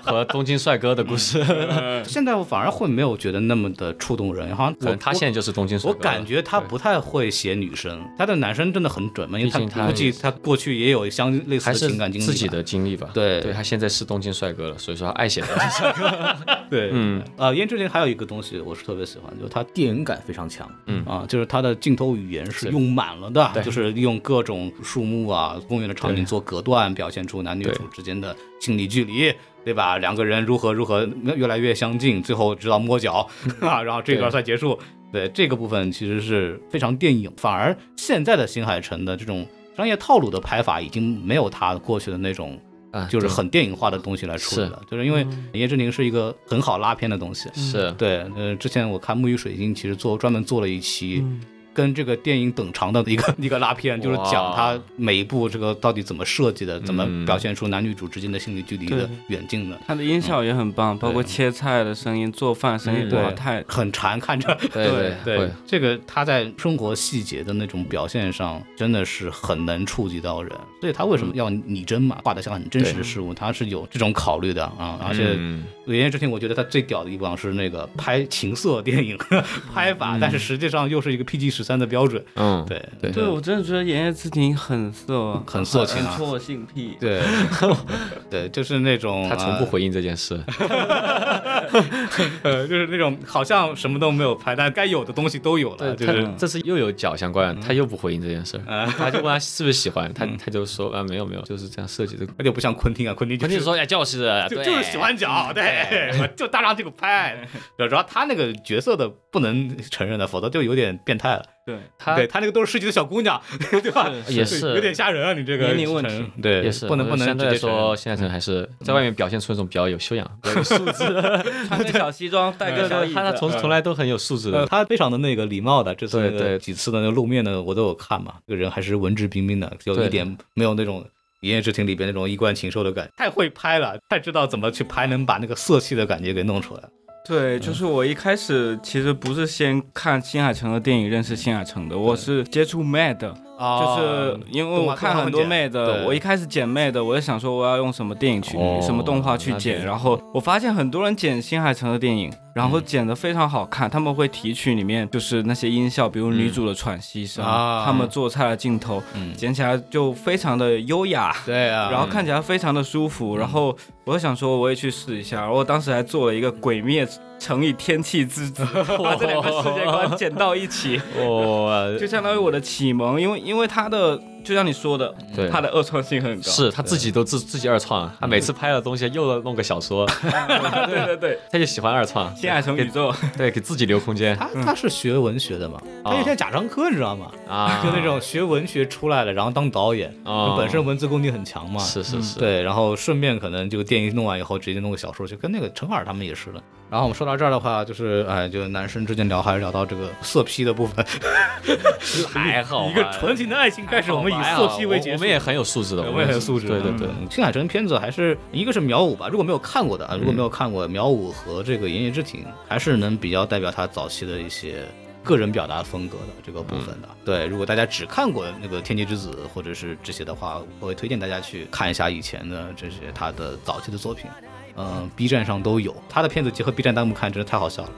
[SPEAKER 3] 和东京帅哥的故事，
[SPEAKER 2] 现在我反而会没有觉得那么的触动人，好像
[SPEAKER 3] 可
[SPEAKER 2] 我
[SPEAKER 3] 能他现在就是东京帅
[SPEAKER 2] 我
[SPEAKER 3] 哥
[SPEAKER 2] 我感觉他不太会写女生，他的男生真的很准嘛，因为
[SPEAKER 3] 毕竟他
[SPEAKER 2] 估计他过去也有相类似
[SPEAKER 3] 还
[SPEAKER 2] 的
[SPEAKER 3] 是
[SPEAKER 2] 情感经历吧，
[SPEAKER 3] 自己的经历吧。
[SPEAKER 2] 对
[SPEAKER 3] 对他现在是东京帅哥了，所以说他爱写 东京帅哥。
[SPEAKER 2] 对，
[SPEAKER 3] 嗯，
[SPEAKER 2] 呃，燕之灵还有一个东西我是特别喜欢，就是他
[SPEAKER 6] 电影感非常强。
[SPEAKER 2] 啊，就是它的镜头语言是
[SPEAKER 3] 是
[SPEAKER 2] 用满了的，
[SPEAKER 3] 对
[SPEAKER 2] 就是利用各种树木啊、公园的场景
[SPEAKER 3] 对
[SPEAKER 2] 做隔断，表现出男女
[SPEAKER 3] 对
[SPEAKER 2] 主之间的心理距离，对吧？两个人如何如何越来越相近，最后直到摸脚啊，然后这段
[SPEAKER 3] 嗯对
[SPEAKER 2] 才结束。对这个部分其实是非常电影，反而现在的新海诚的这种商业套路的拍法已经没有他过去的那种。
[SPEAKER 3] 啊
[SPEAKER 2] 就是
[SPEAKER 3] 对
[SPEAKER 2] 很电影化的东西来处理
[SPEAKER 3] 是嗯
[SPEAKER 2] 了，就是因为《叶之灵》是一个很好拉片的东西，
[SPEAKER 3] 是
[SPEAKER 2] 对，呃，之前我看《木鱼水晶》，其实做专门做了一期。跟这个电影等长的一个 一个拉片，就是讲它
[SPEAKER 3] 哇
[SPEAKER 2] 每一部这个到底怎么设计的，怎么
[SPEAKER 3] 嗯
[SPEAKER 2] 表现出男女主之间的心理距离的远近的，
[SPEAKER 5] 他的音效也很棒，包括切菜的声音、做饭的声音，
[SPEAKER 3] 嗯
[SPEAKER 5] 哇，
[SPEAKER 2] 对
[SPEAKER 5] 太
[SPEAKER 2] 很馋看着。
[SPEAKER 3] 对对
[SPEAKER 2] 对
[SPEAKER 3] 会，
[SPEAKER 2] 这个他在生活细节的那种表现上，真的是很能触及到人，所以他为什么要拟真嘛，画的像很真实的事物，他是有这种考虑的啊，而且。
[SPEAKER 3] 嗯
[SPEAKER 2] 原先之前我觉得他最屌的地方是那个拍情色电影嗯拍法，但是实际上又是一个 PG 十三的标准。
[SPEAKER 3] 嗯，
[SPEAKER 2] 对
[SPEAKER 3] 对
[SPEAKER 5] 对，我真的觉得言叶之庭很色啊，
[SPEAKER 2] 很色情啊
[SPEAKER 5] 很错性癖。
[SPEAKER 2] 对 对，就是那种
[SPEAKER 3] 他从不回应这件事。
[SPEAKER 2] 呃，就是那种好像什么都没有拍，但该有的东西都有了， 就
[SPEAKER 3] 他
[SPEAKER 2] 是嗯
[SPEAKER 3] 这次又有脚相关，他又不回应这件事，他就问他是不是喜欢，他他就说啊没有没有，就是这样设计的。
[SPEAKER 2] 而且不像昆汀啊，昆汀就
[SPEAKER 3] 肯定
[SPEAKER 2] 是。
[SPEAKER 3] 说哎就是
[SPEAKER 2] 就
[SPEAKER 5] 啊
[SPEAKER 3] 对
[SPEAKER 2] 就是喜欢脚，对，我
[SPEAKER 5] 嗯
[SPEAKER 2] 就大张这个拍，主要他那个角色的不能承认的，否则就有点变态了。
[SPEAKER 5] 对，
[SPEAKER 3] 他
[SPEAKER 2] 对他那个都是市区的小姑 娘，对吧？
[SPEAKER 3] 也是
[SPEAKER 2] 有点吓人啊，你这个
[SPEAKER 5] 年龄问题，
[SPEAKER 2] 对，
[SPEAKER 3] 也是
[SPEAKER 2] 不能
[SPEAKER 3] 我
[SPEAKER 2] 不能
[SPEAKER 3] 相对
[SPEAKER 2] 直
[SPEAKER 3] 来
[SPEAKER 2] 接承认嗯
[SPEAKER 3] 说，现在人还是在外面表现出那种比较有修养、比较有素 质的。
[SPEAKER 5] 穿个小西装，带个小椅
[SPEAKER 3] 他他
[SPEAKER 5] 子，
[SPEAKER 2] 嗯
[SPEAKER 3] 从从来都很有素质
[SPEAKER 2] 呃，
[SPEAKER 3] 的。
[SPEAKER 2] 他非常的那个礼貌的，这次那个
[SPEAKER 3] 对对
[SPEAKER 2] 几次的那个露面呢，我都有看嘛，这个人还是文质彬彬的，有一
[SPEAKER 3] 对
[SPEAKER 2] 点没有那种《一夜之庭》里边那种一贯禽兽的感觉，太会拍了，太知道怎么去拍，能把那个色气的感觉给弄出来。
[SPEAKER 5] 对，就是我一开始其实不是先看新海诚的电影认识新海诚的，我是接触 Mad，的就是因
[SPEAKER 2] 哦
[SPEAKER 5] 为
[SPEAKER 2] 动画
[SPEAKER 5] 我看很多
[SPEAKER 2] 动画会剪
[SPEAKER 5] Mad，
[SPEAKER 2] 对
[SPEAKER 5] 的我一开始剪 Mad，的我就想说我要用什么电影去、
[SPEAKER 3] 哦
[SPEAKER 5] 什么动画去剪，
[SPEAKER 3] 那就
[SPEAKER 5] 然后我发现很多人剪新海诚的电影，然
[SPEAKER 2] 嗯
[SPEAKER 5] 后剪得非常好看，他们会提取里面就是那些音效，比如女主的喘息
[SPEAKER 2] 嗯
[SPEAKER 5] 声，
[SPEAKER 2] 啊嗯
[SPEAKER 5] 他们做菜的镜头，剪起来就非常的优雅。
[SPEAKER 2] 对啊，
[SPEAKER 5] 然后看起来非常的舒
[SPEAKER 2] 嗯
[SPEAKER 5] 服，然后我就想说我也去试一下，然后我当时还做了一个《鬼灭》乘以《天气 之子》，把这两个世界观剪到一起，
[SPEAKER 2] 呃
[SPEAKER 3] 哦，
[SPEAKER 5] 就相当于我的启蒙，因为因为他的就像你说的，
[SPEAKER 3] 对
[SPEAKER 5] 他的二创性很高，
[SPEAKER 3] 嗯是他自己都自自己二创，他每次拍的东西又弄个小说，
[SPEAKER 5] 对对 对，
[SPEAKER 3] 他就喜欢二创，
[SPEAKER 5] 新海诚宇 宙，
[SPEAKER 3] 对，给自己留空间
[SPEAKER 2] 他他是学文学的嘛，嗯啊他有点贾樟柯，你知道吗？
[SPEAKER 3] 啊，
[SPEAKER 2] 就那种学文学出来了，然后当导演，
[SPEAKER 3] 哦
[SPEAKER 2] 本身文字功底很强嘛，
[SPEAKER 3] 是是是，
[SPEAKER 2] 对，然后顺便可能就电影弄完以后，直接弄个小说，就跟那个陈耳他们也是的。然后我们说到这儿的话，就是哎，就男生之间聊还是聊到这个色批的部分，
[SPEAKER 3] 还好
[SPEAKER 2] 一个
[SPEAKER 3] 吧
[SPEAKER 2] 纯情的爱情开始，我们以
[SPEAKER 3] 还
[SPEAKER 5] 啊
[SPEAKER 2] 色
[SPEAKER 3] 好
[SPEAKER 2] 批为
[SPEAKER 3] 我
[SPEAKER 2] 结
[SPEAKER 3] 哎我
[SPEAKER 2] 束
[SPEAKER 3] 们。也很有素质的，
[SPEAKER 2] 对我也很素质，
[SPEAKER 3] 对对对，
[SPEAKER 2] 嗯。新海诚片子还是一个是苗舞吧，如果没有看过的啊，如果没有看过苗舞和这个《言叶之庭》，还是能比较代表他早期的一些
[SPEAKER 6] 个人表达风格的这个部分的。对，如果大家只看过那个《天气之子》或者是这些的话，我会推荐大家去看一下以前的这些他的早期的作品。嗯，B 站上都有他的片子，结合 B 站弹幕看，真的太好笑了。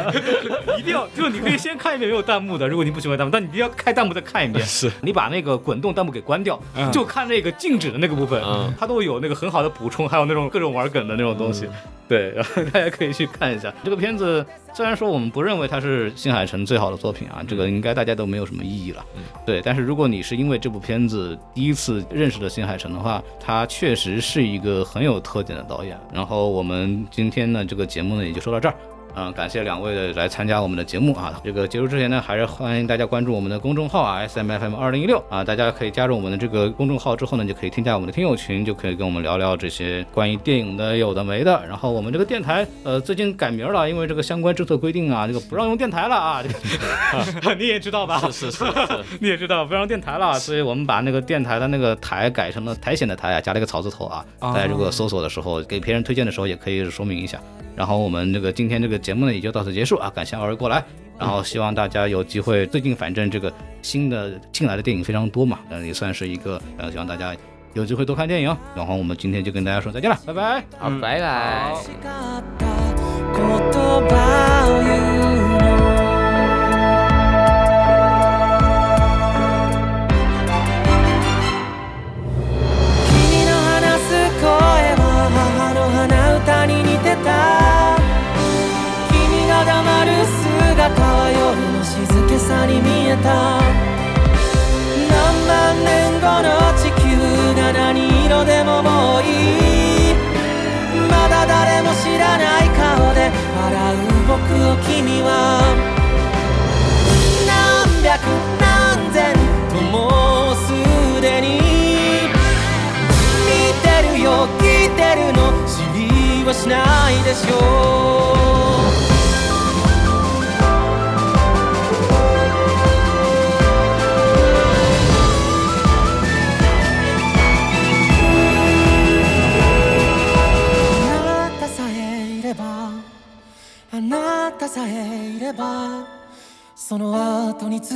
[SPEAKER 6] 一定要，就你可以先看一遍没有弹幕的，如果你不喜欢弹幕，但你一定要开弹幕再看一遍。 是嗯你把那个滚动弹幕给关掉，就看那个静止的那个部分，它都有那个很好的补充，还有那种各种玩梗的那种东西。对， 然后大家可以去看一下这个片子。虽然说我们不认为它是新海诚最好的作品啊，这个应该大家都没有什么异议了。对，但是如果你是因为这部片子第一次认识的新海诚的话，他确实是一个很有特点的导演。然后我们今天呢，这个节目呢也就说到这儿。嗯，感谢两位来参加我们的节目啊！这个结束之前呢，还是欢迎大家关注我们的公众号啊，S M F M 二零一六啊，大家可以加入我们的这个公众号之后呢，就可以添加我们的听友群，就可以跟我们聊聊这些关于电影的有的没的。然后我们这个电台呃最近改名了，因为这个相关政策规定啊，这个不让用电台了啊，这个 你也知道吧？
[SPEAKER 7] 是是是，
[SPEAKER 6] 你也知道不让电台了，所以我们把那个电台的那个台改成了苔藓的苔啊，加了一个草字头啊。大家如果搜索的时候，给别人推荐的时候，也可以说明一下。然后我们这个今天这个节目呢，也就到此结束啊，感谢二位过来。然后希望大家有机会，最近反正这个新的进来的电影非常多嘛，嗯，也算是一个，呃，希望大家有机会多看电影。然后我们今天就跟大家说再见了，拜拜。
[SPEAKER 8] 好，拜拜。
[SPEAKER 9] 好
[SPEAKER 10] 違った言葉を言うの君の話す声は母の鼻歌に似てた君が黙る姿は夜の静けさに見えた何万年後の地球が何色でももういいまだ誰も知らない顔で笑う僕を君は何百何千ともうすでに見てるよ聞いてるの知りはしないでしょうあなたさえいればあなたさえいればその後に続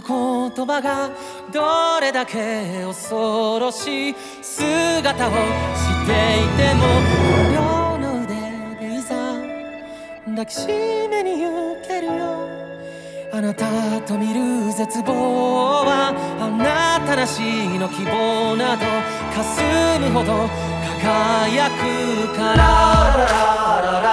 [SPEAKER 10] く言葉がどれだけ恐ろしい姿をしていても両の腕でいざ抱きしめに行けるよあなたと見る絶望はあなたなしの希望など霞むほど輝くから